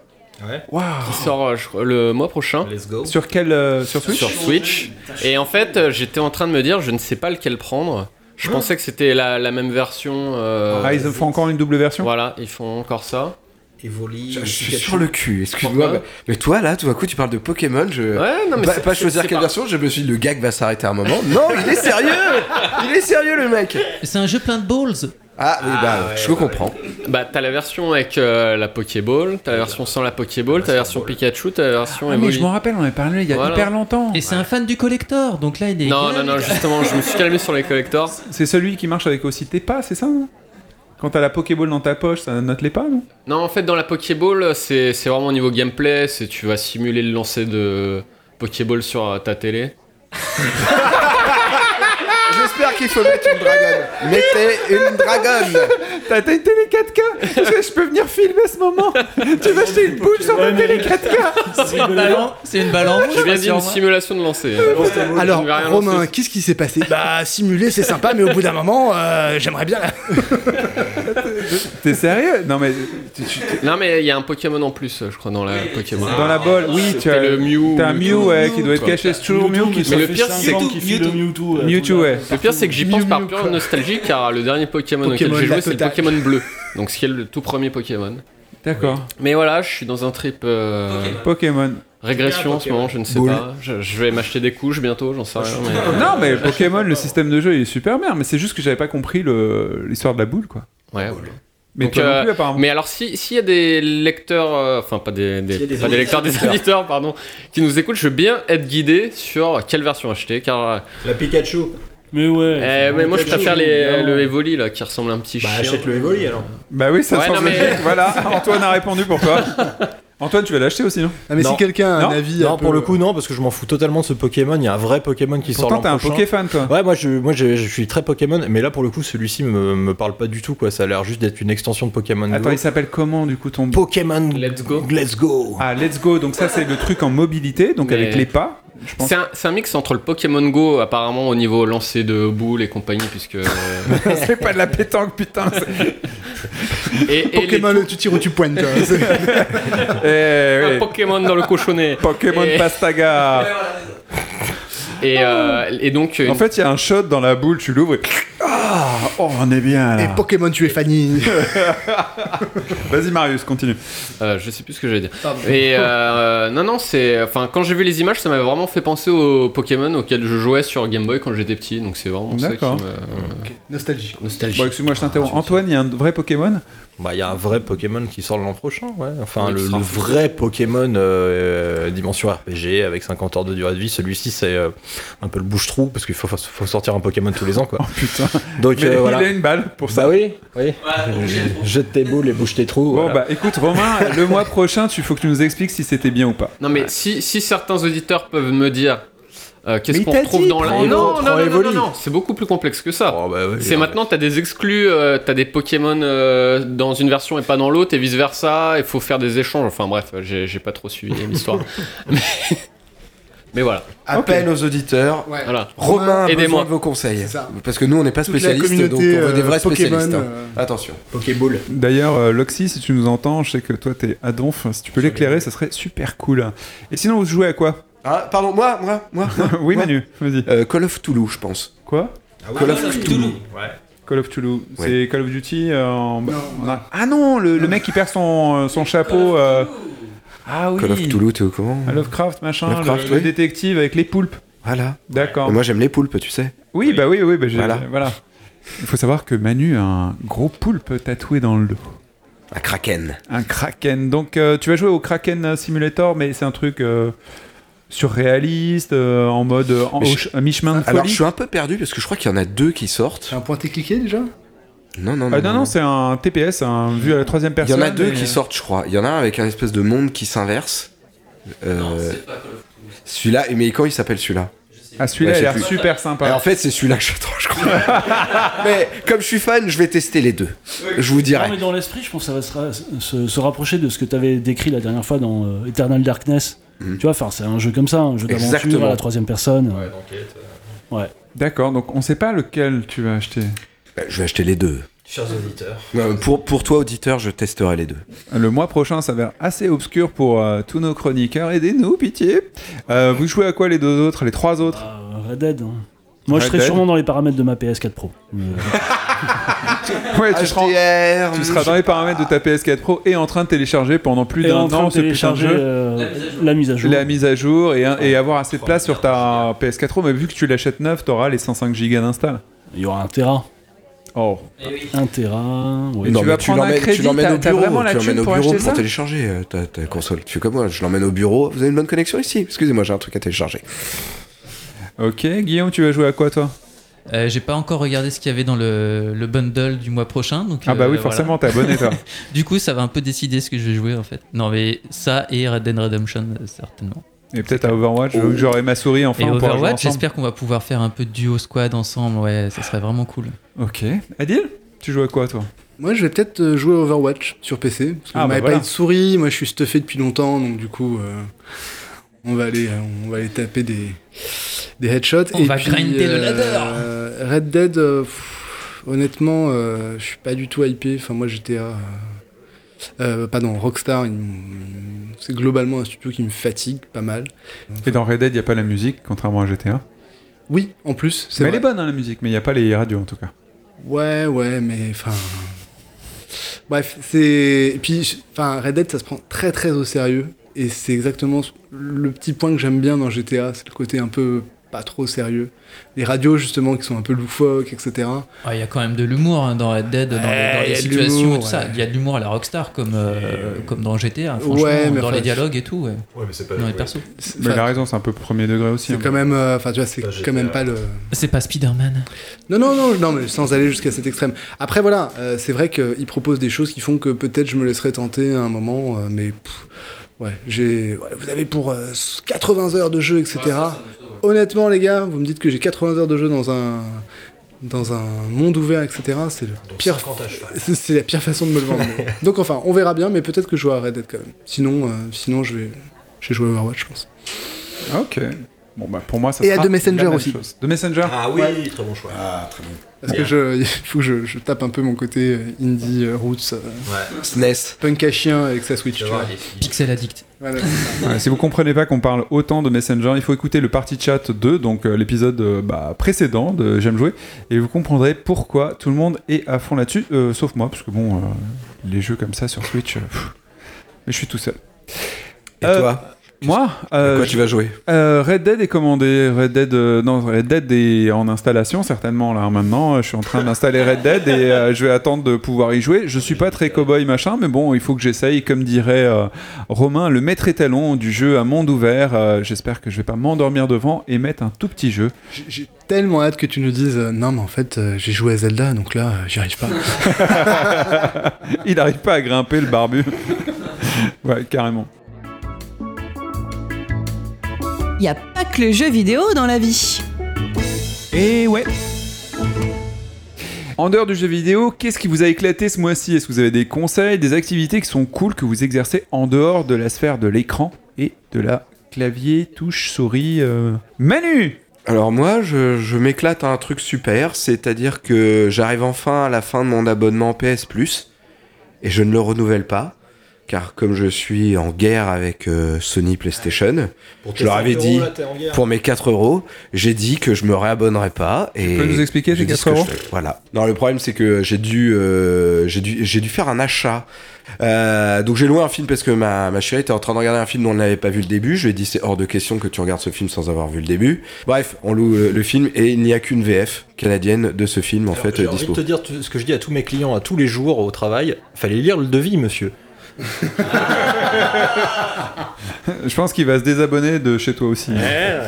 J: Ouais.
G: qui sort euh, je crois, le mois prochain
J: Let's go.
A: Sur quel. euh, sur Switch
G: sur Switch. Et en fait, euh, j'étais en train de me dire, je ne sais pas lequel prendre. Je
A: Hein
G: pensais que c'était la, la même version. euh,
A: Ah, ils font encore une double version
G: voilà, ils font encore ça.
J: Evoli.
I: Je suis
J: Pikachu.
I: sur le cul, excuse-moi.
G: Pourquoi
I: mais- Mais toi, là, tout à coup, tu parles de Pokémon. Je
A: Euh,
G: Ouais, non mais
A: bah,
I: pas,
G: c'est-
I: pas
G: c'est-
I: choisir
G: c'est
I: quelle
G: pas-
I: version. Je me suis dit, le gag va s'arrêter à un moment. Non, il est sérieux. Il est sérieux, le mec.
E: C'est un jeu plein de balls.
I: Ah, oui, bah,
J: ouais,
I: je
J: ouais,
I: comprends.
G: Bah t'as la version avec euh, la Pokéball, t'as la version sans la Pokéball, t'as la version Pikachu, t'as la version
A: Ah, mais
G: Evoli.
A: je m'en rappelle, on en a parlé il y a
G: Voilà.
A: hyper longtemps.
E: Et c'est un fan du collector, donc là il est.
G: Non, non, non, justement, je me suis calmé sur les collectors.
A: C'est celui qui marche avec aussi tes pas, c'est ça non Quand t'as la Pokéball dans ta poche, ça note les pas, non
G: Non, en fait, dans la Pokéball, c'est c'est vraiment au niveau gameplay, c'est tu vas simuler le lancer de Pokéball sur euh, ta télé.
I: J'espère qu'il faut mettre une dragonne.
G: Ah.
I: Mettez une dragonne.
A: T'as t'as une télé 4K Est-ce que je peux venir filmer ce moment Tu vas acheter une boule sur ta télé 4K
E: c'est une balle en- c'est une balle en
A: Ah,
E: rouge,
G: J'ai bien
A: bah,
E: pas
G: dit
E: sûr,
G: une
E: moi.
G: simulation de lancer.
F: Alors,
G: Je vais rien
F: Romain,
G: lancer.
F: qu'est-ce qui s'est passé Bah, simuler, c'est sympa, mais au bout d'un moment, euh, j'aimerais bien. la-
A: T'es sérieux Non mais tu- tu-
G: Non, mais il y a un Pokémon en plus, euh, je crois, dans la Pokéball.
A: dans la bolle, oui, tu as
G: T'as Ah, le Mew.
A: T'as un Mew ouais, qui doit être
G: quoi.
A: caché, c'est toujours Mew qui
G: mais le pire, c'est
E: tout,
H: qui file le
E: Mewtwo.
H: Mewtwo. euh, tout
A: Mewtwo
H: le-
A: ouais.
G: Le pire, c'est que j'y
A: Mew,
G: pense par
A: Mew,
G: pure
A: quoi.
G: nostalgie, car le dernier Pokémon,
F: Pokémon,
G: auquel j'ai
F: la
G: joué, c'est le
F: totale.
G: Pokémon bleu. Donc, ce qui est le tout premier Pokémon.
A: D'accord.
G: Mais voilà, je suis dans un trip euh,
A: Pokémon.
G: régression en ce moment, je ne sais pas. Je, je vais m'acheter des couches bientôt, j'en sais rien. mais-
A: Non mais Pokémon, le système de jeu il est super bien, mais c'est juste que j'avais pas compris le- l'histoire de la boule quoi.
G: Ouais, voilà.
A: Mais
G: Donc,
A: toi non
G: euh,
A: plus apparemment.
G: Mais alors, si- s'il y a des lecteurs, euh, enfin pas des, des-
J: S'il y a des
G: pas des lecteurs, des auditeurs, pardon, qui nous écoutent, je veux bien être guidé sur quelle version acheter, car euh,
J: La
B: bah,
J: Pikachu.
H: Mais ouais.
G: eh, mais moi je
J: Pikachu,
G: préfère les,
J: évidemment.
G: le Evoli là, qui ressemble à un petit
J: Bah,
G: chien.
J: achète le Evoli alors.
A: Bah oui, ça
G: Ouais,
A: semble
G: non, mais-
A: logique. Voilà, Antoine a répondu pour toi. Antoine, tu vas l'acheter aussi, non
F: Ah, mais
B: Non.
F: si quelqu'un a
A: Non.
F: un avis. un
B: Non,
F: peu-
B: pour le coup, non, parce que je m'en fous totalement de ce Pokémon. Il y a un vrai Pokémon qui sort
A: Pourtant,
B: l'an
A: t'es un
B: prochain.
A: Pokéfan, toi.
B: Ouais, moi, je, moi je, je suis très Pokémon, mais là pour le coup, celui-ci me, me parle pas du tout quoi. Ça a l'air juste d'être une extension de Pokémon
A: Attends,
B: Go.
A: il s'appelle comment, du coup, ton...
B: Pokémon
G: Let's go.
B: Let's go.
A: Ah, let's go. Donc ça, c'est le truc en mobilité, donc
G: Mais-
A: avec les pas. Je pense.
G: C'est un, c'est un mix entre le Pokémon Go, apparemment au niveau lancer de boules et compagnie, puisque. euh,
A: c'est pas de la pétanque, putain. c'est-
G: et, et les
F: Pokémon,
G: tours-
F: tu tires ou tu pointes. toi. C'est-
A: Eh,
G: un
A: oui.
G: euh, Pokémon dans le cochonnet.
A: Pokémon
G: Et-
A: Pastaga.
G: Et, euh, et donc, une-
A: En fait, il y a un shot dans la boule, tu l'ouvres et... Ah, oh, on est bien,
I: Ah.
F: Et
A: là.
F: Pokémon, tu es Fanny.
A: Vas-y, Marius, continue.
G: Euh, je sais plus ce que j'allais dire. Et euh, non, non, c'est. Enfin, quand j'ai vu les images, ça m'avait vraiment fait penser aux Pokémon auxquels je jouais sur Game Boy quand j'étais petit. Donc c'est vraiment ça qui me. euh,
A: D'accord.
F: Nostalgie.
B: Mmh.
A: Bon, excuse-moi, je t'interromps. Antoine, il y a un vrai Pokémon
B: Bah, il y a un vrai Pokémon qui sort l'an prochain, ouais. Enfin,
G: Oui,
B: le,
G: qui sera
B: le
G: en fait.
B: vrai Pokémon euh, dimension RPG avec 50 heures de durée de vie. Celui-ci, c'est euh, un peu le bouche-trou parce qu'il faut, faut- faut sortir un Pokémon tous les ans, quoi.
A: Putain.
B: Donc
A: Mais
B: euh, voilà.
A: il a une balle pour ça.
B: Bah oui, oui. Jette tes boules et bouge tes trous.
A: Bon,
B: voilà.
A: bah écoute, Romain, le mois prochain, tu faut que tu nous expliques si c'était bien ou pas.
G: Non, mais si, si certains auditeurs peuvent me dire euh, qu'est-ce
A: Mais
G: qu'on
A: il t'a
G: retrouve
A: dit,
G: dans la.
B: prends
G: Non,
B: Evo,
G: non,
B: prends
G: non, non, non,
B: Evoli.
G: non, c'est beaucoup plus complexe que ça.
B: Oh, bah oui,
G: C'est
B: ouais.
G: maintenant, t'as des exclus, euh, t'as des Pokémon euh, dans une version et pas dans l'autre, et vice versa, il faut faire des échanges. Enfin bref, j'ai j'ai pas trop suivi l'histoire. Mais voilà.
I: Appel aux auditeurs.
F: Ouais.
G: voilà.
I: Romain, a
G: Aidez-moi.
I: besoin de vos conseils.
F: C'est ça.
I: Parce que nous, on n'est pas
F: Toute la
I: spécialistes, donc on
F: communauté,
I: veut des
F: euh,
I: vrais
F: Pokémon,
I: spécialistes. hein.
F: euh,
I: Attention.
F: Pokéball.
A: D'ailleurs, euh, Loxy, si tu nous entends, je sais que toi t'es Adonf, si tu peux l'éclairer, ça serait super cool. Et sinon, vous jouez à quoi
I: Ah, pardon, moi, moi, moi. moi.
A: Oui, Manu, vas-y.
I: Euh, Call of Toulouse, je pense.
A: Quoi
I: Ah Call of Toulouse.
A: Call of Toulouse.
I: Ouais.
A: C'est Call of Duty euh, en.
F: Non,
A: en- Ah non, le, le mec qui perd son, euh, son chapeau. euh, Ah oui.
I: Call of Toulouse, t'es au courant
A: Ah, Lovecraft, machin, le-
I: Lovecraft,
A: le,
I: oui.
A: détective avec les poulpes.
I: Voilà.
A: D'accord.
I: Moi, j'aime les poulpes, tu sais.
A: Oui, bah oui, oui, bah j'ai- voilà.
I: Voilà.
A: Il faut savoir que Manu a un gros poulpe tatoué dans le dos.
I: Un kraken.
A: Un kraken. Donc euh, tu vas jouer au Kraken Simulator, mais c'est un truc euh, surréaliste, euh, en mode euh, en-
I: Mais
A: au
I: je-
A: ch- mi-chemin de folie.
I: Alors, je suis un peu perdu parce que je crois qu'il y en a deux qui sortent.
F: T'as un pointé cliqué déjà
I: Non, non, non.
A: Euh, non, non, c'est un TPS, un vu à la troisième
I: euh, Il y
A: personne. euh,
I: en a deux
A: et-
I: qui sortent, je crois. Il y en a un avec un espèce de monde qui s'inverse. Euh, celui-là, mais quand il s'appelle celui-là
A: Ah, celui-là,
I: Ouais,
A: il a
I: je
A: l'air
I: sais plus.
A: super
I: Et
A: sympa.
I: en fait, c'est celui-là que j'attends, je crois. mais comme je suis fan, je vais tester les deux. Je vous
H: Non,
I: dirai.
H: mais dans l'esprit, je pense que ça va se, ra- se- se rapprocher de ce que tu avais décrit la dernière fois dans euh, Eternal Darkness.
I: Mhm.
H: Tu vois, enfin, c'est un jeu comme ça, un jeu d'aventure
I: Exactement.
H: à la troisième personne.
B: Ouais, d'enquête.
A: D'accord, donc on sait pas lequel tu vas acheter.
I: Bah, Je vais acheter les deux.
B: Chers auditeurs.
I: Euh, Pour, pour toi, auditeur, je testerai les deux.
A: Le mois prochain s'avère assez obscur pour euh, tous nos chroniqueurs. Aidez-nous, pitié. Euh, vous jouez à quoi les deux autres, les trois autres
H: Euh, Red Dead. hein. Moi, je
A: Red
H: serais
A: Dead. Mmh.
H: sûrement dans les paramètres de ma PS4 Pro. Euh,
A: Ouais, tu seras,
I: HDR,
A: Ah, tu seras dans les paramètres de ta PS4 Pro et en train de télécharger pendant plus
H: et
A: d'un
H: en train
A: an
H: de
A: ce putain de
H: télécharger
A: jeu.
H: euh, la mise à jour.
A: La mise à jour et, un- et avoir assez de place sur ta PS4 Pro, mais vu que tu l'achètes neuf, t'auras les 105 Go d'install.
H: Il y aura un Tera.
A: Oh.
H: Un Tera. ouais.
A: tu
I: Non,
A: vas
I: mais
A: prendre un
I: l'emmènes-
A: crédit,
I: tu l'emmènes
A: t'as-
I: au
A: t'as
I: bureau,
A: vraiment la
I: tu l'emmènes
A: thune
I: au
A: pour
I: bureau
A: acheter ça
I: télécharger euh, ta, ta console. Tu fais comme moi, je l'emmène au bureau. Vous avez une bonne connexion ici Excusez-moi, j'ai un truc à télécharger.
A: Ok, Guillaume, tu vas jouer à quoi toi
E: Euh, J'ai pas encore regardé ce qu'il y avait dans le, le bundle du mois prochain. Donc,
A: Ah bah
E: euh,
A: oui,
E: voilà.
A: forcément, t'es abonné toi.
E: Du coup, ça va un peu décider ce que je vais jouer en fait. Non, mais ça et Red Dead Redemption, euh, certainement.
A: Et peut-être à Overwatch, où j'aurai ma souris enfin.
E: Oh. et
A: on pourra jouer
E: Overwatch,
A: ensemble.
E: j'espère qu'on va pouvoir faire un peu de duo squad ensemble. Ouais, ça serait vraiment cool.
A: Ok. Adil, tu joues à quoi toi
F: Moi, je vais peut-être euh, jouer à Overwatch sur PC. Parce que
A: Ah,
F: vous
A: bah
F: m'avez
A: voilà.
F: pas eu de souris, moi je suis stuffé depuis longtemps, donc du coup, euh, on, va aller, euh, on va aller taper des, des headshots.
E: On va grinder le
F: ladder Red Dead, euh, pff, honnêtement, euh, je suis pas du tout hypé. Enfin, moi j'étais à. Euh, pardon, Rockstar, ils m'ont- c'est globalement un studio qui me fatigue pas mal.
A: Et dans Red Dead, il a pas la musique, contrairement à GTA.
F: Oui, en plus, c'est
A: Mais
F: vrai.
A: elle est bonne hein, la musique, mais il n'y a pas les radios en tout cas.
F: Ouais, ouais, mais enfin. Bref, c'est. Et puis, enfin, Red Dead, ça se prend très très au sérieux. Et c'est exactement ce- le petit point que j'aime bien dans GTA, c'est le côté un peu pas trop sérieux. Les radios, justement, qui sont un peu loufoques, etc.
E: Ah, Il y a quand même de l'humour hein, dans Red Dead, dans, les-
F: Ouais,
E: dans les,
F: il y a de
E: situations et
F: l'humour,
E: tout ça.
F: ouais.
E: Il y a de l'humour à la Rockstar comme, euh, comme dans GTA, franchement,
F: Ouais, mais
E: dans les
F: enfin,
E: dialogues et tout, ouais.
B: Ouais, mais c'est pas.
E: dans les
B: ouais.
E: persos.
F: C'est
A: Mais il a
F: enfin,
A: raison, c'est un peu premier degré aussi.
F: c'est
A: hein.
F: quand même. euh, Enfin, tu vois, c'est
B: Pas
F: quand
B: GTA.
F: même pas le.
E: C'est pas Spider-Man.
F: Non, non, non, non, mais sans aller jusqu'à cet extrême. Après, voilà, euh, c'est vrai qu'il propose des choses qui font que peut-être je me laisserai tenter à un moment, euh, mais pff, ouais, j'ai. ouais, vous avez pour euh, 80 heures de jeu, etc. Honnêtement, les gars, vous me dites que j'ai 80 heures de jeu dans un. Dans un monde ouvert, etc., c'est le
B: Donc,
F: pire.
B: 50 à cheval.
F: c'est- C'est la pire façon de me le vendre. Donc, enfin, on verra bien, mais peut-être que je jouerai à Red Dead quand même. Sinon, euh, sinon je vais, je vais jouer à Overwatch, je pense.
A: Ah, Ok. Bon bah pour moi ça
F: Et
A: sera
F: à The Messenger
A: la même
F: aussi.
A: chose. The Messenger.
B: Ah oui, très bon choix.
F: Parce que je, il faut que je, je tape un peu mon côté euh, indie, euh, roots, euh,
B: Ouais.
I: SNES.
F: punk à chien avec sa Switch.
B: Tu
F: Tu
B: vas
F: vois.
B: voir les filles.
E: Pixel Addict.
F: Voilà.
A: Ouais, si vous comprenez pas qu'on parle autant de Messenger, il faut écouter le Party Chat 2, donc euh, l'épisode euh, bah, précédent de J'aime jouer, et vous comprendrez pourquoi tout le monde est à fond là-dessus, euh, sauf moi, parce que bon, euh, les jeux comme ça sur Switch, euh, pff, mais je suis tout seul.
I: Et
A: Euh,
I: toi
A: Moi,
I: À
A: euh,
I: Quoi tu vas jouer
A: euh, Red Dead est commandé. Red Dead, euh, non, Red Dead est en installation certainement là maintenant. euh, Je suis en train d'installer Red Dead et euh, je vais attendre de pouvoir y jouer. Je suis pas très cowboy machin, mais bon, il faut que j'essaye. Comme dirait euh, Romain, le maître étalon du jeu à monde ouvert. euh, J'espère que je vais pas m'endormir devant et mettre un tout petit jeu.
F: J'ai- J'ai tellement hâte que tu nous dises euh, non mais en fait euh, j'ai joué à Zelda donc là euh, j'y arrive pas.
A: Il n'arrive pas à grimper le barbu. ouais, carrément.
K: Il n'y a pas que le jeu vidéo dans la vie.
A: Et ouais. En dehors du jeu vidéo, qu'est-ce qui vous a éclaté ce mois-ci Est-ce que vous avez des conseils, des activités qui sont cool que vous exercez en dehors de la sphère de l'écran et de la clavier, touche, souris. euh. Manu
I: Alors moi, je, je m'éclate à un truc super, c'est-à-dire que j'arrive enfin à la fin de mon abonnement PS Plus et je ne le renouvelle pas, car comme je suis en guerre avec euh, Sony PlayStation,
B: Pour tes
I: je leur avais
B: 5
I: dit
B: euros, là, t'es en guerre.
I: pour mes 4 euros, j'ai dit que je me réabonnerais pas. Et
A: peux nous expliquer
I: je
A: tes
I: dis
A: 4
I: ce que
A: euros
I: je fais. Voilà. Non, le problème c'est que j'ai dû, euh, j'ai dû, j'ai dû faire un achat. Euh, donc j'ai loué un film parce que ma, ma chérie était en train de regarder un film dont elle n'avait pas vu le début. Je lui ai dit c'est hors de question que tu regardes ce film sans avoir vu le début. Bref, on loue euh, le film et il n'y a qu'une VF canadienne de ce film en
B: Alors,
I: fait
B: j'ai
I: euh,
B: envie
I: dispo.
B: de te dire tout- ce que je dis à tous mes clients, à tous les jours au travail. Fallait lire le devis, monsieur.
A: Je pense qu'il va se désabonner de chez toi aussi.
G: Eh,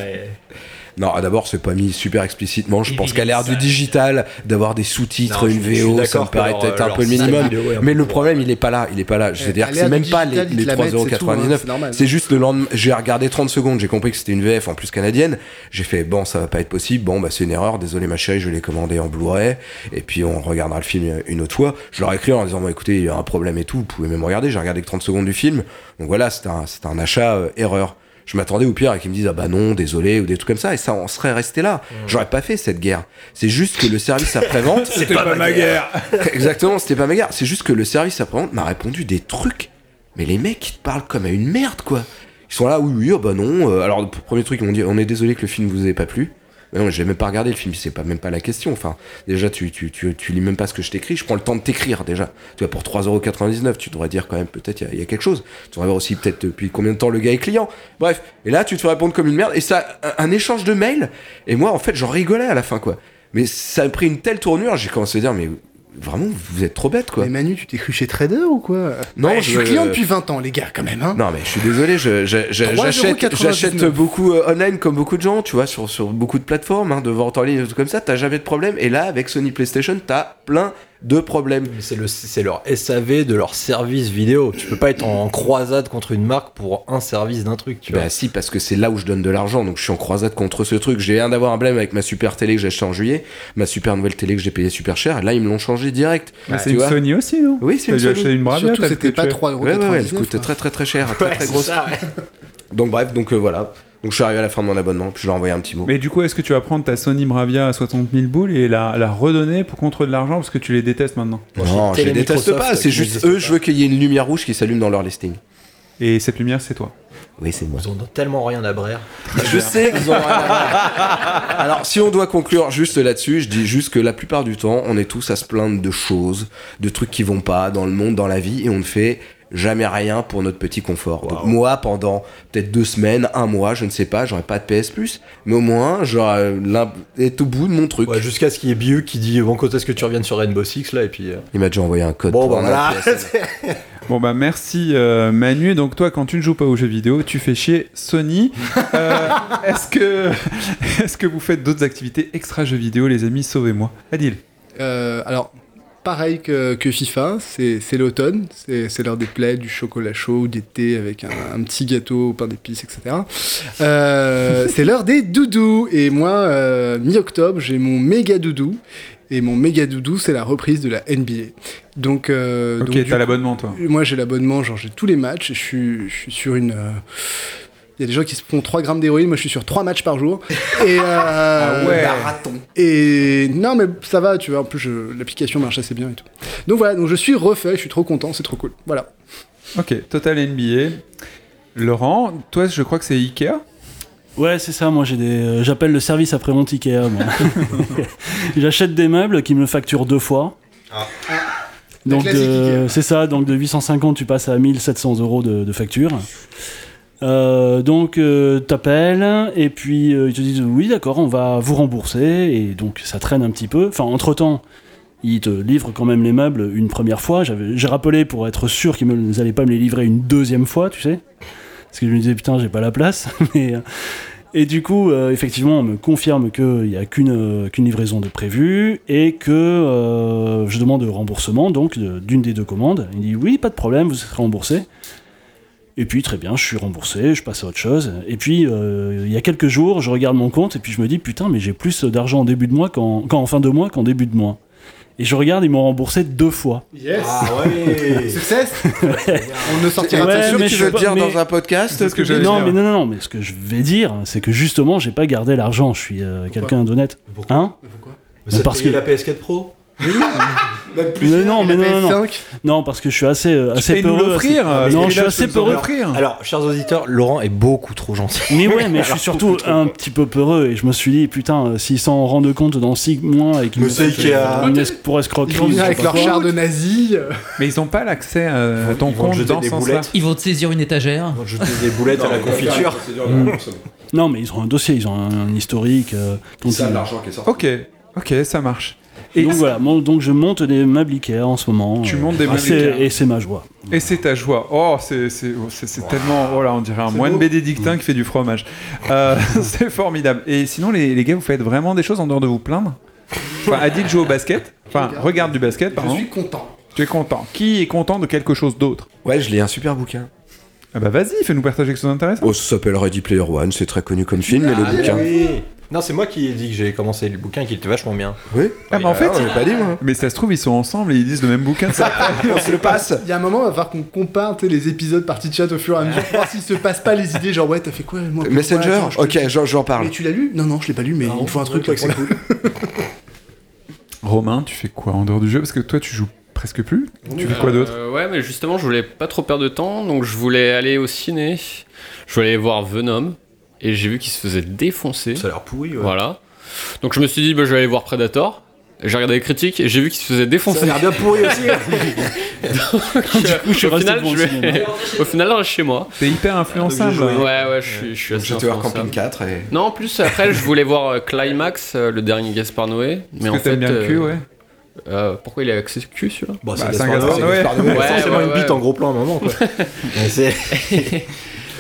I: Non, ah, d'abord c'est pas mis super explicitement. Je pense qu'à l'ère du digital, d'avoir des sous-titres,
B: Non,
I: une
B: je- je suis
I: VO, ça me
B: d'accord que
I: paraît
B: leur-
I: peut-être un
B: leur
I: peu le
B: système
I: minimum.
B: vidéo est un
I: Mais
B: peu
I: le
B: bon.
I: problème, il est pas là, il est pas là. C'est-à-dire
F: à
I: que
F: l'ère
I: c'est même
F: du
I: pas les,
F: digital, ils
I: les
F: te la mettent, c'est tout,
I: 3,99€.
F: hein, c'est normal.
I: C'est juste le lendemain, j'ai regardé 30 secondes, j'ai compris que c'était une VF en plus canadienne. J'ai fait, bon, ça va pas être possible, bon, bah c'est une erreur, désolé ma chérie, je l'ai commandé en Blu-ray, et puis on regardera le film une autre fois. Je leur ai écrit en disant, bon, écoutez, il y a un problème et tout, vous pouvez même regarder, j'ai regardé que 30 secondes du film. Donc voilà, c'était un, c'était un achat euh, erreur. Je m'attendais au pire et qu'ils me disent ah bah non désolé ou des trucs comme ça et ça on serait resté là j'aurais pas fait cette guerre c'est juste que le service après vente
A: C'était pas, ma guerre
I: Exactement, c'était pas ma guerre. C'est juste que le service après-vente m'a répondu des trucs. Mais les mecs, ils te parlent comme à une merde, quoi. Ils sont là, oui, oui, oh bah non. euh, Alors, le premier truc, ils m'ont dit, on est désolé que le film vous ait pas plu. Mais non, mais j'ai même pas regardé le film, c'est pas même pas la question. Enfin, déjà, tu, tu, tu, tu lis même pas ce que je t'écris, je prends le temps de t'écrire déjà. Tu vois, pour 3,99€, tu devrais dire quand même, peut-être, il y a- il y, a quelque chose. Tu devrais voir aussi, peut-être, depuis combien de temps le gars est client. Bref, et là, tu te fais répondre comme une merde, et ça, un, un échange de mails. Et moi, en fait, j'en rigolais à la fin, quoi. Mais ça a pris une telle tournure, j'ai commencé à dire, mais vraiment, vous êtes trop bête, quoi.
F: Mais Manu, tu t'es cru chez Trader ou quoi
I: Non,
F: Ouais, je suis
I: je-
F: client depuis 20 ans, les gars, quand même. Hein.
I: Non, mais je suis désolé, je- je- je-
F: 3,99.
I: j'achète j'achète beaucoup euh, online comme beaucoup de gens, tu vois, sur, sur beaucoup de plateformes, hein, de vente en ligne et tout comme ça, t'as jamais de problème. Et là, avec Sony PlayStation, t'as plein de problèmes.
B: Mais C'est le, c'est leur SAV de leur service vidéo. Tu peux pas être en croisade contre une marque pour un service d'un truc. Tu vois.
I: Bah si, parce que c'est là où je donne de l'argent, donc je suis en croisade contre ce truc. J'ai rien d'avoir un blême avec ma super télé que j'ai acheté en juillet, ma super nouvelle télé que j'ai payée super cher, et là ils me l'ont changé direct.
A: C'est
I: Bah, tu
A: une
I: vois
A: Sony aussi, non
I: Oui, c'est
A: Ah, T'as
I: une
A: dû
I: Sony.
A: acheter une Bravia
F: Surtout,
A: t'as
F: c'était
A: peut-être
F: pas
A: fait-
F: 3,99€.
I: Ouais, ouais, ouais, elle coûte
F: hein.
I: très très très cher, très très grosse. Donc bref, donc euh, voilà. Donc je suis arrivé à la fin de mon abonnement, puis je leur ai envoyé un petit mot.
A: Mais du coup, est-ce que tu vas prendre ta Sony Bravia à 60 000 boules et la, la redonner pour contre de l'argent parce que tu les détestes maintenant
I: Non, je
B: Télé
I: les déteste
B: Microsoft,
I: pas,
B: qui
I: c'est juste
B: n'existe
I: eux,
B: pas.
I: je veux qu'il y ait une lumière rouge qui s'allume dans leur listing.
A: Et cette lumière, c'est toi.
I: Oui, c'est moi.
B: Ils ont tellement rien à brère.
I: Je sais qu'ils ont rien à voir. Alors, si on doit conclure juste là-dessus, je dis juste que la plupart du temps, on est tous à se plaindre de choses, de trucs qui vont pas dans le monde, dans la vie, et on ne fait jamais rien pour notre petit confort. Donc, moi, pendant peut-être deux semaines, un mois, je ne sais pas, j'aurais pas de PS Plus, mais au moins, j'aurais l'im- être au bout de mon
J: Euh,
I: truc.
B: Ouais, Jusqu'à ce qu'il y ait Biu qui dit Bon, quand est-ce que tu reviennes sur Rainbow Six là Et puis. euh,
I: Il m'a déjà envoyé un code.
B: Bon,
I: pour
B: bah,
I: un
B: voilà.
I: APS.
A: Bon bah merci euh, Manu. Et Donc toi quand tu ne joues pas aux jeux vidéo, tu fais chier Sony. Euh, est-ce que est-ce que vous faites d'autres activités extra jeux vidéo les amis Sauvez-moi. Adil.
F: Euh, alors, pareil que, que FIFA, c'est c'est l'automne, c'est c'est l'heure des plaies, du chocolat chaud, des thés avec un, un petit gâteau au pain d'épices, etc. Euh, c'est l'heure des doudous. Et moi, euh, mi-octobre, j'ai mon méga doudou. Et mon méga doudou, c'est la reprise de la NBA. Donc, euh, donc,
A: ok
F: du
A: t'as l'abonnement toi.
F: moi, j'ai l'abonnement, genre j'ai tous les matchs. et Je suis, je suis sur une. euh, Il y a des gens qui se font 3 grammes d'héroïne. Moi, je suis sur 3 matchs par jour. Et, euh,
A: Ah ouais.
F: Et non, mais ça va, tu vois. En plus, je- l'application marche assez bien et tout. Donc voilà, donc je suis refait. Je suis trop content. C'est trop cool. Voilà.
A: Ok Total NBA. Laurent, toi je crois que c'est Ikea.
H: Ouais, c'est ça, moi j'ai des. euh, J'appelle le service après vente Ikea. moi. J'achète des meubles qui me le facturent deux fois.
F: Ah. La
H: Donc
F: classique hein.
H: de-
F: Ikea.
H: c'est ça, donc de 850 tu passes à 1700 euros de, de facture. Euh, donc euh, t'appelles et puis euh, ils te disent oui d'accord on va vous rembourser et donc ça traîne un petit peu. Enfin entre temps ils te livrent quand même les meubles une première fois. J'avais- J'ai rappelé pour être sûr qu'ils ne allaient pas me les livrer une deuxième fois tu sais. Parce que je me disais putain j'ai pas la place. Mais, euh, et du coup, euh, effectivement, on me confirme qu'il n'y a qu'une euh, qu'une livraison de prévue et que euh, je demande le remboursement donc de- d'une des deux commandes. Il dit oui, pas de problème, vous serez remboursé. Et puis très bien, je suis remboursé, je passe à autre chose. Et puis euh, il y a quelques jours, je regarde mon compte et puis je me dis putain, mais j'ai plus d'argent en début de mois qu'en qu'en fin de mois qu'en début de mois. Et je regarde, ils m'ont remboursé deux fois.
D: Yes
J: ouais.
D: Success On ne sortira
H: Ah Ouais,
D: pas sur
H: mais
I: tu
H: je
I: veux
H: sais
I: dire
H: pas, mais-
I: dans un podcast
A: C'est ce que
I: public
A: j'allais
H: non,
A: dire.
H: mais non, non, non, mais ce que je vais dire, c'est que justement, j'ai pas gardé l'argent. Je suis euh, quelqu'un d'honnête.
J: Pourquoi
H: Hein
J: Mais
H: parce
J: parce
H: que-
J: que la PS4 Pro
H: mais Non, mais non, non, non.
D: 5
H: Non, parce que je suis assez, euh, assez
A: Et nous
H: peureux.
A: l'offrir
H: assez-
A: euh,
H: Non,
A: et
H: je
A: là,
H: suis assez
A: nous en
H: peureux.
A: offrir.
J: Alors, chers auditeurs, Laurent est beaucoup trop gentil.
H: Mais ouais, mais je suis surtout un petit peu peureux et je me suis dit, putain, euh, s'ils s'en rendent compte dans 6 mois et qu'ils
J: Mais
H: me
J: c'est
H: font
J: Ikea.
H: une es- pour
D: Ils
H: escroquerie,
D: vont
H: je
D: venir
H: sais
D: avec
H: pas
D: leur
H: quoi.
D: char de nazis.
A: Mais ils n'ont pas l'accès euh, à ton
J: Ils vont te
A: compte
J: jeter
A: dans ce
J: des
A: sens-là.
J: boulettes.
E: Ils vont te saisir une étagère.
J: Ils vont te jeter des boulettes à la confiture.
H: Non, mais ils ont un dossier, ils ont un, un historique. euh,
I: C'est ça
H: continu.
I: l'argent qui est sorti.
A: Ok, ok, ça marche. Et,
H: Et donc voilà, mon- donc je monte des meubles Ikea en ce moment.
A: Tu montes des
H: ah,
A: meubles
H: c'est-
A: Ikea.
H: Et c'est ma joie.
A: et c'est ta joie. Oh, c'est c'est- oh, c'est- c'est tellement. Oh là, on dirait un moine bénédictin qui fait du fromage. Euh, c'est formidable. Et sinon, les, les gars, vous faites vraiment des choses en dehors de vous plaindre Enfin, Adil joue au basket. Enfin, regarde du basket,
D: Je
A: pardon.
D: suis content.
A: Tu es content. Qui est content de quelque chose d'autre
I: Ouais, je lis un super bouquin.
A: Ah bah vas-y, fais-nous partager quelque chose d'intéressant.
I: Oh, ça s'appelle Ready Player One, c'est très connu comme film,
B: Ah,
I: mais le bouquin.
J: Oui. Non, c'est moi qui ai dit que j'ai commencé le bouquin qui était vachement bien.
I: Oui.
A: Ah, mais en
I: Ah,
A: fait-
I: on l'a pas dit, moi.
A: Mais ça se trouve, ils sont ensemble et ils disent le même bouquin. Ça.
H: Ah,
I: On se le passe.
D: Il y a un moment, il va falloir qu'on compare tu sais, les épisodes par petit chat au fur et à mesure pour voir s'ils se passent pas les idées. Genre, ouais, t'as fait quoi moi, ouais,
I: Messenger
D: attends, je te-
I: Ok, j'en- j'en parle.
D: Mais tu l'as lu Non, non, je l'ai pas lu, mais
H: Ah,
D: il me faut un truc. là, pour la-
A: Romain, tu fais quoi en dehors du jeu Parce que toi, tu joues presque plus. Tu fais quoi d'autre
G: Euh, Ouais, mais justement, je voulais pas trop perdre de temps, donc je voulais aller au ciné. Je voulais aller voir Venom, et j'ai vu qu'il se faisait défoncer.
J: Ça a l'air pourri. ouais.
G: Voilà. Donc je me suis dit, bah, je vais aller voir Predator. J'ai regardé les critiques et j'ai vu qu'il se
J: Ça
G: faisait
J: a
G: défoncer.
J: l'air bien pourri aussi.
H: je suis
G: au,
H: resté
G: final,
H: devant
G: je
H: le
G: vais- au final, je reste chez moi.
A: T'es
D: Ah,
A: hyper influençable. hein.
G: Ouais, ouais, je suis, je suis assez
I: J'étais voir
G: influençable.
I: Camping 4 et.
G: Non, en plus, après, je voulais voir euh, Climax, euh, le dernier Gaspard Noé. Mais
A: Parce
G: en
A: que t'aimes
G: fait.
A: bien le cul,
G: euh,
A: ouais.
G: euh, pourquoi il est axé cul celui-là
J: Bon,
A: Bah,
J: c'est
A: c'est un
J: Gaspard Noé,
A: Gaspard
J: c'est
A: Noé.
J: Gaspard Noé.
G: Ouais,
J: Forcément
G: ouais,
J: une
G: ouais.
J: bite en gros plan à un moment, quoi. Mais c'est-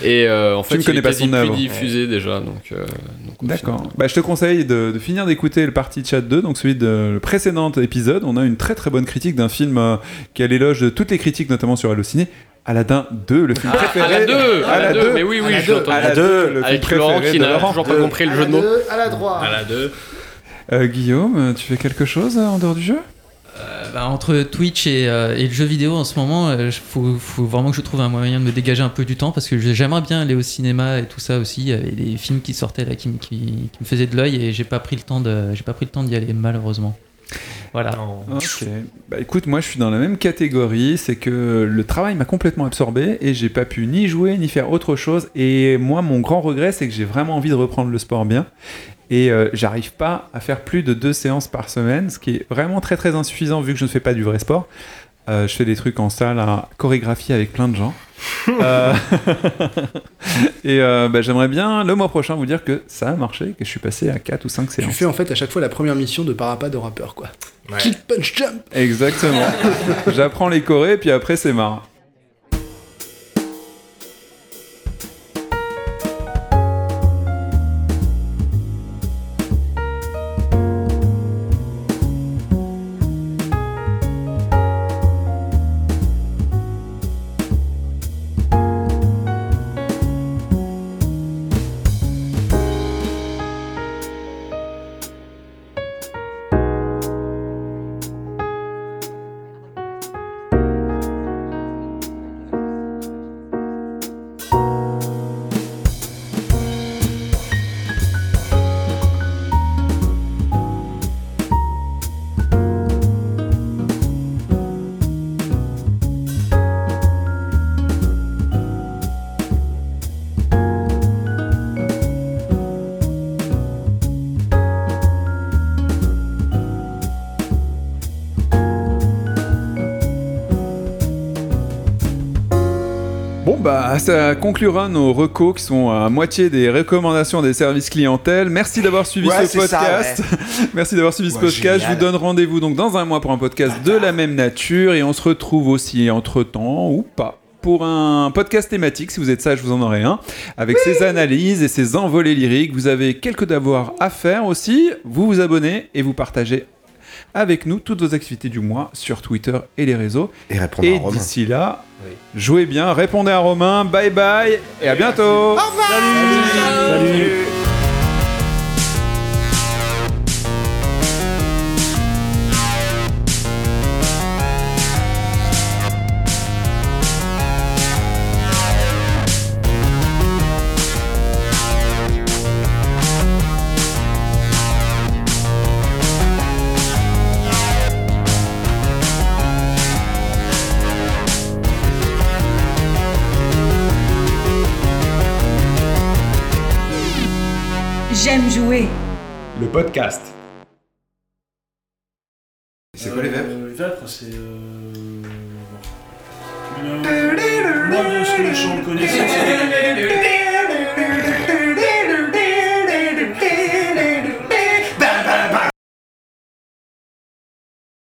G: Et euh, en fait,
A: ne
G: il
A: connais pas
G: était
A: son
G: plus
A: œuvre.
G: diffusé déjà. donc, euh, donc, au
A: D'accord. Bah, je te conseille de, de finir d'écouter le parti chat 2, donc celui de le précédent épisode. On a une très très bonne critique d'un film euh, qui a l'éloge de toutes les critiques, notamment sur Allociné. Aladdin 2, le film
G: final- Ah, À
A: préféré.
G: la 2 À la 2 Mais oui, oui,
D: À la
G: je
D: deux.
G: l'entends.
A: À la 2, le film
G: Avec
A: préféré
G: Laurent qui
A: de
G: n'a
A: Laurent.
G: toujours pas compris le
D: à
G: jeu
D: la
G: de mots.
D: deux, À la droite.
G: la 2.
A: Euh, Guillaume, tu fais quelque chose euh, en dehors du jeu
E: Euh, bah, entre Twitch et, euh, et le jeu vidéo en ce moment, il faut, faut vraiment que je trouve un moyen de me dégager un peu du temps parce que je- j'aimerais bien aller au cinéma et tout ça aussi. euh, Et les films qui sortaient là qui, me- qui- qui me faisaient de l'œil et j'ai pas pris le temps de, j'ai pas pris le temps d'y aller malheureusement. Voilà.
A: Ok. Bah écoute, moi je suis dans la même catégorie, c'est que le travail m'a complètement absorbé et j'ai pas pu ni jouer ni faire autre chose. Et moi, mon grand regret, c'est que j'ai vraiment envie de reprendre le sport bien. Et euh, j'arrive pas à faire plus de deux séances par semaine, ce qui est vraiment très très insuffisant vu que je ne fais pas du vrai sport. Euh, je fais des trucs en salle à chorégraphier avec plein de gens. Euh, et euh, bah, j'aimerais bien le mois prochain vous dire que ça a marché, que je suis passé à 4 ou 5
D: Tu
A: séances.
D: fais en fait à chaque fois la première mission de Parappa de rappeur, quoi. Kick, punch, jump.
A: Exactement. J'apprends les chorés, puis après c'est marrant. Bon bah ça conclura nos recos qui sont à moitié des recommandations des services clientèle. Merci d'avoir suivi
I: Ouais,
A: ce
I: c'est ça,
A: podcast. Merci d'avoir suivi ce
I: Ouais,
A: podcast. Je
I: génial.
A: vous donne rendez-vous donc dans un mois pour un podcast de la même nature et on se retrouve aussi entre-temps ou pas pour un podcast thématique. Si vous êtes ça, je vous en aurai un. Avec ses analyses et ses envolées lyriques, vous avez quelques devoirs à faire aussi. Vous vous abonnez et vous partagez avec nous toutes vos activités du mois sur Twitter et les réseaux.
I: Et répondre à
A: Et
I: Romain.
A: d'ici là, jouez bien, répondez à Romain, bye bye et à bientôt.
H: Salut
K: J'aime jouer.
B: Le podcast.
I: C'est quoi les vêpres
H: Euh, Les vêpres, c'est. Euh... Une... Moi, de ce que les gens connaissent, c'est-